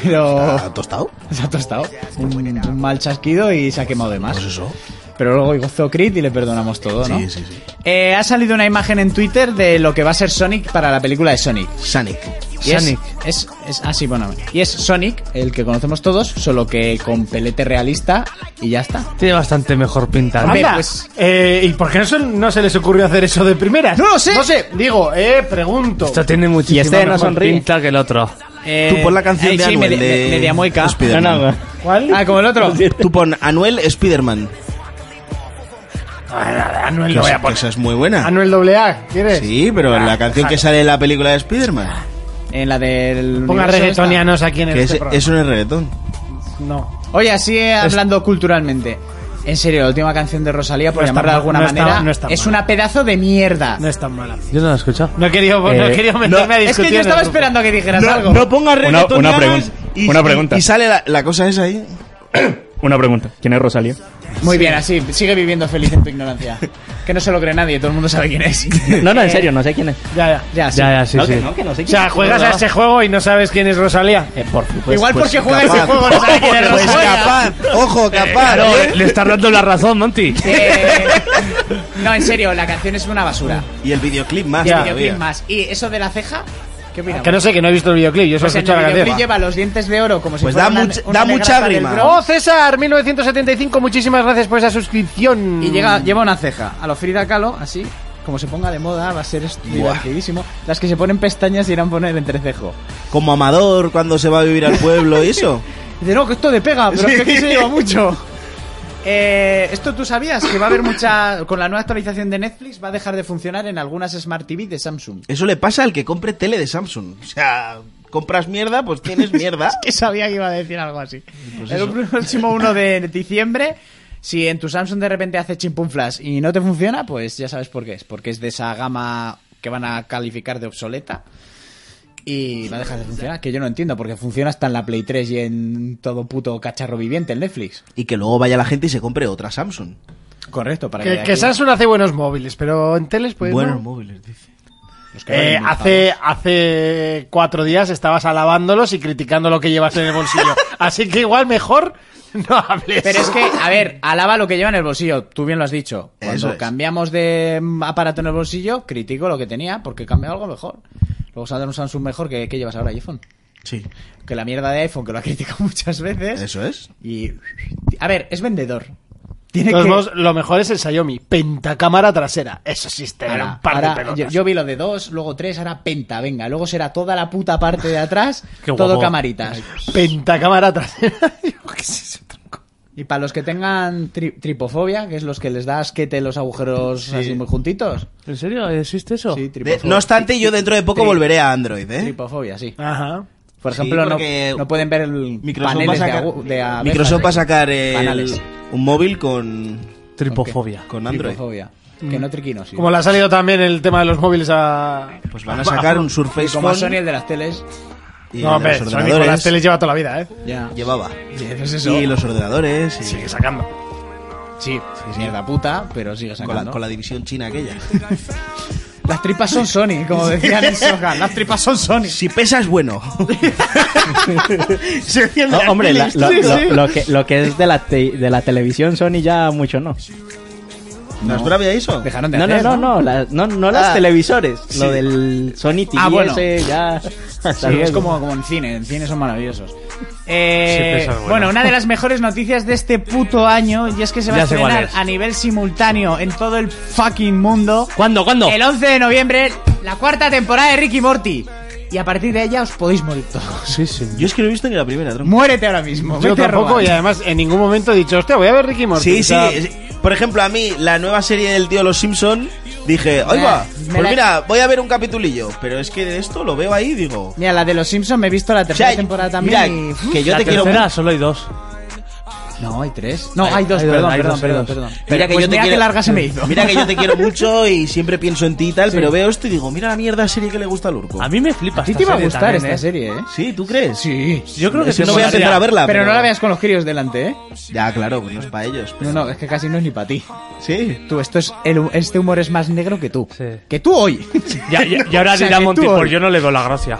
E: Pero
H: ¿Ha tostado?
E: se ha tostado. Un, un mal chasquido y se ha quemado de más.
H: Pues eso.
E: Pero luego gozó Creed y le perdonamos todo, ¿no?
H: Sí, sí, sí.
E: Eh, ha salido una imagen en Twitter de lo que va a ser Sonic para la película de Sonic.
H: Sonic.
E: Y es-
F: Sonic.
E: Es, es- ah, sí, bueno. Y es Sonic, el que conocemos todos, solo que con pelete realista y ya está.
F: Tiene bastante mejor pinta.
E: Hombre,
D: Anda,
E: pues-
D: eh, ¿y por qué no se, no se les ocurrió hacer eso de primeras?
E: No lo sé.
D: No sé, digo, eh, pregunto.
F: Esto tiene muchísima
I: este no
F: mejor
I: sonríe.
F: pinta que el otro.
E: Eh,
H: Tú pon la canción
E: ahí
H: de
E: sí,
H: Anuel
E: media-
H: de
E: me- media mueca.
H: Spiderman.
I: No, no,
D: ¿Cuál?
E: Ah, como el otro.
H: Tú pon Anuel Spiderman.
D: Ah, Anuel
H: Que
D: lo voy a
H: esa, que
D: poner.
H: esa es muy buena.
D: Anuel AA, ¿quieres?
H: Sí, pero la canción que sale en la película de Spiderman.
E: En la del.
D: Ponga
E: universo
D: reggaetonianos aquí en
H: Que
D: este
H: es,
D: programa.
H: eso no es reggaetón.
D: No.
E: esta. Oye, así eh, hablando culturalmente. En serio, la última canción de Rosalía, por
D: No está
E: llamarla de
D: mal,
E: alguna
D: no está-
E: manera,
D: no está
E: es
D: mal.
E: una pedazo de mierda.
D: No es tan mala.
F: Yo no lo he escuchado. Eh,
D: No he querido, no he querido meterme a
E: es
D: discutir.
E: que
D: en
E: yo estaba
D: el grupo.
E: esperando que dijeras algo.
H: pongas
J: Una- una reggaetonianas pregun- y- una pregunta.
H: Y, sale la, la cosa esa ahí.
J: Una pregunta. ¿Quién es Rosalía?
E: Muy bien, así, sigue viviendo feliz en tu ignorancia. Que no se lo cree nadie, todo el mundo sabe quién es. Eh,
I: No, no, en serio, no sé quién es.
D: Ya, ya.
E: Ya, Ah, sí.
F: Ya, ya, sí,
I: no,
F: sí.
I: que no, que no sé
D: O
I: quién
D: sea,
I: es.
D: juegas a ese juego y no sabes quién es Rosalía.
I: Eh, por supuesto.
E: Igual porque
H: pues,
E: juega ese
H: capaz.
E: juego, no sabe Ah, quién es
H: Pues
E: Rosalía.
H: capaz, ojo, capaz.
F: Claro,
H: ¿eh?
F: le estás dando la razón, Monty.
E: Eh, no, en serio, la canción es una basura.
H: Y el videoclip más.
D: Ah, Ya.
H: todavía.
E: Videoclip más. Y eso de la ceja, ¿qué opinamos?
D: Que no sé, que no he visto el videoclip, yo solo
E: Pues
D: he
E: en el
D: escuchado la
E: videoclip
D: canción.
E: lleva los dientes de oro como si
H: Pues
E: fuera
H: da
E: una-
H: mucha-
E: una
H: da
E: negra
H: mucha
E: para el
H: grima.
E: bro.
D: Oh, César, 1975, muchísimas gracias por esa suscripción.
E: Y llega, lleva una ceja. A lo Frida Kahlo, así, como se ponga de moda, va a ser est- divertidísimo. Las que se ponen pestañas irán a poner entrecejo.
H: Como Amador cuando se va a vivir al pueblo y eso.
E: Dice, no, que esto de pega, pero es que aquí se lleva mucho. Eh, esto tú sabías que va a haber mucha. Con la nueva actualización de Netflix va a dejar de funcionar en algunas Smart TV de Samsung.
H: Eso le pasa al que compre tele de Samsung. O sea, compras mierda, pues tienes mierda. pues
E: Que sabía que iba a decir algo así. el próximo 1 de diciembre, si en tu Samsung de repente hace chimpum flash y no te funciona, pues ya sabes por qué es. Porque es de esa gama que van a calificar de obsoleta. Y va a dejar de funcionar, que yo no entiendo, porque funciona hasta en la Play 3 y en todo puto cacharro viviente, en Netflix.
H: Y que luego vaya la gente y se compre otra Samsung.
E: Correcto, para
D: Que,
E: que,
D: que
E: aquí-
D: Samsung hace buenos móviles, pero en teles pues
H: Buenos
D: no.
H: móviles, dice. pues
E: los que
D: Eh,
E: valen mil
D: hace, hace cuatro días estabas alabándolos y criticando lo que llevas en el bolsillo. Así que igual mejor no hables.
E: Pero es que, a ver, alaba lo que lleva en el bolsillo. Tú bien lo has dicho. Cuando
H: Eso es.
E: cambiamos de mm, aparato en el bolsillo, critico lo que tenía porque cambia algo mejor. Luego saldrá un Samsung mejor que, que llevas ahora iPhone.
H: Sí,
E: Que la mierda de iPhone, que lo ha criticado muchas veces.
H: eso es.
E: Y. A ver, es vendedor. Tiene
D: De todos
E: que.
D: modos, lo mejor es el Xiaomi, pentacámara trasera. Eso sí, te da
E: Ahora,
D: un par
E: ahora,
D: de pelotas.
E: yo, yo vi lo de dos, luego tres, ahora penta, venga. Luego será toda la puta parte de atrás,
F: Qué
E: todo
F: guapo.
E: camaritas.
D: Pentacámara trasera. Digo, ¿Qué es eso?
E: Y para los que tengan tri- tripofobia, que es los que les da asquete los agujeros así muy juntitos.
F: ¿En serio? ¿Existe eso?
E: Sí,
H: De-
E: tripofobia.
H: no obstante, yo dentro de poco
E: Tri-
H: volveré a Android, ¿eh?
E: Tripofobia, sí.
D: Ajá.
E: Por
H: Sí,
E: ejemplo, no,
H: porque
E: no pueden ver el
H: Microsoft
E: paneles
H: va a sacar-
E: de, agu- de abejas,
H: Microsoft va a
E: sí.
H: sacar el-
E: Panales.
H: un móvil con,
F: Tripofobia.
H: con Android.
E: Tripofobia. Mm. Que no triquinos. sí.
D: Como le ha salido también el tema de los móviles a.
H: Pues van a sacar un Surface
E: Y como
H: Phone
E: Sony eh, el de las teles.
H: y
D: No, hombre,
H: los
D: Sony con las
H: ordenadores.
D: teles lleva toda la vida, ¿eh?
E: Ya.
H: Llevaba.
E: Es eso.
H: Y los ordenadores. y-
D: Sigue sacando.
E: Sí, mierda puta, pero sigue
H: con, la,
E: sacando.
H: con la división china aquella.
E: Las tripas son Sony, como decían en Soga. Las tripas son Sony.
H: si pesa es bueno. Se enciende
I: No,
H: la
I: Ah, hombre, la-
H: tele.
I: lo,
H: Sí,
I: lo-
H: sí.
I: lo que, lo que es de la, te- de la televisión Sony ya mucho no.
H: ¿Nosotros había eso?
E: Dejaron de
I: No, no,
E: hacer,
I: no, no, la- no, no las
H: Ah.
I: televisores.
H: Sí.
I: Lo del Sony TV
E: Ah, bueno.
I: ese ya.
E: Sí,
I: hasta
E: es
I: luego.
E: como, como en cine, en cine son maravillosos. Eh,
F: Siempre son
E: bueno.
F: buenos.
E: una de las mejores noticias de este puto año y es que se va
F: Ya
E: a
F: sé cuál
E: estrenar
F: es.
E: a nivel simultáneo en todo el fucking mundo
F: ¿Cuándo? ¿Cuándo?
E: el 11 de noviembre la cuarta temporada de Ricky Morty. Y a partir de ella os podéis morir todos.
F: Sí, sí.
H: Yo es que no he visto ni la primera, tronco.
E: Muérete ahora mismo.
D: Yo
E: vete a
D: tampoco,
E: robar.
D: y además en ningún momento he dicho, hostia, voy a ver Ricky Morty.
H: Sí,
D: O
H: sí.
D: sea,
H: es- Por ejemplo, a mí, la nueva serie del tío Los Simpson, dije, oiga, va,
E: me
H: pues
E: la-
H: mira, voy a ver un capitulillo. Pero es que de esto lo veo ahí y digo...
E: Mira, la de los Simpsons me he visto la
H: o
E: tercera
H: sea,
E: temporada también.
H: mira,
E: y-
H: que yo
F: la
H: te quiero...
F: tercera solo hay dos.
E: No, hay tres. No, hay, dos,
F: hay dos,
E: perdón,
F: hay
E: perdón,
F: dos, hay
E: perdón,
F: dos.
E: perdón.
H: Mira que
E: Pues
H: yo te
E: mira
H: quiero-
E: qué larga se me hizo.
H: Mira que yo te quiero mucho y siempre pienso en ti y tal, pero veo esto y digo, mira la mierda serie que le gusta al Urco.
F: A mí me flipa.
E: a ti
F: esta
E: te iba a
F: serie
E: gustar
F: también,
E: esta
F: ¿eh?
E: serie, ¿eh?
H: Sí, ¿tú crees?
E: Sí.
F: Yo creo que
H: Es que
F: te
H: no voy a
F: molaría.
H: empezar a verla.
E: Pero no la veas con los críos delante, ¿eh?
H: Ya, claro, pues no es para ellos.
E: No,
H: pero-
E: no, es que casi no es ni para ti.
H: Sí.
E: Tú, esto es el- este humor es más negro que tú.
F: Sí.
E: Que tú hoy.
F: Ya, ya- y ahora
E: O sea,
F: dirá
E: que
F: Monty,
E: tú hoy.
F: pues yo no le veo la gracia.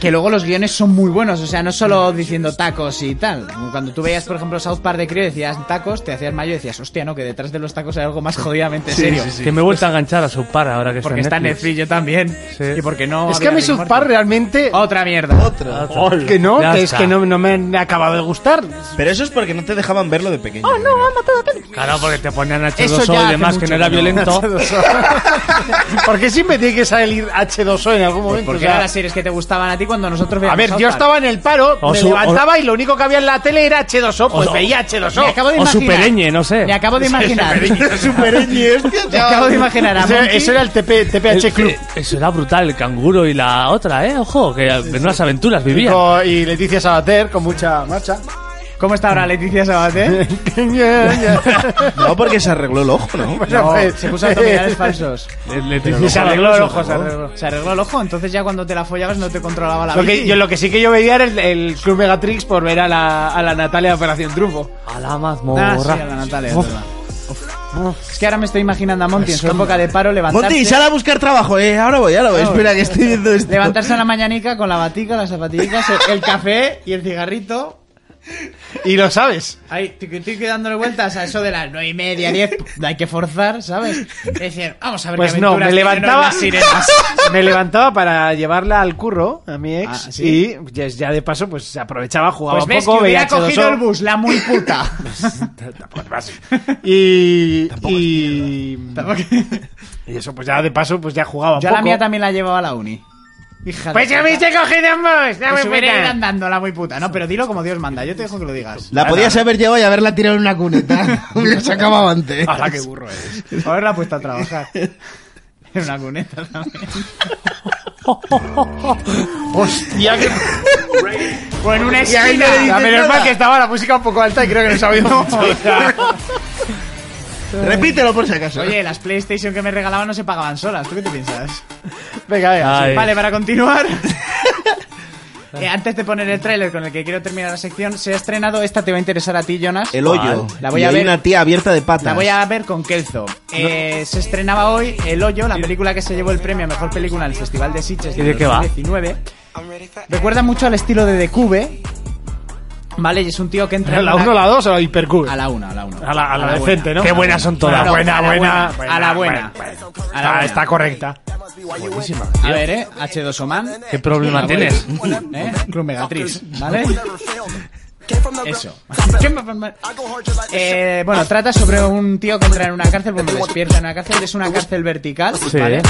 E: Que luego los guiones son muy buenos, o sea, no solo diciendo tacos y tal. Cuando tú veías, por ejemplo, South Park de crío, decías tacos, te hacías mayo y decías, hostia, no, que detrás de los tacos hay algo más jodidamente serio.
F: Que me he vuelto a enganchar a su par ahora que
E: Porque está en Netflix, yo también.
F: Sí.
E: Y porque no.
D: es que a mí
E: había Rick
D: South
E: Morty.
D: Park realmente...
E: Otra mierda.
D: Que no,
F: Ya
D: que es
F: está.
D: que no, no me ha acabado de gustar.
H: Pero eso es porque Oh, no te dejaban verlo de pequeño. yo creo.
F: Claro, porque te ponían a
E: Eso ya
F: H2O y
E: hace
F: demás, que
E: mucho
F: no era
E: que no.
F: violento.
D: Porque siempre tiene que salir H2O en algún momento.
E: Pues Porque
D: o sea,
E: eran las series que te gustaban a ti cuando nosotros veíamos
D: a ver,
E: South
D: yo
E: Park.
D: estaba en el paro,
F: O
D: me
F: su-
D: levantaba y lo único que había en la tele era H2O, pues
F: o-
D: veía
E: Me
D: H2O.
E: acabo de
F: O
E: imaginar.
F: Supereñe, no sé.
E: Me acabo de imaginar. Me acabo de imaginar a
D: Ese-
E: Monkey.
D: ese era el TP,
F: El-
D: TPH Club.
F: eh, Eso era brutal, el canguro y la otra, ¿eh? Ojo, que menudas aventuras vivían.
D: Con- y Leticia Sabater con mucha marcha.
E: ¿Cómo está ahora Leticia Sabater?
H: No, porque se arregló el ojo, ¿no?
E: No, se puso abdominales falsos.
F: Le- Leticia
D: Y se arregló el ojo, se arregló.
E: Pues Se arregló el ojo, entonces ya cuando te la follabas no te controlaba la
D: Lo que,
E: bici.
D: yo, lo que sí que yo veía era el, el Club Megatrix por ver a la, a la Natalia de Operación Trufo.
F: A la
E: Ah, sí,
F: mazmorra.
E: a la Natalia, es
F: Uf,
E: verdad. Es que ahora me estoy imaginando a Monty en su época de paro levantarse.
H: Monty, sal a buscar trabajo, eh. Ahora voy, ahora voy. Espera que estoy viendo esto.
E: Levantarse a la mañanica con la batica, las zapatillas, el, el café y el cigarrito.
D: Y lo sabes.
E: Ahí, estoy dándole vueltas a eso de las nueve y media, diez. No hay que forzar, ¿sabes? Decir, vamos a ver
D: Pues
E: qué
D: no,
E: aventuras
D: me
E: tienen
D: levantaba,
E: las sirenas.
D: me levantaba para llevarla al curro, a mi ex,
E: Ah, ¿sí?
D: y ya, ya de paso, pues aprovechaba, jugaba
E: Pues ves
D: un poco,
E: que hubiera
D: veía H2O.
E: cogido el bus, la muy puta.
D: pues, Y. y, y eso, pues ya de paso, pues ya jugaba un
E: Yo a
D: poco.
E: la mía también la llevaba a la uni. Hija
D: Pues
E: de
D: ya me
E: puta.
D: hice cogido en bus, ya
E: Pues
D: me
E: hubiera ido
D: puta.
E: andando la muy puta. No, pero dilo como Dios manda. Yo te dejo que lo digas.
H: La podías haber llevado y haberla tirado en una cuneta. Hubiera sacado antes.
D: Ahora qué burro eres.
E: Haberla puesto a trabajar. En una cuneta también.
D: Hostia, que.
E: O en una
D: Y ahí no
E: esquina.
D: le dices
E: Ya, menos
D: nada.
E: mal que estaba la música un poco alta y creo que nos ha oído mucho.
H: Repítelo por si acaso.
E: Oye, las PlayStation que me regalaban no se pagaban solas. ¿Tú qué te piensas?
D: Venga, venga.
F: Ay.
E: Vale, para continuar. Eh, antes de poner el tráiler con el que quiero terminar la sección, se ha estrenado. Esta te va a interesar a ti, Jonas.
H: El hoyo.
E: La voy
H: Y
E: a
H: hay
E: ver.
H: una tía abierta de patas.
E: La voy a ver con Kelzo. Eh, Se estrenaba hoy El Hoyo, la película que se llevó el premio a mejor película en el Festival de Sitges
F: ¿Y de qué va?
E: 2019. Recuerda mucho al estilo de The Cube. Vale, y es un tío que entra.
D: ¿A
E: en
D: la
E: una-
D: 1 o la 2 o la hipercube?
E: A la 1, a la 1.
D: A la, a la decente, ¿no?
F: Qué buenas son todas.
D: Claro, buena,
E: a la
D: buena,
E: buena, a la buena. A la
D: Ah,
E: buena.
D: está correcta.
E: A ver, eh, H2O Man.
F: ¿Qué problema tienes?
E: ¿Eh? Club Megatriz, ¿vale? Eso. Eh, bueno, trata sobre un tío que entra en una cárcel, bueno, despierta en una cárcel, es una cárcel vertical,
F: Sí.
E: ¿vale?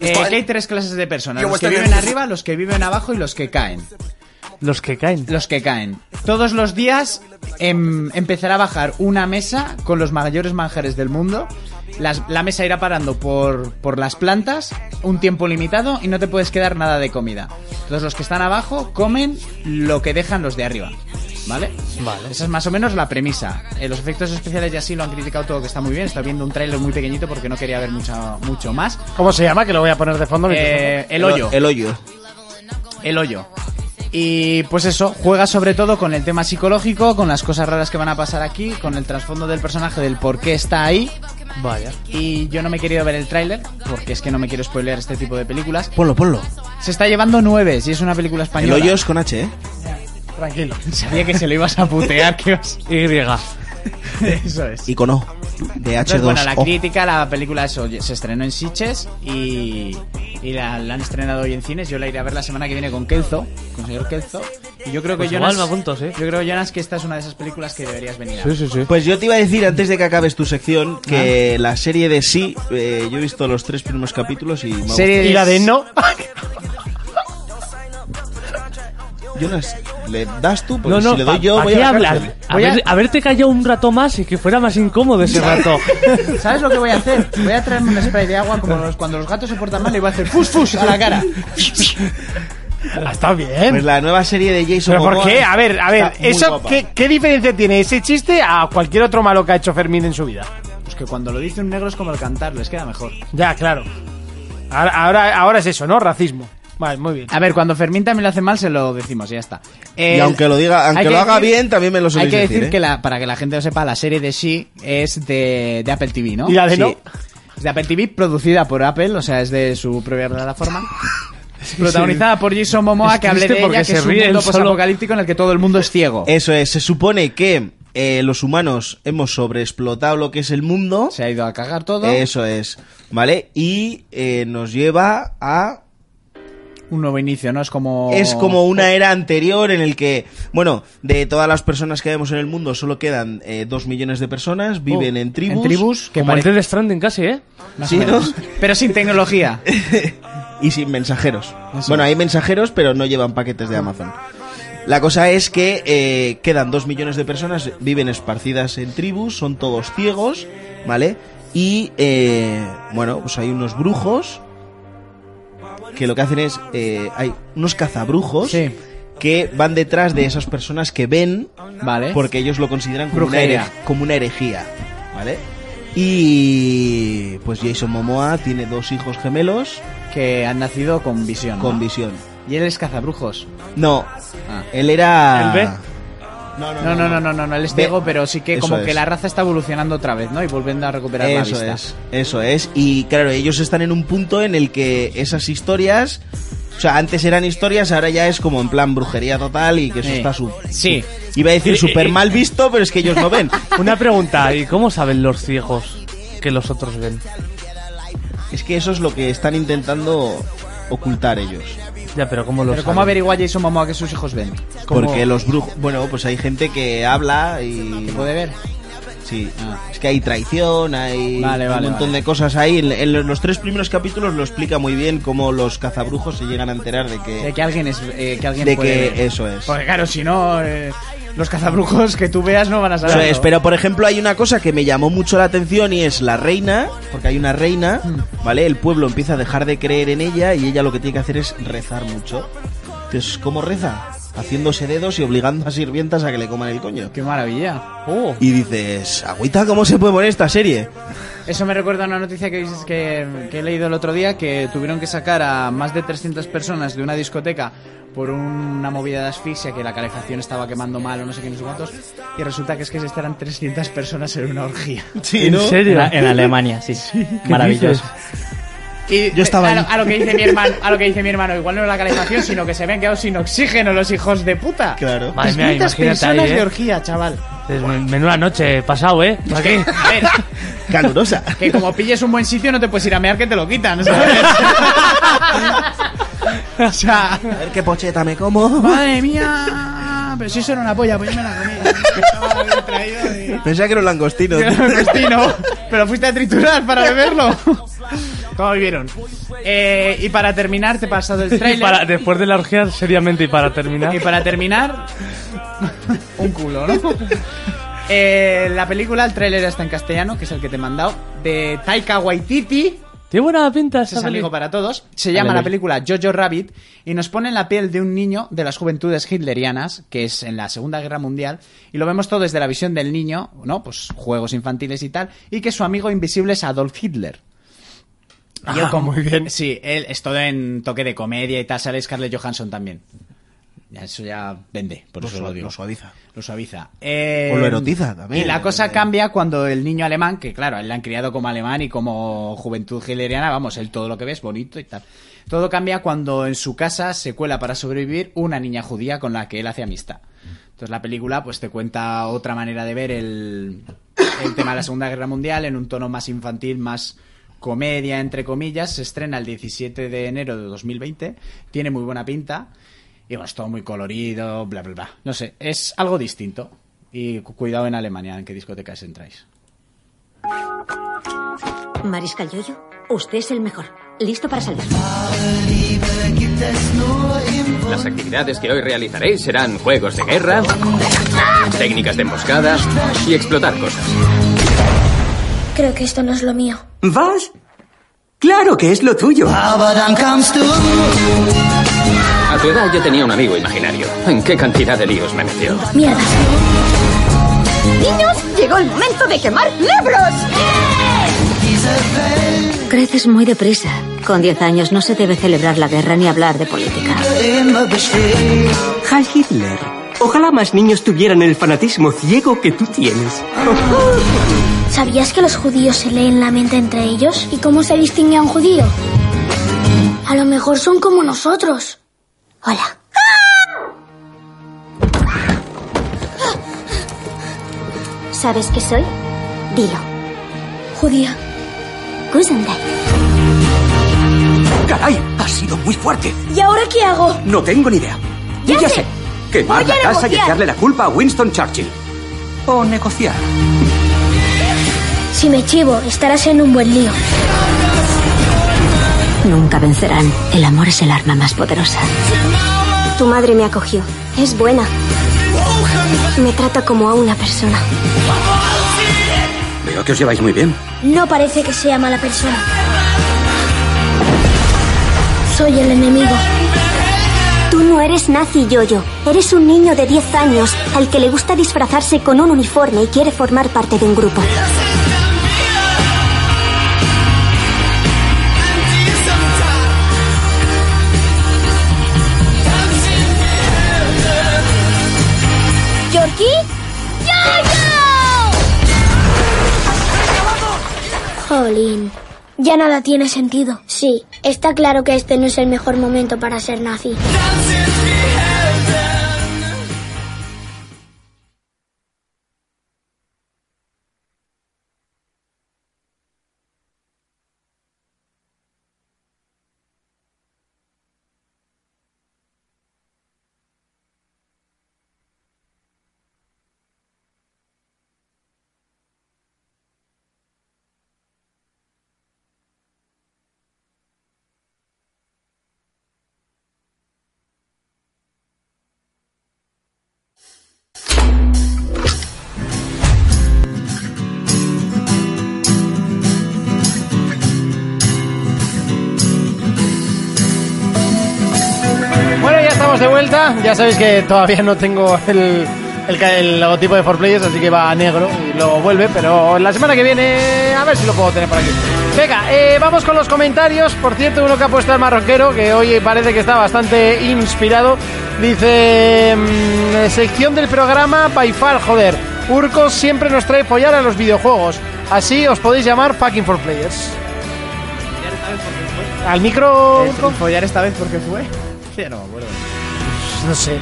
E: Eh, que hay tres clases de personas, los que viven arriba, los que viven abajo y los que caen.
F: Los que caen.
E: Los que caen. Todos los días em, empezará a bajar una mesa con los mayores manjares del mundo. Las- la mesa irá parando por, por las plantas, un tiempo limitado y no te puedes quedar nada de comida. Todos los que están abajo comen lo que dejan los de arriba. ¿Vale?
F: Vale.
E: Esa es más o menos la premisa. Eh, los efectos especiales y así lo han criticado todo, que está muy bien. Está viendo un tráiler muy pequeñito porque no quería ver mucho, mucho más.
D: ¿Cómo se llama? Que lo voy a poner de fondo. mientras-
E: Eh, el hoyo
H: El hoyo.
E: el hoyo. Y pues eso, juega sobre todo con el tema psicológico, con las cosas raras que van a pasar aquí, con el trasfondo del personaje, del por qué está ahí.
F: Vaya.
E: Y yo no me he querido ver el tráiler, porque es que no me quiero spoilear este tipo de películas.
H: Ponlo, ponlo.
E: Se está llevando nueve, si es una película
H: El
E: española.
H: hoyo es con H, ¿eh?
E: Tranquilo. Sabía que se lo ibas a putear, que ibas...
F: Y.
E: Eso es.
H: Y con O. De H2O.
E: Entonces, bueno, la crítica, la película eso, se estrenó en Sitges y, y la, la han estrenado hoy en cines. Yo la iré a ver la semana que viene con Kelzo, con señor Kelzo. Y yo creo que
F: Pues igual
E: Jonas,
F: me apunto, sí.
E: yo creo Jonas que esta es una de esas películas que deberías venir. A ver.
F: Sí, sí, sí.
H: Pues yo te iba a decir antes de que acabes tu sección
E: Ah.
H: que la serie de sí, eh, yo he visto los tres primeros capítulos y me ha gustado.
E: Serie
D: Y la de no.
H: Jonas, ¿le das tú? Porque
F: No, no,
H: si le doy
F: pa-
H: yo
F: ¿pa'
H: voy
F: qué
H: a la
F: hablar?
H: cárcel.
F: A ver- Haberte callado un rato más y que fuera más incómodo ese rato.
E: ¿Sabes lo que voy a hacer? Voy a traerme un spray de agua como los- cuando los gatos se portan mal le voy a hacer fus fus a la cara.
D: Ah, Está bien.
H: Pues la nueva serie de Jason
D: ¿Pero por
H: Momoa
D: qué? A ver, a ver,
H: está muy
D: eso,
H: guapa.
D: ¿qué, ¿qué diferencia tiene ese chiste a cualquier otro malo que ha hecho Fermín en su vida?
E: Pues que cuando lo dice un negro es como el cantar, les queda mejor.
D: Ya, claro. Ahora, ahora, ahora es eso, ¿no? Racismo. Vale, muy bien.
E: A ver, cuando Fermín también lo hace mal, se lo decimos, y ya está.
H: Y aunque lo diga- aunque
E: hay que
H: lo haga bien, también me lo
E: Hay
H: soléis
E: que
H: decir,
E: decir
H: ¿eh?
E: que la, para que la gente lo sepa, la serie de She es de, de Apple TV, ¿no?
D: ¿Y la de
E: Sí.
D: no?
E: Es de Apple TV, producida por Apple, o sea, es de su propia plataforma. Protagonizada por Jason Momoa,
F: Es
E: que hablé de
F: triste
E: ella,
F: porque
E: que
F: se
E: es un
F: ríe él
E: mundo
F: solo.
E: posapocalíptico en el que todo el mundo es ciego.
H: Eso es, se supone que eh, los humanos hemos sobreexplotado lo que es el mundo.
E: Se ha ido a cagar todo.
H: Eso es, ¿vale? Y eh, nos lleva a
E: un nuevo inicio, ¿no? Es como...
H: es como una era anterior en el que, bueno, de todas las personas que vemos en el mundo solo quedan eh, dos millones de personas, viven en tribus.
E: Oh, En tribus que
F: Como el
E: pare-
F: Death Stranding casi, ¿eh?
E: más
H: Sí,
E: o menos.
H: ¿no?
E: Pero sin tecnología.
H: y sin mensajeros. bueno, hay mensajeros, pero no llevan paquetes de Amazon. La cosa es que eh, quedan dos millones de personas, viven esparcidas en tribus, son todos ciegos, ¿vale? Y, eh, bueno, pues hay unos brujos que lo que hacen es, eh, hay unos cazabrujos
E: Sí.
H: que van detrás de esas personas que ven,
E: Vale.
H: porque ellos lo consideran como una,
E: Brujería.
H: herej- como una herejía, ¿vale? Y pues Jason Momoa tiene dos hijos gemelos
E: Que han nacido con visión. ¿no?
H: con visión.
E: Y él es cazabrujos.
H: No,
E: Ah.
H: él era.
F: ¿El B?
E: No, no, no, no, no, no, el estego,
H: Ve-
E: pero sí que como
H: Eso es.
E: que la raza está evolucionando otra vez, ¿no? Y volviendo a recuperar la
H: Eso
E: vista.
H: es, eso es. Y claro, ellos están en un punto en el que esas historias. O sea, antes eran historias, ahora ya es como en plan brujería total y que eso
F: Sí.
H: está su.
E: Sí. Eh,
H: Iba a decir súper mal visto, pero es que ellos no ven.
F: Una pregunta, ¿y cómo saben los ciegos que los otros ven?
H: Es que eso es lo que están intentando ocultar ellos.
F: Ya, pero ¿cómo lo
E: Pero ¿cómo averigua Jason Momoa que sus hijos ven? ¿Cómo-
H: Porque los brujos. Bueno, pues hay gente que habla y.
E: puede ver?
H: Sí. ah. Es que hay traición, hay
E: Vale, vale,
H: un montón
E: vale.
H: de cosas ahí. En, en los- los tres primeros capítulos lo explica muy bien cómo los cazabrujos se llegan a enterar de que.
E: De que alguien es... eh, que alguien
H: de
E: puede
H: que
E: ver.
H: eso es.
E: Porque claro, si no, eh, los cazabrujos que tú veas no van a saber.
H: Eso es, pero por ejemplo hay una cosa que me llamó mucho la atención y es la reina, porque hay una reina,
E: Mm.
H: ¿vale? El pueblo empieza a dejar de creer en ella y ella lo que tiene que hacer es rezar mucho. Entonces, ¿cómo reza? Haciéndose dedos y obligando a sirvientas a que le coman el coño.
E: ¡Qué maravilla!
H: Y dices, agüita, ¿cómo se puede poner esta serie?
E: Eso me recuerda a una noticia que, dices que, que he leído el otro día, que tuvieron que sacar a más de 300 personas de una discoteca por una movida de asfixia, que la calefacción estaba quemando mal o no sé qué, no sé cuántos, y resulta que es que se estarán 300 personas en una orgía.
I: ¿En serio? En, Alemania, sí. Maravilloso.
E: Y
H: Yo estaba
E: eh, a, lo,
H: ahí.
E: a lo que dice mi hermano, a lo que dice mi hermano, igual no es la calefacción, sino que se habían quedado sin oxígeno los hijos de puta.
H: Claro.
F: Madre mía,
E: 300
F: imagínate ahí,
E: personas
F: ¿eh?
E: de orgía, chaval.
F: Es men- Menuda noche he pasado, ¿eh? ¿Para qué?
E: A ver,
H: Calurosa.
E: que como pilles un buen sitio no te puedes ir a mear que te lo quitan, ¿sabes? o sea,
H: A ver qué pocheta me como.
E: madre mía. Ah, Pero si eso era una polla, pues yo me la comí. Me estaba bien traído de-
H: Pensaba que era un langostino.
E: de Agostino, pero fuiste a triturar para beberlo. ¿Cómo vivieron? Eh, y para terminar, te he pasado el
F: Y
E: trailer.
F: para, después de la orgía, seriamente, y para terminar.
E: Y para terminar, un culo, ¿no? Eh, la película, el tráiler está en castellano, que es el que te he mandado, de Taika Waititi,
F: Tiene buena pinta
E: ese
F: esa
E: es
F: película.
E: amigo para todos, se llama la película Jojo Rabbit y nos pone en la piel de un niño de las juventudes hitlerianas, que es en la Segunda Guerra Mundial, y lo vemos todo desde la visión del niño, ¿no? Pues juegos infantiles y tal, y que su amigo invisible es Adolf Hitler. Y
F: Ah,
E: él como- Sí, él es todo en toque de comedia y tal, sale Scarlett Johansson también. Ya, Eso ya vende, por eso lo digo.
H: Lo suaviza.
E: Lo suaviza. Eh,
H: O lo erotiza también.
E: Y la cosa
H: Eh,
E: cambia cuando el niño alemán, que claro, a él le han criado como alemán y como juventud hitleriana, vamos, él todo lo que ve es bonito y tal. Todo cambia cuando en su casa se cuela para sobrevivir una niña judía con la que él hace amistad. Entonces la película pues te cuenta otra manera de ver el, el tema de la Segunda Guerra Mundial en un tono más infantil, más comedia, entre comillas. Se estrena el 17 de enero de 2020. Tiene muy buena pinta. Y bueno, es todo muy colorido, bla, bla, bla. No sé, es algo distinto. Y cu- cuidado en Alemania, en qué discotecas entráis.
K: Mariscal Yoyo, usted es el mejor. Listo para salir.
L: Las actividades que hoy realizaréis serán juegos de guerra, técnicas de emboscada y explotar cosas.
K: Creo que esto no es lo mío.
M: ¿Vas? Claro que es lo tuyo.
L: A tu edad yo tenía un amigo imaginario. ¿En qué cantidad de líos me metió?
K: Mierda. Niños, llegó el momento de quemar libros. Creces muy deprisa. Con 10 años no se debe celebrar la guerra ni hablar de política.
M: Heil Hitler. Ojalá más niños tuvieran el fanatismo ciego que tú tienes.
K: ¿Sabías que los judíos se leen la mente entre ellos? ¿Y cómo se distingue a un judío? A lo mejor son como nosotros. Hola. ¿Sabes qué soy? Dilo. Judía. Guten Tag.
M: ¡Caray! Ha sido muy fuerte.
K: ¿Y ahora qué hago?
M: No tengo ni idea.
K: Ya sé.
M: Quemar
K: Voy a
M: la casa y
K: negociar.
M: echarle la culpa a Winston Churchill. O negociar.
K: Si me chivo, estarás en un buen lío. Nunca vencerán. El amor es el arma más poderosa. Tu madre me acogió. Es buena. Me trata como a una persona.
M: Veo que os lleváis muy bien.
K: No parece que sea mala persona. Soy el enemigo. Tú no eres nazi, Yoyo. Eres un niño de 10 años al que le gusta disfrazarse con un uniforme y quiere formar parte de un grupo. George
B: aquí?
K: Jolín. Ya nada tiene sentido. Sí, está claro que este no es el mejor momento para ser nazi.
D: Bueno, ya estamos de vuelta. Ya sabéis que todavía no tengo el, el, ca- el logotipo de 4Players, así que va a negro y luego vuelve. Pero la semana que viene, a ver si lo puedo tener por aquí. Venga, eh, vamos con los comentarios. Por cierto, uno que ha puesto el marroquero, que hoy parece que está bastante inspirado. Dice: mm, Sección del programa Paifar, joder. Urco siempre nos trae follar a los videojuegos. Así os podéis llamar fucking 4Players. ¿Al micro, Urco?
E: ¿Follar esta vez porque fue? Ya no me acuerdo.
D: Pues No sé.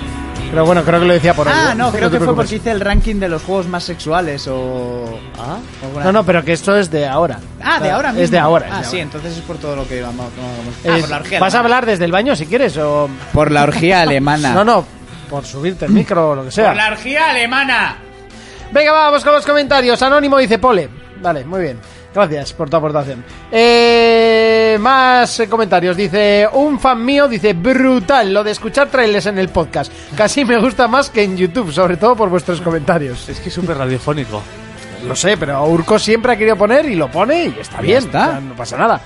D: Pero bueno, creo que lo decía por ahí.
E: Ah, no, creo
D: te
E: que fue
D: preocupes.
E: porque hice el ranking de los juegos más sexuales o. Ah, alguna-
D: No, no, pero que esto es de ahora.
E: Ah, de ahora mismo.
D: Es de ahora.
E: Ah,
D: es de
E: sí,
D: ahora.
E: entonces es por todo lo que vamos. vamos-
D: Es-
E: ah, por la orgía.
D: ¿Vas a hablar desde el baño si quieres o...?
E: Por la orgía alemana.
D: No, no, por subirte el micro o lo que sea.
E: Por la orgía alemana.
D: Venga, vamos con los comentarios. Anónimo dice Pole. Vale, muy bien. Gracias por tu aportación. Eh, más eh, comentarios. Dice un fan mío, dice brutal lo de escuchar trailers en el podcast. Casi me gusta más que en YouTube, sobre todo por vuestros comentarios.
F: Es que es súper radiofónico.
D: Lo sé, pero Urco siempre ha querido poner y lo pone y está
E: Ya
D: bien.
E: está.
D: O sea, no pasa nada.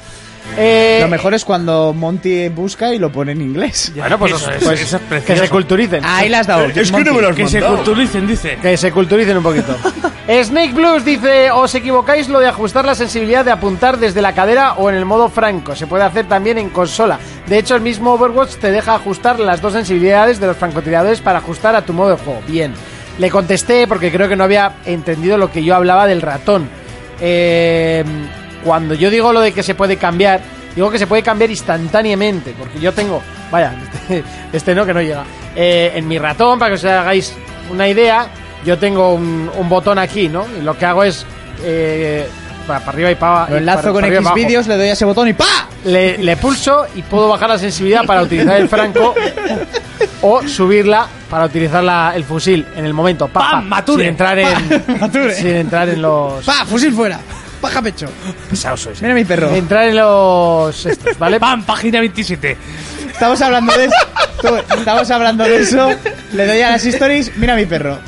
D: Eh,
E: Lo mejor es cuando Monty busca y lo pone en inglés.
D: Bueno, pues,
E: Eso es,
D: pues,
E: eso es
D: que
E: precioso.
D: se culturicen.
E: Ahí las has dado, Es que no me lo has Que se mandado.
F: culturicen, dice.
D: Que se culturicen un poquito. Snake Blues dice, os equivocáis lo de ajustar la sensibilidad de apuntar desde la cadera o en el modo franco. Se puede hacer también en consola. De hecho, el mismo Overwatch te deja ajustar las dos sensibilidades de los francotiradores para ajustar a tu modo de juego. Bien. Le contesté porque creo que no había entendido lo que yo hablaba del ratón. Eh, cuando yo digo lo de que se puede cambiar, digo que se puede cambiar instantáneamente, porque yo tengo, vaya, este, este no que no llega, Eh, en mi ratón, para que os hagáis una idea, yo tengo un, un botón aquí, ¿no? Y lo que hago es... eh, para para arriba y para
E: Lo enlazo
D: para-
E: con
D: para arriba y
E: X
D: para abajo.
E: vídeos, le doy a ese botón y ¡pa!
D: Le, le pulso y puedo bajar la sensibilidad para utilizar el franco o subirla para utilizar la- el fusil en el momento. Pa, pa,
E: Mature!
D: Sin entrar en,
E: Mature!
D: sin entrar en los.
E: ¡Pa! ¡Fusil fuera! ¡Paja pecho!
D: Pesado sois.
E: Mira mi perro.
D: Entrar en los estos, ¿vale? ¡Pam! Página 27.
E: Estamos hablando de eso. tú, Estamos hablando de eso. Le doy a las stories. Mira mi perro.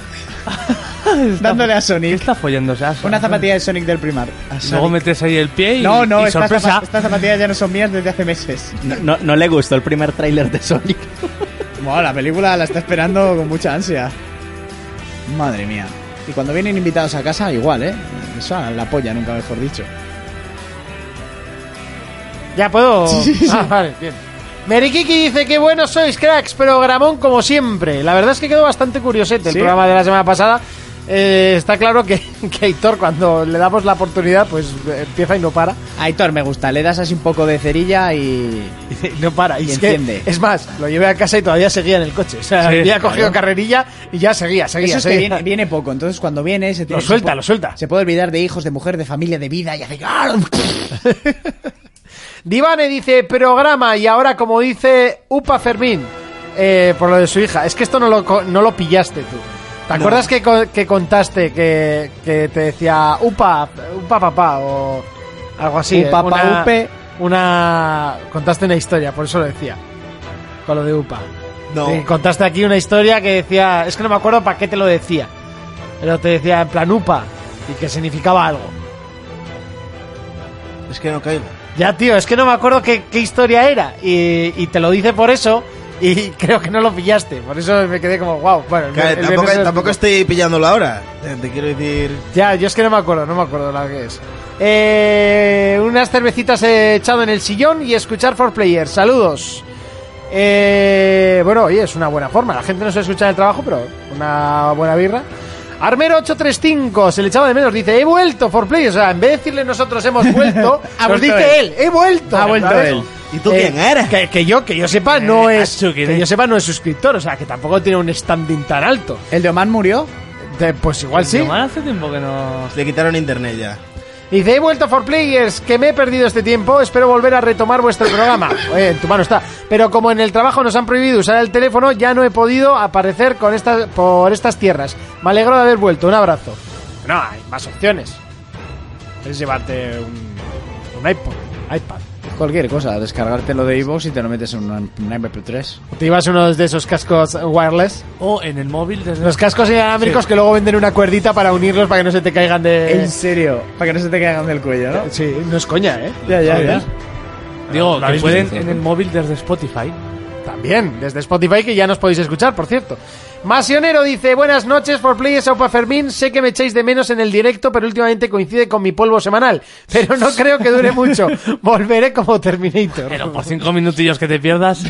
E: Dándole a Sonic.
F: está follándose?
D: ah,
F: a Sonic?
E: Una zapatilla de Sonic del primar.
I: Ah,
E: A
F: Luego
E: Sonic.
F: metes ahí el pie y,
E: No, no,
F: y
E: estas,
F: sorpresa.
E: zapa- estas zapatillas ya no son mías desde hace meses.
I: No, no le gustó el primer tráiler de Sonic.
E: Bueno, la película la está esperando con mucha ansia. Madre mía. Y cuando vienen invitados a casa, igual, ¿eh? Eso a la polla, nunca mejor dicho.
D: Ya puedo. Ah, vale, bien. Merikiki dice que buenos sois, cracks, programón como siempre. La verdad es que quedó bastante curiosete el
E: ¿Sí?
D: programa de la semana pasada. Eh, está claro que, que Aitor, cuando le damos la oportunidad, pues eh, empieza y no para.
E: Aitor, me gusta. Le das así un poco de cerilla y...
D: no para. Y,
E: Y
D: es que-
E: enciende.
D: es más, lo llevé a casa y todavía seguía en el coche. O sea,
E: Sí,
D: había cogido
E: claro.
D: carrerilla y ya seguía, seguía,
E: Eso es que
D: seguía.
E: viene, viene poco, entonces cuando viene se tiene-
D: Lo suelta,
E: se puede-
D: lo suelta.
E: Se puede olvidar de hijos, de mujer, de familia, de vida y hace... ¡Ah!
D: Divane dice programa y ahora como dice Upa Fermín eh, por lo de su hija. Es que esto no lo, co- no lo pillaste tú. ¿Te acuerdas que, co- que contaste que, que te decía Upa, Upa papá o algo así? eh?
E: Upa, pa,
D: una,
E: upe.
D: una- Contaste una historia, por eso lo decía. Con lo de Upa.
H: No.
D: Sí, contaste aquí una historia que decía... Es que no me acuerdo para qué te lo decía. Pero te decía en plan Upa y que significaba algo.
H: Es que no caigo.
D: Ya, tío, es que no me acuerdo qué, qué historia era. Y, y te lo dice por eso. Y creo que no lo pillaste. Por eso me quedé como, wow. Bueno, el-
H: Claro,
D: el viernes
H: tampoco,
D: se lo
H: tampoco
D: explico.
H: estoy pillándolo ahora. Te, te quiero decir.
D: Ya, yo es que no me acuerdo, no me acuerdo la que es. Eh, unas cervecitas he echado en el sillón y escuchar for players. Saludos. Eh, bueno, oye, es una buena forma. La gente no se escucha en el trabajo, pero una buena birra. Armero835 se le echaba de menos. Dice: He vuelto for play. O sea, en vez de decirle nosotros hemos vuelto,
E: Ha
D: nos
E: vuelto
D: dice
E: él.
D: él. He vuelto.
E: Ha vuelto
D: ¿sabes?
E: él.
H: ¿Y tú
D: Eh,
H: quién eres?
D: Que, que yo, que yo sepa, no
E: Eh,
D: es. Que yo sepa, no es suscriptor. O sea, que tampoco tiene un standing tan alto.
E: ¿El de Oman murió?
D: De- pues igual sí.
F: hace tiempo que no.
H: Le quitaron internet ya.
D: Dice, he vuelto for players, que me he perdido este tiempo, espero volver a retomar vuestro programa. Eh, en tu mano está. Pero como en el trabajo nos han prohibido usar el teléfono, ya no he podido aparecer con estas, por estas tierras. Me alegro de haber vuelto, un abrazo. No, hay más opciones. Es llevarte un, un iPod, iPad.
E: Cualquier cosa, descargártelo de iVoox y te lo metes en un, un MP3.
D: Te ibas uno de esos cascos wireless.
H: Oh,
F: O en el móvil desde.
D: Los cascos inalámbricos
F: Sí.
D: que luego venden una cuerdita para unirlos para que no se te caigan de...
E: En serio, para que no se te caigan del cuello, ¿no?
D: Sí, no es coña, ¿eh?
E: Ya, ya, ya.
F: Digo,
D: ¿Lo
F: que
D: habéis
F: pueden
D: visto?
F: en el móvil desde Spotify.
D: También, desde Spotify, que ya nos podéis escuchar, por cierto. Masionero dice, buenas noches, por Players Opa Fermín. Sé que me echáis de menos en el directo, pero últimamente coincide con mi polvo semanal. Pero no creo que dure mucho. Volveré como Terminator.
F: Pero por cinco minutillos que te pierdas.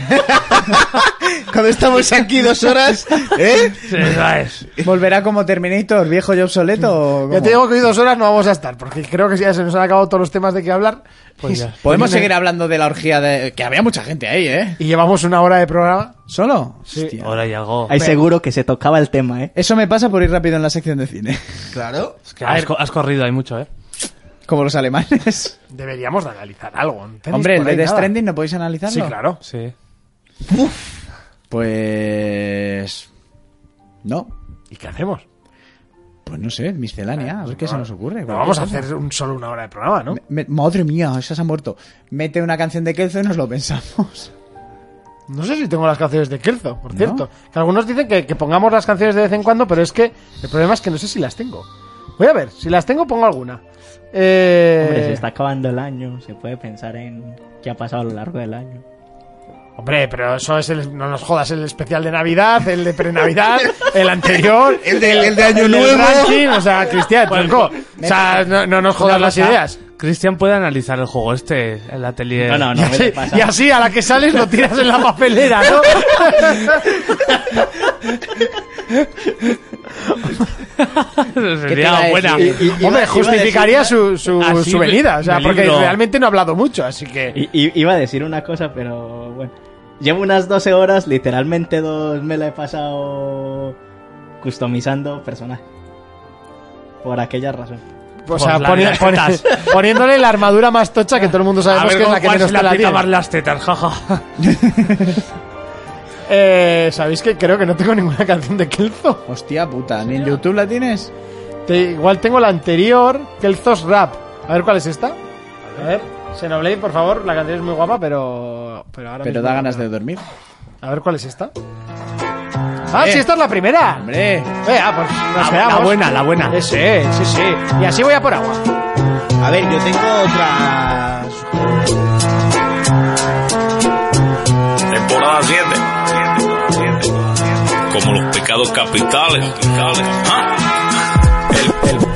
H: Cuando estamos aquí dos horas, ¿eh?
F: Sí, ¿sabes?
E: ¿Volverá como Terminator, viejo y obsoleto? o
D: Ya
E: cómo?
D: te digo que hoy dos horas no vamos a estar, porque creo que ya se nos han acabado todos los temas de que hablar.
F: Pues ya.
E: Podemos seguir hablando de la orgía de... Que había mucha gente ahí, ¿eh?
D: Y llevamos una hora de programa.
E: ¿Solo? Hostia.
F: Ahora ya hago.
I: Ahí seguro que se tocaba el tema, ¿eh?
E: Eso me pasa por ir rápido en la sección de cine.
H: Claro.
F: Es que has, co- has corrido, hay mucho, ¿eh?
E: Como los alemanes.
D: Deberíamos de analizar algo. ¿no tenéis
E: Hombre, el
D: por ahí
E: de Death
D: nada?
E: Stranding, ¿no podéis analizarlo?
D: Sí, claro.
F: Sí.
E: Pues... No.
D: ¿Y qué hacemos?
E: Pues no sé, miscelánea. A ver qué se nos ocurre.
D: No vamos a hacer un, solo una hora de programa, ¿no?
E: Me- me- madre mía, esas han muerto. Mete una canción de Kelso y nos lo pensamos.
D: No sé si tengo las canciones de Kelzo, por cierto. Que algunos dicen que, que pongamos las canciones de vez en cuando, pero es que el problema es que no sé si las tengo. Voy a ver, si las tengo pongo alguna. Eh,
I: Hombre, se está acabando el año, se puede pensar en qué ha pasado a lo largo del año.
D: hombre, pero eso es el, no nos jodas, el especial de Navidad, el de pre-Navidad, el anterior,
H: El del- el de Año
D: del
H: Nuevo.
D: ranking, o sea, Ah, Cristian, tronco. O sea, no, no nos jodas las ideas.
F: Cristian puede analizar el juego este, el atelier.
I: No, no,
D: Y
I: no me
D: así,
I: le pasa.
D: y así, a la que sales lo tiras en la papelera, ¿no?
E: iba a
F: Sería buena.
E: decir?
I: Y- y- iba-
D: Hombre,
I: iba a
D: justificaría
I: decir-
D: su, su,
F: Así
D: su
F: me-
D: venida, o sea,
F: me
D: porque
F: libro.
D: realmente no ha hablado mucho, así que...
I: I- i- iba a decir una cosa, pero bueno. Llevo unas 12 horas, literalmente dos me la he pasado customizando personajes. Por aquella razón.
D: O sea,
F: Pues la-
D: poni-
F: las
D: poni-
F: tetas.
D: poniéndole la armadura más tocha que todo el mundo
F: A
D: sabemos
F: ver
D: que es
F: con
D: la que
F: cuál
D: menos
F: se le
D: te la
F: aplica más
D: tiene.
F: las tetas, jaja.
D: Eh, Sabéis que creo que no tengo ninguna canción de Kelzo.
E: Hostia puta, ¿ni en YouTube la tienes?
D: Te- igual tengo la anterior, Kelzo's Rap. A ver cuál es esta. A ver, Xenoblade, por favor, la canción es muy guapa, pero. Pero, ahora
E: Pero
D: mismo
E: da
D: no.
E: ganas de dormir.
D: A ver cuál es esta. ¡Ah,
E: Eh.
D: sí, esta es la primera!
E: Hombre,
D: Vea, pues nos
F: La-
D: quedamos.
F: Ah, la buena, la buena.
D: Eh, Sí, sí, sí. Y así voy a por agua.
H: A ver, yo tengo otra.
C: Temporada 7. Como los pecados capitales.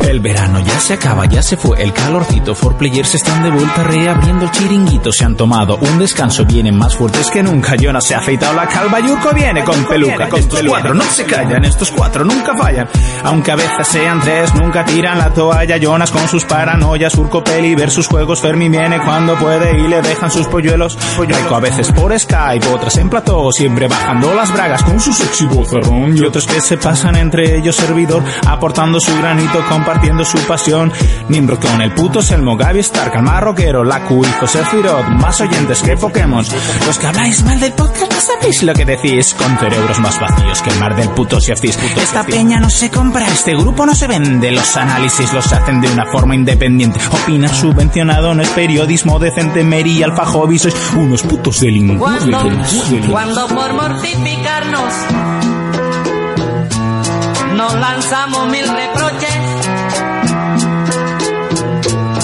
B: El, el verano ya se acaba, ya se fue el calorcito. For players están de vuelta reabriendo el chiringuito. Se han tomado un descanso, vienen más fuertes que nunca. Jonas se ha afeitado la calva, Yurko viene con peluca. Con estos cuatro no se callan, estos cuatro nunca fallan. Aunque a veces sean tres, nunca tiran la toalla. Jonas con sus paranoias, Urco Peli versus juegos. Fermín viene cuando puede y le dejan sus polluelos. Raico a veces por Skype, otras en plató. Siempre bajando las bragas con su sexy bozarrón. Y otros que se pasan entre ellos servidor, aportando su granito, compartiendo su pasión. Nimrod con el puto Selmo, Gaby Stark, el más rockero, Laku y José Firot, más oyentes que Pokémon. Los que habláis mal del podcast no sabéis lo que decís, con cerebros más vacíos que el mar del puto si hacéis puto Esta peña no se compra, este grupo no se vende, los análisis los hacen de una forma independiente. Opina subvencionado, no es periodismo decente, Mary y Alfajobi, sois unos putos delincuentes.
N: Cuando por mortificarnos nos lanzamos mil reproches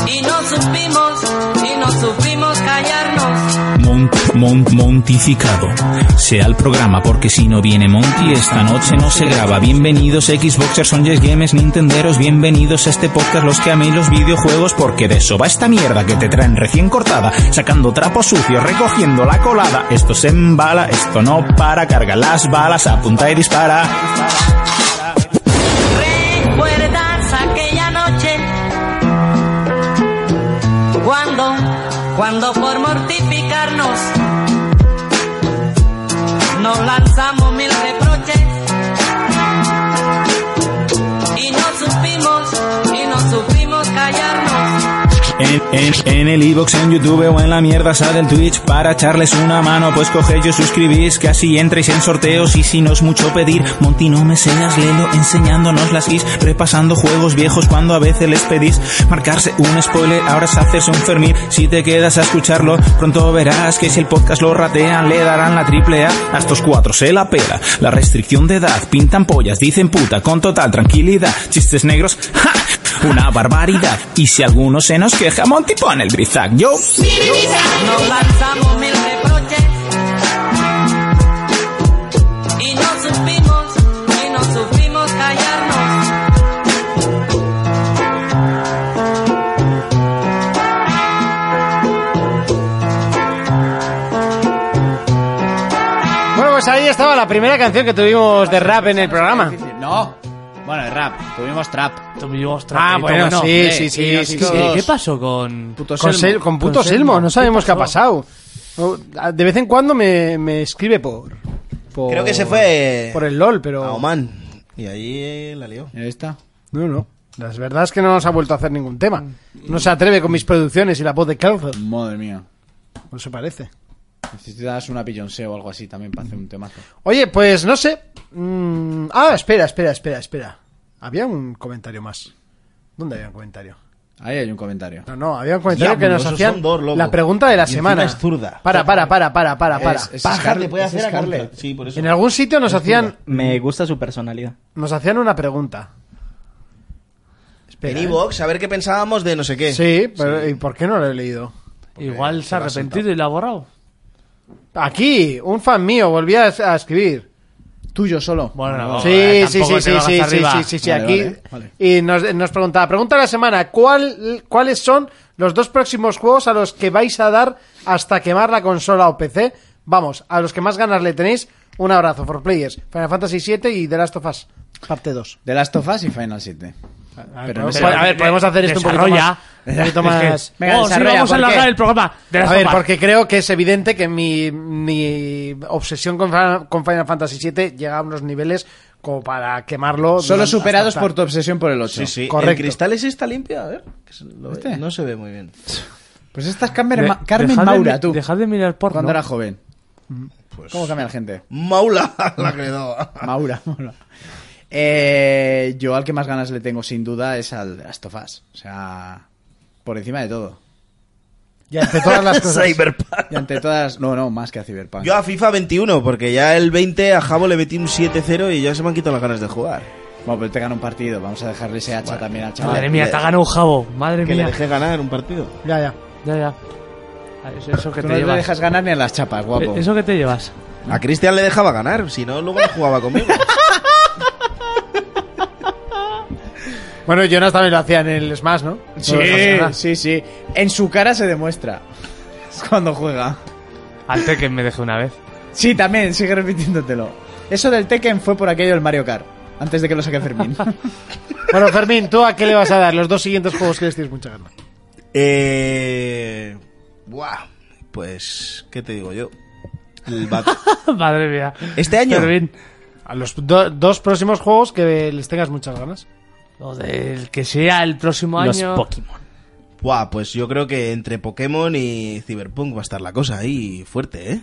N: y no supimos, y no supimos callarnos.
B: Un mon- mon- montificado. Sea el programa, porque si no viene Monty, esta noche no se graba. Bienvenidos Xboxers, Songes Games, Nintenderos, bienvenidos a este podcast, los que améis los videojuegos, porque de eso va esta mierda que te traen recién cortada, sacando trapos sucios, recogiendo la colada. Esto se embala, esto no para, carga las balas, apunta y dispara.
N: ¿Recuerdas aquella noche? Cuando, cuando por mortificarnos nos lanzamos mil reproches y no supimos, y no supimos callarnos.
B: En, en- en el iBox, en YouTube o en la mierda sal del Twitch para echarles una mano, pues cogéis y os suscribís, que así entréis en sorteos y si no es mucho pedir, Monty no me seas lelo, enseñándonos las is, repasando juegos viejos cuando a veces les pedís, marcarse un spoiler, ahora es hacerse un Fermín, si te quedas a escucharlo, pronto verás que si el podcast lo ratean, le darán la triple A, a estos cuatro se la pela, la restricción de edad, pintan pollas, dicen puta, con total tranquilidad, chistes negros, ¡ja! Una barbaridad. Y si alguno se nos queja, Monty pone el brizac. Yo.
N: Nos lanzamos mil reproches y no supimos, y no supimos callarnos.
D: Bueno, pues ahí estaba la primera canción que tuvimos de rap en el programa.
E: No. Bueno, es rap. Tuvimos trap.
F: Tuvimos Eh,
D: trap. Ah, bueno, sí, sí, sí, sí,
E: eh,
D: sí.
F: ¿Qué pasó con
D: Con, Sel- con puto Selmo, no sabemos qué ha pasado. No, De vez en cuando me, me escribe por, por-
H: Creo que se fue
D: Por el LOL, pero.
H: a Oman. Y ahí eh, la lió.
E: Ahí está.
D: No, no. La verdad es que no nos ha vuelto a hacer ningún tema. No se atreve con mis producciones y la voz de Kelfer.
E: Madre mía.
D: No se parece.
E: Necesitas una Beyoncé o algo así también para hacer un temazo.
D: Oye, pues no sé. Mm, ah, espera, espera, espera, espera. Había un comentario más. ¿Dónde había Eh, un comentario?
E: Ahí hay un comentario.
D: No, no, había un comentario
E: Diablo,
D: que nos
E: esos
D: hacían
E: son dos, loco.
D: la pregunta de la
E: Y encima
D: semana.
E: es zurda.
D: Para, para, para, para, para, para.
E: Es- es
D: Paja,
E: Scarlett,
D: te puede
E: es
D: hacer a
E: Scarlett.
D: Carlet.
E: Sí, por eso.
D: En algún sitio nos hacían
I: Me gusta su personalidad.
D: nos hacían una pregunta.
H: En
E: eh.
H: iVoox, a ver qué pensábamos de no sé qué.
D: Sí, pero ¿y por qué no lo he leído?
F: Igual se ha arrepentido y la ha borrado.
D: Aquí, un fan mío volvía a es- a escribir.
E: Tuyo solo.
F: Bueno,
D: Sí,
F: eh,
D: sí, sí,
F: tampoco te
D: sí,
F: vas
D: sí, sí,
F: arriba.
D: sí, sí, sí,
F: Vale,
D: aquí.
F: vale,
D: Y nos, eh, nos preguntaba, pregunta de la semana, ¿cuál, ¿cuáles son los dos próximos juegos a los que vais a dar hasta quemar la consola o PC? Vamos, a los que más ganas le tenéis, un abrazo, for players. Final Fantasy VII y The Last of Us, parte 2.
E: The Last of Us y Final 7. Pero no
D: podemos-
E: sé.
D: Ah, pues, a ver, podemos hacer esto un poquito
F: Desarrolla.
D: más- un poquito
F: Es que-
D: más-
F: Venga,
D: Oh, sí,
F: desarrolla,
D: vamos a
F: ¿por
D: alargar
F: qué?
D: el programa.
F: De las
D: a ver,
F: sopas.
D: porque creo que es evidente que mi, mi obsesión con, Fa- con Final Fantasy VII llega a unos niveles como para quemarlo.
E: Solo
D: durante-
E: superados
D: hasta-
E: por tu obsesión por el 8.
H: Sí, sí. ¿El
D: Correcto.
H: cristal ese está limpio? A ver. que se lo ve.
E: ¿Este?
H: No se ve muy bien.
E: Pues esta es Carmen,
F: De-
E: Ma- Carmen
F: dejad de
E: Maura,
F: mi-
E: tú.
F: Dejad de mirar porno.
E: Cuando era joven. Mm. ¿Cómo cambia la gente?
H: Maula, la credo.
E: Maura, Maura. Eh, yo al que más ganas le tengo sin duda es al de Last of Us. O sea, por encima de todo.
D: Y ante todas las cosas.
H: Cyberpunk.
E: Y ante todas... No, no, más que a Cyberpunk.
H: Yo a FIFA 21, porque ya el 20 a Jabo le metí un 7-0 y ya se me han quitado las ganas de jugar.
E: Bueno, pero te gana un partido. Vamos a dejarle ese hacha también al chaval.
F: Madre mía, te ha ganado un jabo. Madre
H: Que le
F: mía.
H: dejé ganar un partido.
D: Ya, ya.
F: Ya, ya. Eso, eso que
E: Tú
F: te
E: no le
F: llevas.
E: dejas ganar ni a las chapas, guapo.
F: Eh, Eso que te llevas.
H: A Cristian le dejaba ganar, si no, luego no jugaba conmigo.
D: Bueno, Jonas también lo hacía en el Smash, ¿no?
E: Sí,
D: No lo hacía nada.
E: sí, sí. En su cara se demuestra. Es cuando juega.
F: Al Tekken me dejé una vez.
E: Sí, también, sigue repitiéndotelo. Eso del Tekken fue por aquello del Mario Kart. Antes de que lo saque Fermín.
D: Bueno, Fermín, ¿tú a qué le vas a dar? Los dos siguientes juegos que les tienes mucha gana.
H: eh. Buah. Pues, ¿qué te digo yo? El Bat-
F: Madre mía.
H: ¿Este año?
F: Fermín.
D: A los do- dos próximos juegos que les tengas muchas ganas.
F: Lo del que sea el próximo
I: Los
F: año.
I: Pokémon.
H: Buah, pues yo creo que entre Pokémon y Cyberpunk va a estar la cosa ahí fuerte, ¿eh?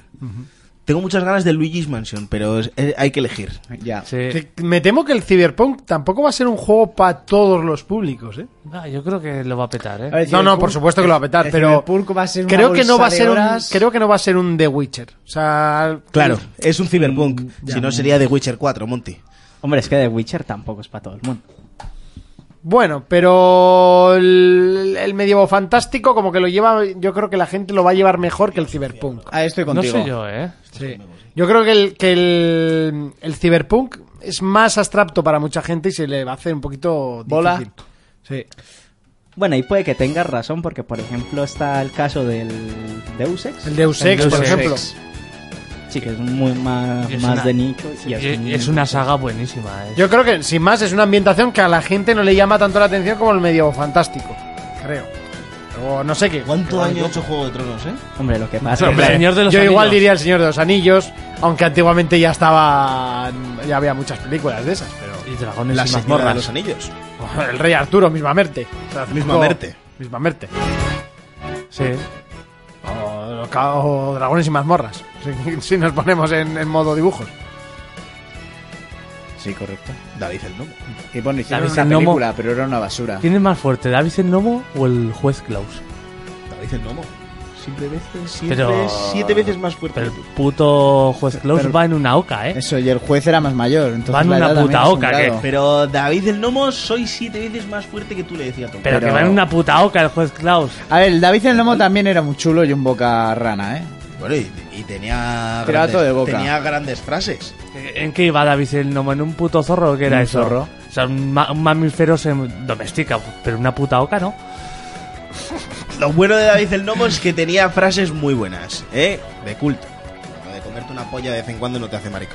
H: Tengo muchas ganas de Luigi's Mansion, pero es- eh, hay que elegir.
E: ya.
F: Sí.
D: Que- Me temo que el Cyberpunk tampoco va a ser un juego para todos los públicos, ¿eh?
F: Ah, yo creo que lo va a petar, ¿eh?
E: A ver,
D: No, no,
E: Cyberpunk-
D: por supuesto que lo va a petar,
E: el
D: pero
E: Cyberpunk va a ser una
D: creo que no
E: bolsa
D: va a
E: de
D: ser un,
E: horas.
D: creo que no va a ser un The Witcher. O sea,
H: Claro, es un Cyberpunk. Si no, sería The Witcher 4, Monty.
I: Hombre, es que The Witcher tampoco es para todo el mundo.
D: Bueno, pero el, el medievo fantástico como que lo lleva, yo creo que la gente lo va a llevar mejor que el ciberpunk.
E: Ah, estoy
F: No sé yo, ¿eh?
D: Sí. Yo creo que el, que el, el ciberpunk es más abstracto para mucha gente y se le va a hacer un poquito
I: Bola.
D: difícil. Sí.
I: Bueno, y puede que tengas razón, porque por ejemplo está el caso del Deus Ex.
D: El Deus Ex, por ejemplo.
I: Sí, que es muy más,
D: Y es
I: más
D: una-
I: de nicho.
D: y-
I: Y es,
D: y
F: Es una saga buenísima, ¿eh?
D: Yo creo que, sin más, es una ambientación que a la gente no le llama tanto la atención como el medievo fantástico. Creo. O no sé qué.
H: ¿Cuánto
D: Igual
H: año
D: yo-
H: ha hecho Juego de Tronos, eh?
I: Hombre, lo que
D: Yo
I: pasa es
D: Yo igual diría el Señor de los Anillos, aunque antiguamente ya estaban. Ya había muchas películas de esas, pero.
F: Y dragones
H: La Señora de los Anillos.
D: El Rey Arturo, mismamente.
H: Mismamente.
D: Mismamente. Sí. O, o ca- o dragones y mazmorras. Si, si nos ponemos en, en modo dibujos.
H: Sí, correcto. David el Nomo.
E: Y bueno, hicieron
F: David
E: una
F: el Nomo.
E: película, pero era una basura.
F: ¿Quién es más fuerte, David el Nomo o el juez Klaus?
H: David el Nomo. Siete veces, siete,
F: Pero...
H: siete veces más fuerte.
F: Pero el puto juez Klaus
E: Pero-
F: va en una oca, ¿eh?
E: Eso, y el juez era más mayor. Entonces
F: Va en
E: la
F: una
E: edad
F: puta
E: también es un
F: oca,
E: grado.
F: que-
H: Pero David el Nomo, soy siete veces más fuerte que tú le decías a Tom.
F: Pero, que va en una puta oca el juez Klaus.
E: A ver, el David el Nomo también era muy chulo y un boca rana, ¿eh?
H: Bueno, y, y tenía
E: Tirato
H: grandes,
E: de boca.
H: tenía grandes frases.
F: ¿En qué iba David el Nomo? ¿En un puto zorro o qué era
E: Un
F: eso?
E: zorro.
F: O sea, un, ma- un mamífero se domestica, pero una puta oca no.
H: Lo bueno de David el Nomo es que tenía frases muy buenas, ¿eh? De culto. Lo de comerte una polla de vez en cuando no te hace marico.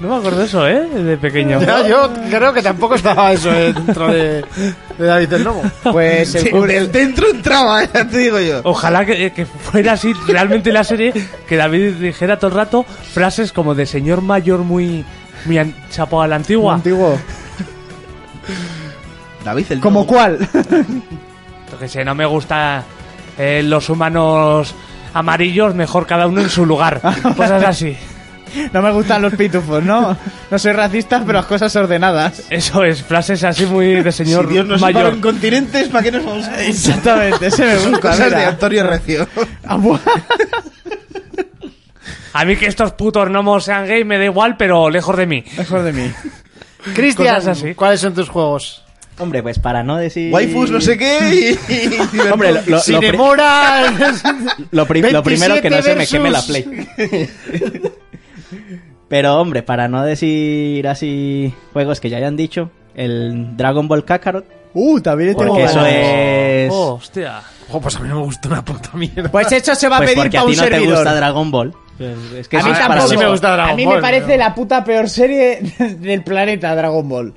F: No me acuerdo eso, ¿eh? De pequeño.
D: Ya, yo creo que tampoco estaba eso dentro de, de David el Nomo.
E: Pues el, cur- el-
H: dentro entraba, ¿eh? te digo yo.
F: Ojalá que, que fuera así realmente la serie, que David dijera todo el rato frases como de señor mayor muy, muy an- chapado a la antigua.
E: antiguo.
H: David el
E: ¿Como
H: Nomo.
E: cuál?
F: Yo que sé, no me gusta eh, los humanos amarillos, mejor cada uno en su lugar. Cosas así.
E: No me gustan los pitufos, ¿no? No soy racista, pero las cosas ordenadas.
F: Eso es, frases así muy de señor
H: si Dios nos separó
F: mayor.
H: en continentes, ¿para qué nos vamos a
E: Exactamente, ese me
H: Son
E: gusta.
H: cosas
E: mira.
H: de Antonio Recio.
E: Ah, buah.
F: A mí que estos putos gnomos sean gay me da igual, pero lejos de mí.
E: Mejor de mí.
D: Cristian,
F: Cosas así.
D: ¿cuáles son tus juegos?
I: Hombre, pues para no decir.
H: Waifus, no sé qué. y- y- y-
I: Hombre, lo, lo- lo pri-
D: Cinemora.
I: lo pri- lo primero que no se
D: 27
I: me queme la
D: versus-
I: play. Pero hombre, para no decir así juegos que ya hayan dicho, el Dragon Ball Kakarot,
E: Uh, también tengo
I: porque eso
E: ganas.
I: es.
F: Oh, hostia.
D: Oh, pues a mí no me gusta una puta mierda.
E: Pues esto se va a
I: Pues
E: pedir
I: porque
E: para
I: a
E: un
I: ti no te
E: servidor.
I: gusta Dragon Ball. Es que
E: a
I: eso
E: mí
I: es para
E: tampoco.
D: sí me
I: los-
D: gusta Dragon
E: a mí
D: Ball,
E: me parece
D: pero-
E: la puta peor serie del planeta, Dragon Ball.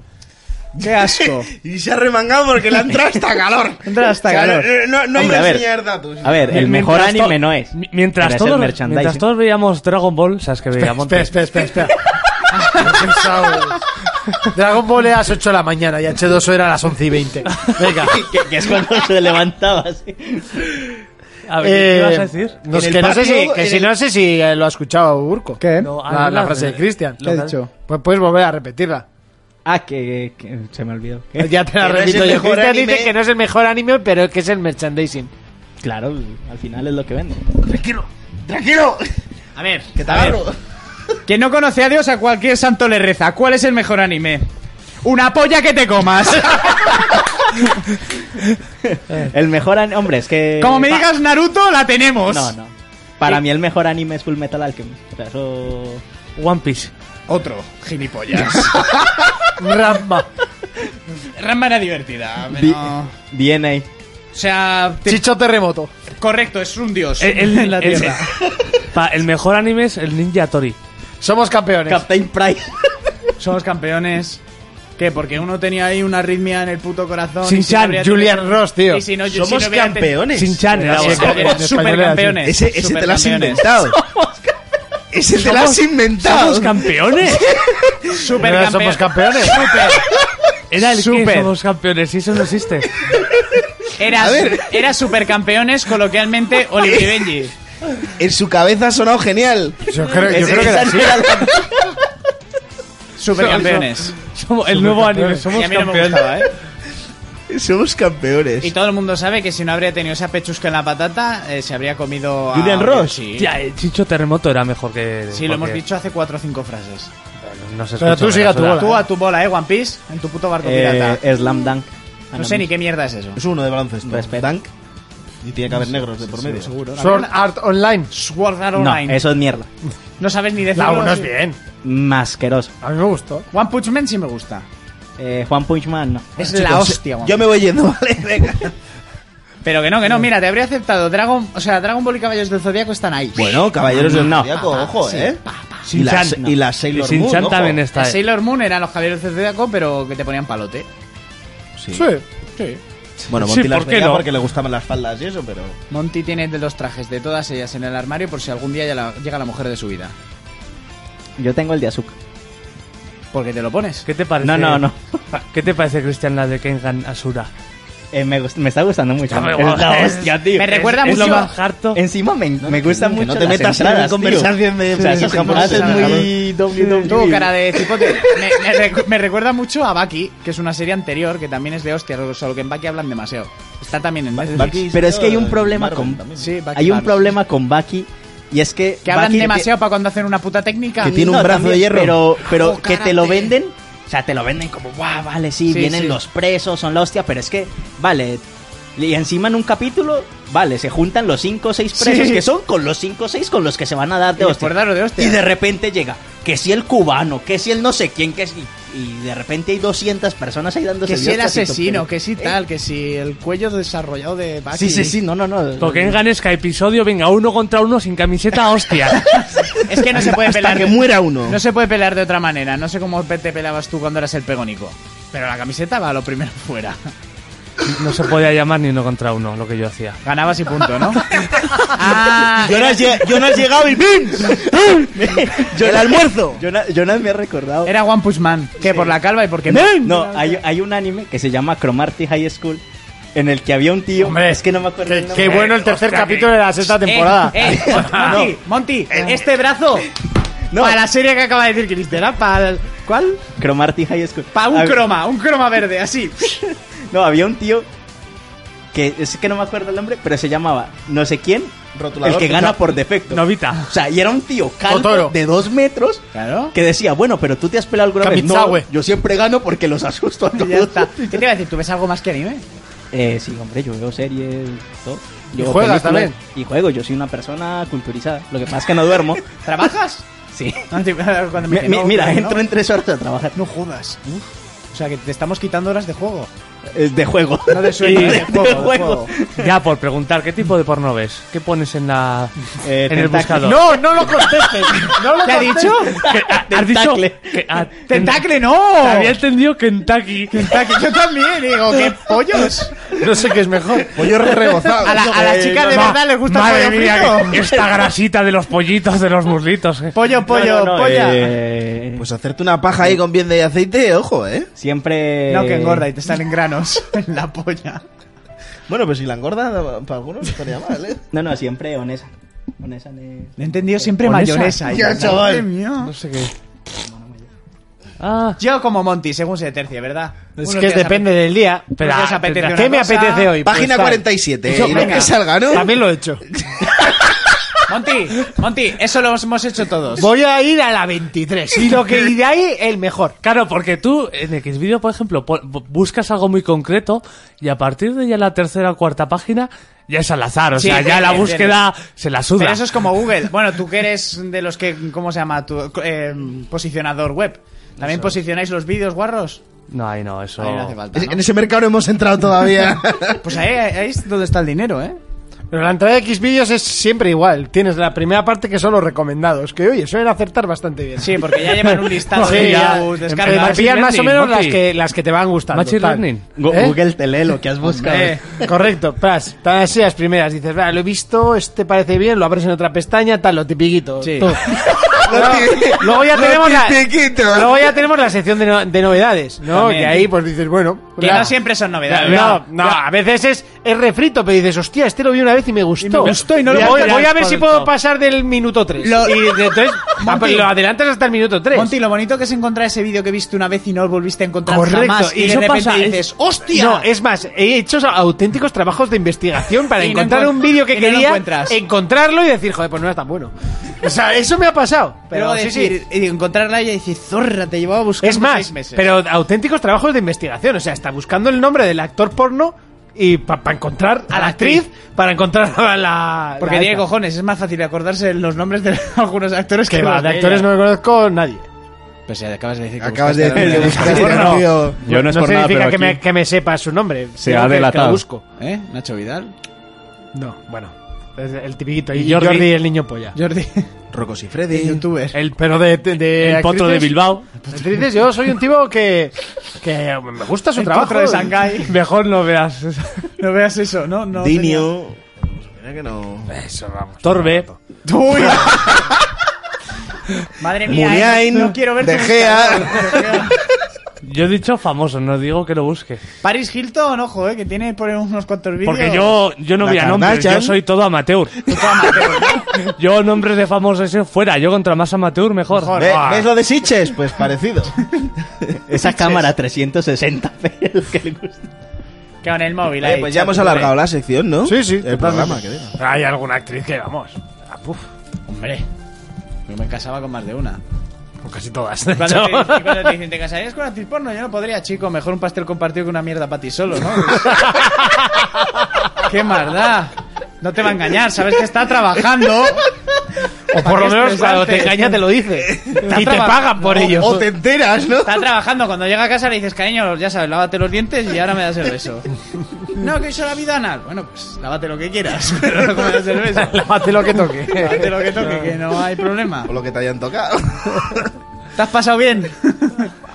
E: Qué asco.
H: Y se ha remangado porque le ha entrado hasta calor.
E: Entra hasta
H: O sea,
E: calor.
H: No, no, no
I: Hombre,
H: iba
I: a
H: a
I: ver.
H: enseñar datos.
I: A ver, el mejor
F: Mientras to-
I: anime no es.
F: mi- Mientras
I: pero es el
F: todos,
I: merchandising.
F: mientras todos veíamos Dragon Ball, ¿sabes que veíamos?
D: Espera, espera, espera, espera. He pensado. Dragon Ball era a las 8 de la mañana y H2O era a las 11 y 20. Venga.
I: que, que es cuando se levantaba así.
F: A ver, ¿qué
D: Eh,
F: ibas a decir?
D: no, es
H: En el
D: que no sé
H: patio,
D: si, que
H: en
D: si
H: el-
D: no sé si eh, lo ha escuchado Urco.
E: ¿Qué?
F: No, ah,
D: La, la
F: no,
D: frase de Cristian.
E: ¿Qué he dicho?
D: Pues puedes volver a repetirla.
I: Ah, que, que- se me olvidó. Que-
D: Ya te la
H: Que no es
D: repito
H: el
D: yo.
H: mejor
D: Cristian
H: anime.
D: dice que no es el mejor anime, pero que es el merchandising.
I: Claro, al final es lo que vende.
H: tranquilo.
D: A ver.
H: Que te agarro.
E: Quien no conoce a Dios, a cualquier santo le reza. ¿Cuál es el mejor anime? Una polla que te comas.
I: El mejor anime, hombre, es
D: Eh,
I: que
E: Como me digas Naruto, la tenemos.
I: No, no. Para mí el mejor anime es Full Metal Alchemist. O sea, eso
F: One Piece.
E: Otro, gilipollas.
D: Rampa.
E: Ramba era divertida. pero no.
I: DNA.
E: O sea, te-
D: Chicho terremoto.
E: correcto, es un dios
F: El, el-
E: en la
F: el-
E: tierra.
F: pa- el mejor anime es el Ninja Tori.
D: Somos campeones.
I: Captain Price.
E: Somos campeones. ¿Qué? Porque uno tenía ahí una arritmia en el puto corazón.
D: Sin
E: y si no
D: Chan,
E: habría
D: Julian
E: tenido-
D: Ross, tío.
E: y si no- si
H: Somos
E: no hubiera tenido-
H: campeones.
F: Sin Chan, era
D: Gracias.
F: bueno.
D: En español era así.
E: Supercampeones.
H: Ese, ese te lo has
E: Supercampeones.
H: inventado. Ese te lo has inventado.
F: ¿Somos campeones?
D: Primero somos campeones.
F: Era el que
E: Super.
F: somos campeones, y eso no existe.
E: Era, era supercampeones, coloquialmente Oliver y Benji.
H: En su cabeza ha sonado genial.
D: Yo creo, yo
H: Ese-
D: creo que era
H: esa
D: así.
H: no era la-
E: Supercampeones.
F: Somos- el nuevo anime, somos
E: Y a mí no me
F: campeones.
E: gustaba, ¿eh?
H: Somos campeones.
E: Y todo el mundo sabe que si no habría tenido esa pechusca en la patata, eh, se habría comido a...
H: Julian Ross.
E: Sí.
F: eh.
D: eh.
F: Hostia, el Chicho Terremoto era mejor que.
E: Sí, lo hemos
F: cualquier-
E: dicho hace cuatro o cinco frases.
F: Pero no se
D: Pero
F: escucha
D: tú sigue a tu
F: basura.
D: bola.
E: Tú a tu bola, eh, One Piece, en tu puto barco
I: Eh,
E: pirata.
I: Slam Dunk.
E: No sé ni qué mierda es eso.
H: Es uno de baloncesto. Tank. Y tiene que haber
E: Sí,
H: negros de
E: sí,
H: por
E: sí,
H: medio.
E: seguro.
D: Sword Art Online.
E: Sword Art
I: No,
E: Online.
I: eso es mierda.
E: No sabes ni decirlo.
D: La 1 es
E: sí.
D: bien.
I: Masqueroso.
D: A mí me gustó.
E: One Punch Man sí me gusta.
I: Eh, Juan Punch Man, no.
E: Es la hostia, One
H: Yo me voy yendo, ¿vale? Venga.
E: Pero que no, que no, mira, te habría aceptado. Dragon, o sea, Dragon Ball y Caballeros del Zodíaco están ahí.
H: Bueno, Caballeros del
I: No.
H: Zodíaco, ojo,
E: Sí,
H: ¿eh?
E: pa,
H: Y la,
I: Shin-chan, no.
H: y la Sailor
F: Shin-chan
H: Moon, ojo.
F: también está.
E: La Sailor Moon eran los Caballeros del Zodíaco, pero que te ponían palote.
H: Sí.
E: sí.
H: Bueno,
F: Sí,
H: Monty las
F: ¿por qué
H: veía
F: no?
H: porque le gustaban las faldas y eso, pero...
E: Monty tiene de los trajes de todas ellas en el armario por si algún día ya la- llega la mujer de su vida.
I: Yo tengo el de azúcar.
E: Porque te lo pones.
F: ¿Qué te parece?
I: No, no, no.
F: ¿Qué te parece, Cristian, la de Kengan Asura?
I: Eh, me, gust- me está gustando mucho.
F: Está muy
I: es la
F: guapa.
I: hostia, tío.
E: Me recuerda
I: Es- es
E: mucho-
I: lo más harto. Encima me, me gusta
H: que
I: mucho.
H: no te
I: las
H: metas en
I: entradas,
H: una conversación
I: tío.
H: de-
I: O sea, esas
H: de-
I: japonesas
H: de-
I: muy WWE.
E: Tuvo cara de cipote. Me, me recu- me recuerda mucho a Baki, que es una serie anterior que también es de hostia, solo que en Baki hablan demasiado. Está también en Netflix.
H: Bucky
I: Pero es que hay un
H: hizo
I: problema
H: Marvel
I: con-
H: también.
E: Sí, Baki
I: Hay un
E: Barnes.
I: problema con Baki y es que.
E: Que hablan
I: Baki-
E: demasiado para cuando hacen una puta técnica.
H: Que tiene un
I: No,
H: brazo de hierro.
I: Pero, pero
E: Oh,
I: que te lo
E: karate.
I: venden. O sea, te lo venden como, guau, vale, sí,
E: Sí,
I: vienen
E: sí.
I: los presos, son la hostia, pero es que, vale. Y encima en un capítulo, vale, se juntan los 5 o 6 presos
E: Sí.
I: que son con los 5 o 6 con los que se van a dar
E: Y
I: de
E: después
I: hostia.
E: daros de hostia.
I: Y de repente llega, que si el cubano, que si el no sé quién, que si. Y de repente hay 200 personas ahí dándose
E: Que
I: de
E: si el
I: hostias y tú,
E: asesino,
I: pero-
E: que si
I: ¿eh?
E: tal, que si el cuello desarrollado de Baki.
I: Sí, sí, sí, no, no, no.
F: Porque Kengan es que episodio, venga, uno contra uno sin camiseta, hostia.
E: Es que no se puede
H: Hasta
E: pelar.
H: que muera uno.
E: No se puede pelar de otra manera. No sé cómo te pelabas tú cuando eras el pegónico. Pero la camiseta va lo primero fuera.
F: No se podía llamar ni uno contra uno, lo que yo hacía.
E: Ganabas y punto, ¿no? ah,
H: Jonas, lle- Jonas llegaba y ¡pim! ¡El almuerzo!
I: Jonas, Jonas me ha recordado.
E: era One Punch Man. Que por la calva y porque.
I: No, hay, hay un anime que se llama Cromarty High School en el que había un tío. es que no me acuerdo. el nombre.
D: Qué bueno el tercer
I: eh.
D: capítulo de la sexta temporada. Eh,
E: Eh, eh, Monty, Monty, este brazo.
I: No.
E: Para la serie que acaba de decir Cristian, ¿ah? para el- ¿Cuál?
I: Cromarty High School.
E: Para un
I: Hab-
E: croma, un croma verde, así.
I: No, había un tío que es que no me acuerdo el nombre, pero se llamaba no sé quién.
H: Rotulador.
I: el que gana por defecto.
F: Novita.
I: O sea, y era un tío calvo
D: Totoro.
I: de dos metros
E: Claro.
I: que decía, bueno, pero tú te has pelado alguna vez.
D: Kamitsawe.
I: No, yo siempre gano porque los asusto a todos.
E: Ya está. ¿Qué te iba a decir? ¿Tú ves algo más que anime?
I: Eh, sí, hombre, yo veo series, todo.
D: ¿Y
I: Yo veo
D: juegas
I: películas
D: también?
I: Y juego, yo soy una persona culturizada. Lo que pasa es que no duermo.
E: ¿Trabajas?
I: Sí.
E: Cuando me
I: Mi-
E: dice,
I: mi-
E: no,
I: mira,
E: no.
I: entro en tres horas a trabajar.
E: No jodas. O sea, que te estamos quitando horas de juego.
I: Es de juego.
E: No de sueño,
I: Y-
E: de juego, de juego.
F: Ya por preguntar, ¿qué tipo de porno ves? ¿Qué pones en la
I: Eh,
F: en el
I: tentáculo.
F: buscador?
D: No, no lo contestes. No lo
E: ¿Qué ha
D: contestes.
E: dicho?
F: Que- a- ¿Has dicho
I: Tentacle.
F: que a-
E: ¡Tentacle, no!
F: Había entendido Kentucky.
E: Tentacle, yo también, digo, ¿qué pollos?
D: No sé qué es mejor.
H: Pollo rebozado. Eh,
E: A la, a la chica de
F: Ma-
E: verdad les gusta el
F: madre
E: pollo
F: mía,
E: frito.
F: que- esta grasita de los pollitos, de los muslitos. eh.
E: Pollo, pollo,
I: No, no, no,
E: polla.
I: eh,
H: Pues hacerte una paja ahí con bien de aceite, ojo, ¿eh?
I: siempre.
E: No, que engorda y te salen granos en la polla.
H: Bueno, pues si la engorda, para algunos no estaría mal, ¿eh?
I: No, no, siempre honesa. Honesa ne-
E: Lo he entendido siempre
F: ¿Con esa?
E: mayonesa. y-
H: Ya, chaval.
E: Madre mía.
F: No sé qué. Ah,
E: Yo como Monty, según se tercia, ¿verdad?
D: Es
E: Unos
D: que
E: días
D: depende del día.
F: Pero,
E: Unos días
F: ah,
E: apetece
F: tendrá-
E: una
D: ¿Qué me
E: cosa.
D: apetece hoy? Pues,
H: Página
D: tal.
H: 47,
D: Eso,
H: y lo
D: venga.
H: que salga, ¿no?
D: También lo he hecho.
E: Monty, Monty, eso lo hemos hecho todos.
D: Voy a ir a la 23. Y lo que iré ahí, el mejor.
F: claro, porque tú en Xvideo, por ejemplo, po- bu- buscas algo muy concreto y a partir de ya la tercera o cuarta página ya es al azar. O
E: Sí,
F: sea, ya la
E: entiendo.
F: búsqueda se la suda.
E: Pero eso es como Google. Bueno, tú que eres de los que, ¿cómo se llama? Tu, eh, posicionador web. ¿También posicionáis los vídeos, guarros?
F: No, ahí no, eso.
E: Ahí no hace falta.
H: Es-
E: ¿no?
H: En ese mercado no hemos entrado todavía.
E: Pues ahí, ahí es donde está el dinero, ¿eh?
D: Pero la entrada de X vídeos es siempre igual. Tienes la primera parte que son los recomendados. Que oye, suelen acertar bastante bien.
E: Sí, porque ya llevan un listado
D: Sí,
E: de
D: ya.
E: videos,
D: Te
E: descargas.
D: pillan más o
F: Machine
D: menos
F: Learning,
D: las
F: Monty.
D: que, las que te van gustando.
F: Machine
D: tal.
F: Learning.
I: Go-
D: ¿Eh?
I: Google te lee lo que has buscado.
D: Eh, correcto, plas, tan así las primeras. Dices, "Va, lo he visto, este parece bien, lo abres en otra pestaña, tal, lo tipiquito.
E: Sí.
D: todo. luego, luego ya
H: Lo
D: tenemos la,
H: tipiquito.
D: luego ya tenemos la sección de, no- de novedades, ¿no?
E: También.
D: Que ahí pues dices, bueno.
E: Que
D: ya.
E: no siempre son novedades.
D: No, no, a veces es, es refrito, pero dices, hostia, este lo vi una vez y me gustó.
E: gustó y no lo
D: voy,
E: voy a
D: voy a
E: tirar
D: ver si
E: por el
D: puedo
E: top.
D: pasar del minuto 3.
E: Lo-
D: Y de- entonces ah, pues
E: Monty.
D: lo adelantas hasta el minuto 3.
E: Monty, lo bonito que es encontrar ese vídeo que viste una vez y no lo volviste a encontrar
D: Correcto,
E: jamás. Y,
D: y
E: de
D: eso
E: repente
D: pasa, es-
E: dices, ¡hostia!
D: No, es más, he hecho auténticos trabajos de investigación para
E: Y no
D: encontrar
E: encuent-
D: un vídeo que
E: y no lo
D: quería,
E: encuentras.
D: encontrarlo y decir, joder, pues no era tan bueno. O sea, eso me ha pasado. Pero
E: Luego
D: sí, sí.
E: decir- y encontrarla y decir, zorra, te llevaba buscando
D: Es más,
E: seis meses.
D: pero auténticos trabajos de investigación. O sea, está buscando el nombre del actor porno y para encontrar a la actriz, para encontrar a la.
E: Porque
D: la
E: tiene
D: esta.
E: cojones, es más fácil acordarse los nombres de algunos actores que
D: Que va,
E: los
D: de
E: ella.
D: actores no me conozco nadie.
E: Pues ya acabas de decir que
D: Acabas de
E: buscaste a
D: decir
E: la-
D: que buscaste
E: No,
D: a la-
E: no.
D: Yo no es No por nada, significa pero que me- aquí- que me sepa su nombre. Se Digo ha que- que la delatado. busco.
E: ¿Eh? ¿Nacho Vidal?
D: No, bueno. Es El tipiquito.
E: ¿Y
D: Y Jordi,
E: Jordi,
D: el niño polla.
E: Jordi.
H: Rocos y
E: El youtuber.
D: El pero de, de, de
E: El Pues potro
D: actrices.
E: de Bilbao.
D: Actrices, yo soy un tipo que, que me gusta su
E: El
D: trabajo.
E: potro de Shanghái.
D: Mejor no veas.
E: No veas eso, ¿no? no
H: Dinio. Mira que no.
D: Eso, vamos.
F: Torbe.
E: tenía- ¡Uy! Madre mía,
H: Muniain,
E: no quiero ver
H: De
E: tus
H: Gea.
E: caras.
F: Yo he dicho famoso, no digo que lo busque.
E: Paris Hilton, ojo, eh, que tiene por ahí unos cuantos vídeos.
F: Porque yo, yo no
E: La
F: voy a nombres, yo
E: Kardashian.
F: soy todo amateur. yo nombres de famosos eso fuera, yo contra más amateur mejor.
H: Ve-
E: Ah.
H: ¿Ves lo de Siches? Pues parecido.
I: Esa cámara 360 que le gusta.
E: Que con el móvil
H: Oye,
E: ahí,
H: pues ya hemos
E: chato,
H: alargado
E: eh.
H: la sección, ¿no?
D: Sí, sí.
H: El programa, que diga.
D: Hay alguna actriz que, vamos. ah, puf,
E: Hombre, yo me casaba con más de una.
D: con casi todas.
E: Y Cuando
D: de
E: te,
D: hecho.
E: y cuando te dicen, ¿te casarías con una actriz porno? Yo no podría, chico. Mejor un pastel compartido que una mierda para ti solo, ¿no? ¡Qué maldad! No te va a engañar, sabes que está trabajando.
D: O por lo menos cuando te engaña te lo dice. Y te pagan por ello.
H: enteras, ¿no?
E: Está trabajando. Cuando llega a casa le dices, cariño, ya sabes, lávate los dientes y ahora me das el beso. No, que eso la vida anal. Bueno, pues lávate lo que quieras. Pero no me das el beso.
D: Lávate lo que toque.
E: Lávate lo que toque, que no hay problema.
H: O lo que te hayan tocado.
E: ¿Te has pasado bien?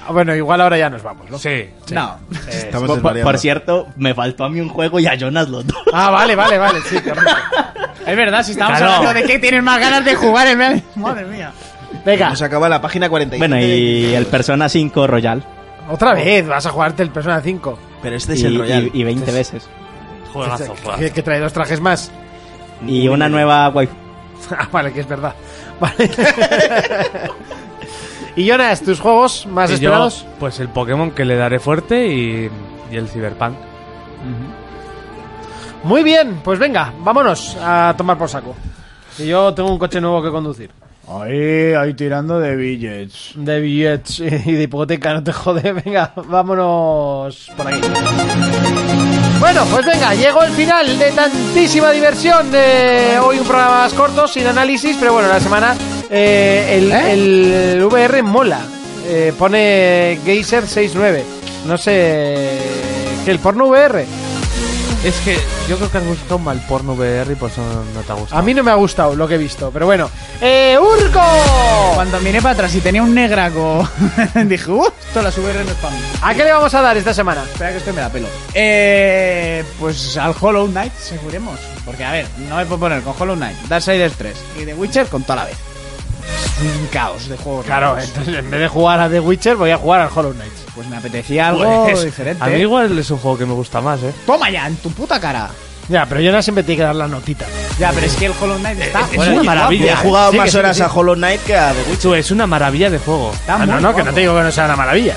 D: Ah, Bueno, igual ahora ya nos vamos, ¿no?
F: Sí.
E: No.
H: Estamos
I: Por, por-
H: desvariando.
I: por cierto, me faltó a mí un juego y a Jonas los dos.
D: Ah, vale, vale, vale. Sí, correcto.
E: Es verdad, si estamos
I: Claro.
E: hablando de que tienes más ganas de jugar en el... Madre mía.
D: Venga,
H: Nos acaba la página 47.
I: Bueno, y el Persona 5 Royal.
D: otra vez vas a jugarte el Persona 5.
H: Pero este es
I: Y,
H: el Royal.
I: y- y 20 veces.
F: Juegazo, juegazo.
D: Que, que trae dos trajes más.
I: Y una nueva waifu.
D: Ah, vale, que es verdad. Vale. y Jonas, tus juegos más
F: Y yo,
D: esperados.
F: pues el Pokémon que le daré fuerte y, y el Cyberpunk.
D: Muy bien, pues venga, vámonos a tomar por saco. Que yo tengo un coche nuevo que conducir.
E: Ahí, ahí tirando de billets.
D: De billetes y de hipoteca, no te jode. Venga, vámonos por aquí. Bueno, pues venga, llegó el final de tantísima diversión. de hoy un programa más corto, sin análisis, pero bueno, la semana eh, el, el VR mola. Eh, pone Geyser 69. No sé. Que el porno VR.
F: Es que yo creo que has buscado mal porno VR y por eso no- no te ha gustado.
D: A mí no me ha gustado lo que he visto, pero bueno. ¡Eh, Urco!
E: Cuando miré para atrás y tenía un negraco, dije, ¡uh! Esto la VR no es para mí.
D: ¿A qué le vamos a dar esta semana?
E: Espera que esto me da pelo. Eh, pues al Hollow Knight seguiremos. Porque, a ver, no me puedo poner con Hollow Knight, Darksiders 3 y The Witcher con toda la vez. Es un caos de juegos.
D: Claro,
E: raros.
D: entonces en vez de jugar a The Witcher, voy a jugar al Hollow Knight.
E: Pues me apetecía algo
F: Pues,
E: diferente. ¿eh?
F: A
D: ¿eh?
F: mí igual es un juego que me gusta más, ¿eh?
E: Toma ya, en tu puta cara.
D: Ya, pero yo no siempre tiene que dar la notita.
E: Ya, pero es que el Hollow Knight
D: Eh,
E: está.
F: es una
E: muy
F: maravilla. ¿eh?
H: He
E: guapo.
H: jugado
D: Sí, que
H: más
D: sí,
H: horas
D: que sí.
H: a Hollow Knight que a The Witcher.
F: Tú, es una maravilla de juego.
E: Está
D: Ah, no,
E: muy
D: no, que
E: guapo.
D: no te digo que no sea una maravilla.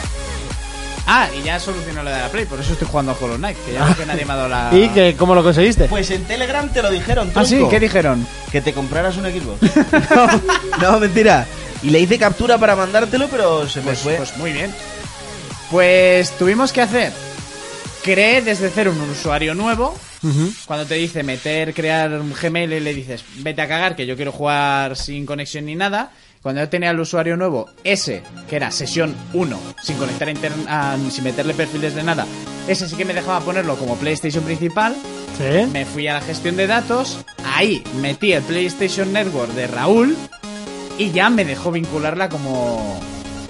E: Ah, y ya solucionó lo de la Play, por eso estoy jugando a Hollow Knight, que ya veo que nadie me ha dado la.
D: ¿Y que, cómo lo conseguiste?
H: Pues en Telegram te lo dijeron, tronco.
E: Ah, sí, ¿qué dijeron?
H: Que te compraras un Xbox. no, no, mentira. Y le hice captura para mandártelo, pero se me fue.
E: Pues muy bien. Pues tuvimos que hacer. Creé desde cero un usuario nuevo. Cuando te dice meter, crear un Gmail, y le dices, vete a cagar, que yo quiero jugar sin conexión ni nada. Cuando yo tenía el usuario nuevo, ese, que era sesión 1, sin conectar a internet, ah, sin meterle perfiles de nada, ese sí que me dejaba ponerlo como PlayStation principal.
D: Sí.
E: Me fui a la gestión de datos, ahí metí el PlayStation Network de Raúl y ya me dejó vincularla como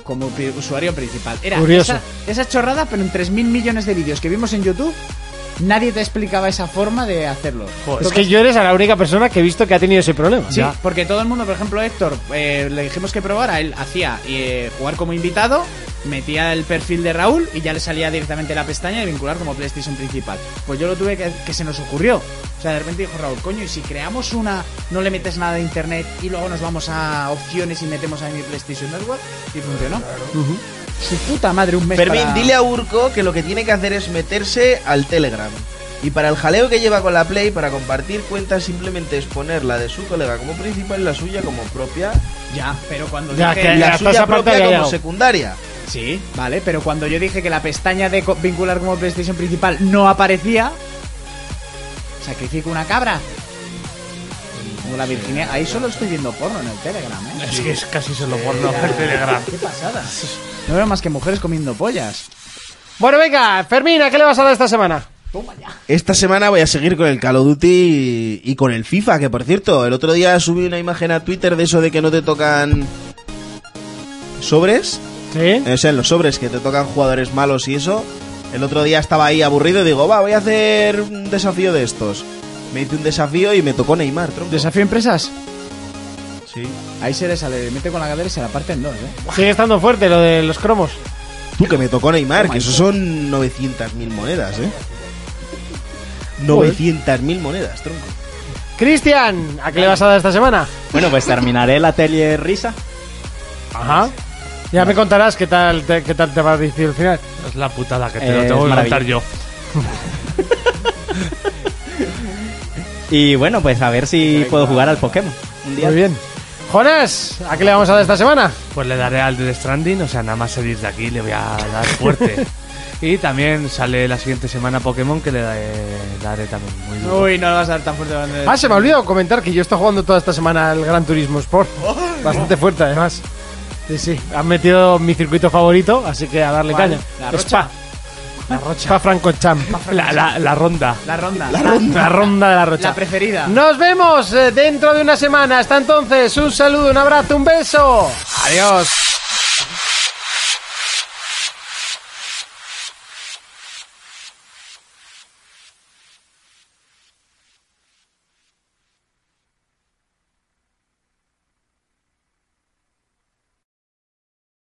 E: como pri- usuario principal. Era
D: Curioso.
E: Esa, esa chorrada, pero en 3.000 millones de vídeos que vimos en YouTube, nadie te explicaba esa forma de hacerlo.
D: Es que yo eres la única persona que he visto que ha tenido ese problema.
E: Sí, porque todo el mundo, por ejemplo, Héctor, eh, le dijimos que probara, él hacía eh, jugar como invitado, metía el perfil de Raúl y ya le salía directamente la pestaña de vincular como PlayStation principal. Pues yo lo tuve que, que se nos ocurrió. O sea, de repente dijo Raúl, coño, y si creamos una, no le metes nada de internet y luego nos vamos a opciones y metemos a mi PlayStation Network y funcionó. Su puta madre, un mes
H: Fermín,
E: para-
H: dile a Urco que lo que tiene que hacer es meterse al Telegram. Y para el jaleo que lleva con la Play, para compartir cuentas, simplemente es poner la de su colega como principal y la suya como propia.
E: Ya, pero cuando
H: Ya,
E: dije
H: que ya,
E: la
H: hasta
E: suya
H: esa parte
E: propia
H: ya
E: como
H: llegado. secundaria.
E: Sí, vale, pero cuando yo dije que la pestaña de co- vincular como PlayStation principal no aparecía, sacrifico una cabra. Como la Virginia, ahí solo estoy viendo porno en el Telegram, ¿eh?
F: Es que es casi solo porno
E: Eh,
F: en Telegram.
E: Qué pasada. No veo más que mujeres comiendo pollas.
D: Bueno, venga, Fermina, ¿qué le vas a dar esta semana?
H: Esta semana voy a seguir con el Call of Duty y, y con el FIFA, que por cierto, el otro día subí una imagen a Twitter de eso de que no te tocan sobres.
D: Sí.
H: O sea, en los sobres que te tocan jugadores malos y eso. El otro día estaba ahí aburrido y digo, va, voy a hacer un desafío de estos. Me hice un desafío y me tocó Neymar, tronco.
E: ¿Desafío empresas?
H: Sí.
E: Ahí se le sale, le mete con la cadera y se la parte en dos, ¿eh?
D: Sigue estando fuerte lo de los cromos.
H: Tú que me tocó Neymar, que eso son 900.000 monedas, ¿eh? 900.000 monedas, tronco.
D: Cristian, ¿a qué le vas a dar esta semana?
I: Bueno, pues terminaré la tele risa.
D: Ajá. Ya me contarás qué tal te, qué tal te va a decir el final.
F: Es la putada que te
I: Eh,
F: lo tengo
I: es
F: que contar yo.
I: maravilloso. Y bueno, pues a ver si puedo jugar al Pokémon. Un día.
D: Muy bien. Jonas, ¿a qué le vamos a dar esta semana?
F: Pues le daré al Death Stranding, o sea, nada más salir de aquí le voy a dar fuerte. y también sale la siguiente semana Pokémon que le daré, daré también muy duro.
E: Uy, no lo vas a dar tan fuerte. Vander.
D: Ah, se me ha olvidado comentar que yo he estado jugando toda esta semana al Gran Turismo Sport. Bastante fuerte, además. Sí, sí. Han metido mi circuito favorito, así que a darle
E: ¿Cuál?
D: caña.
E: ¿La Rocha?
D: Spa. La Rocha. Spa Francochamp. La, la, la ronda.
E: La ronda.
D: La ronda. La ronda de la Rocha.
E: La preferida.
D: Nos vemos eh, dentro de una semana. Hasta entonces, un saludo, un abrazo, un beso. Adiós.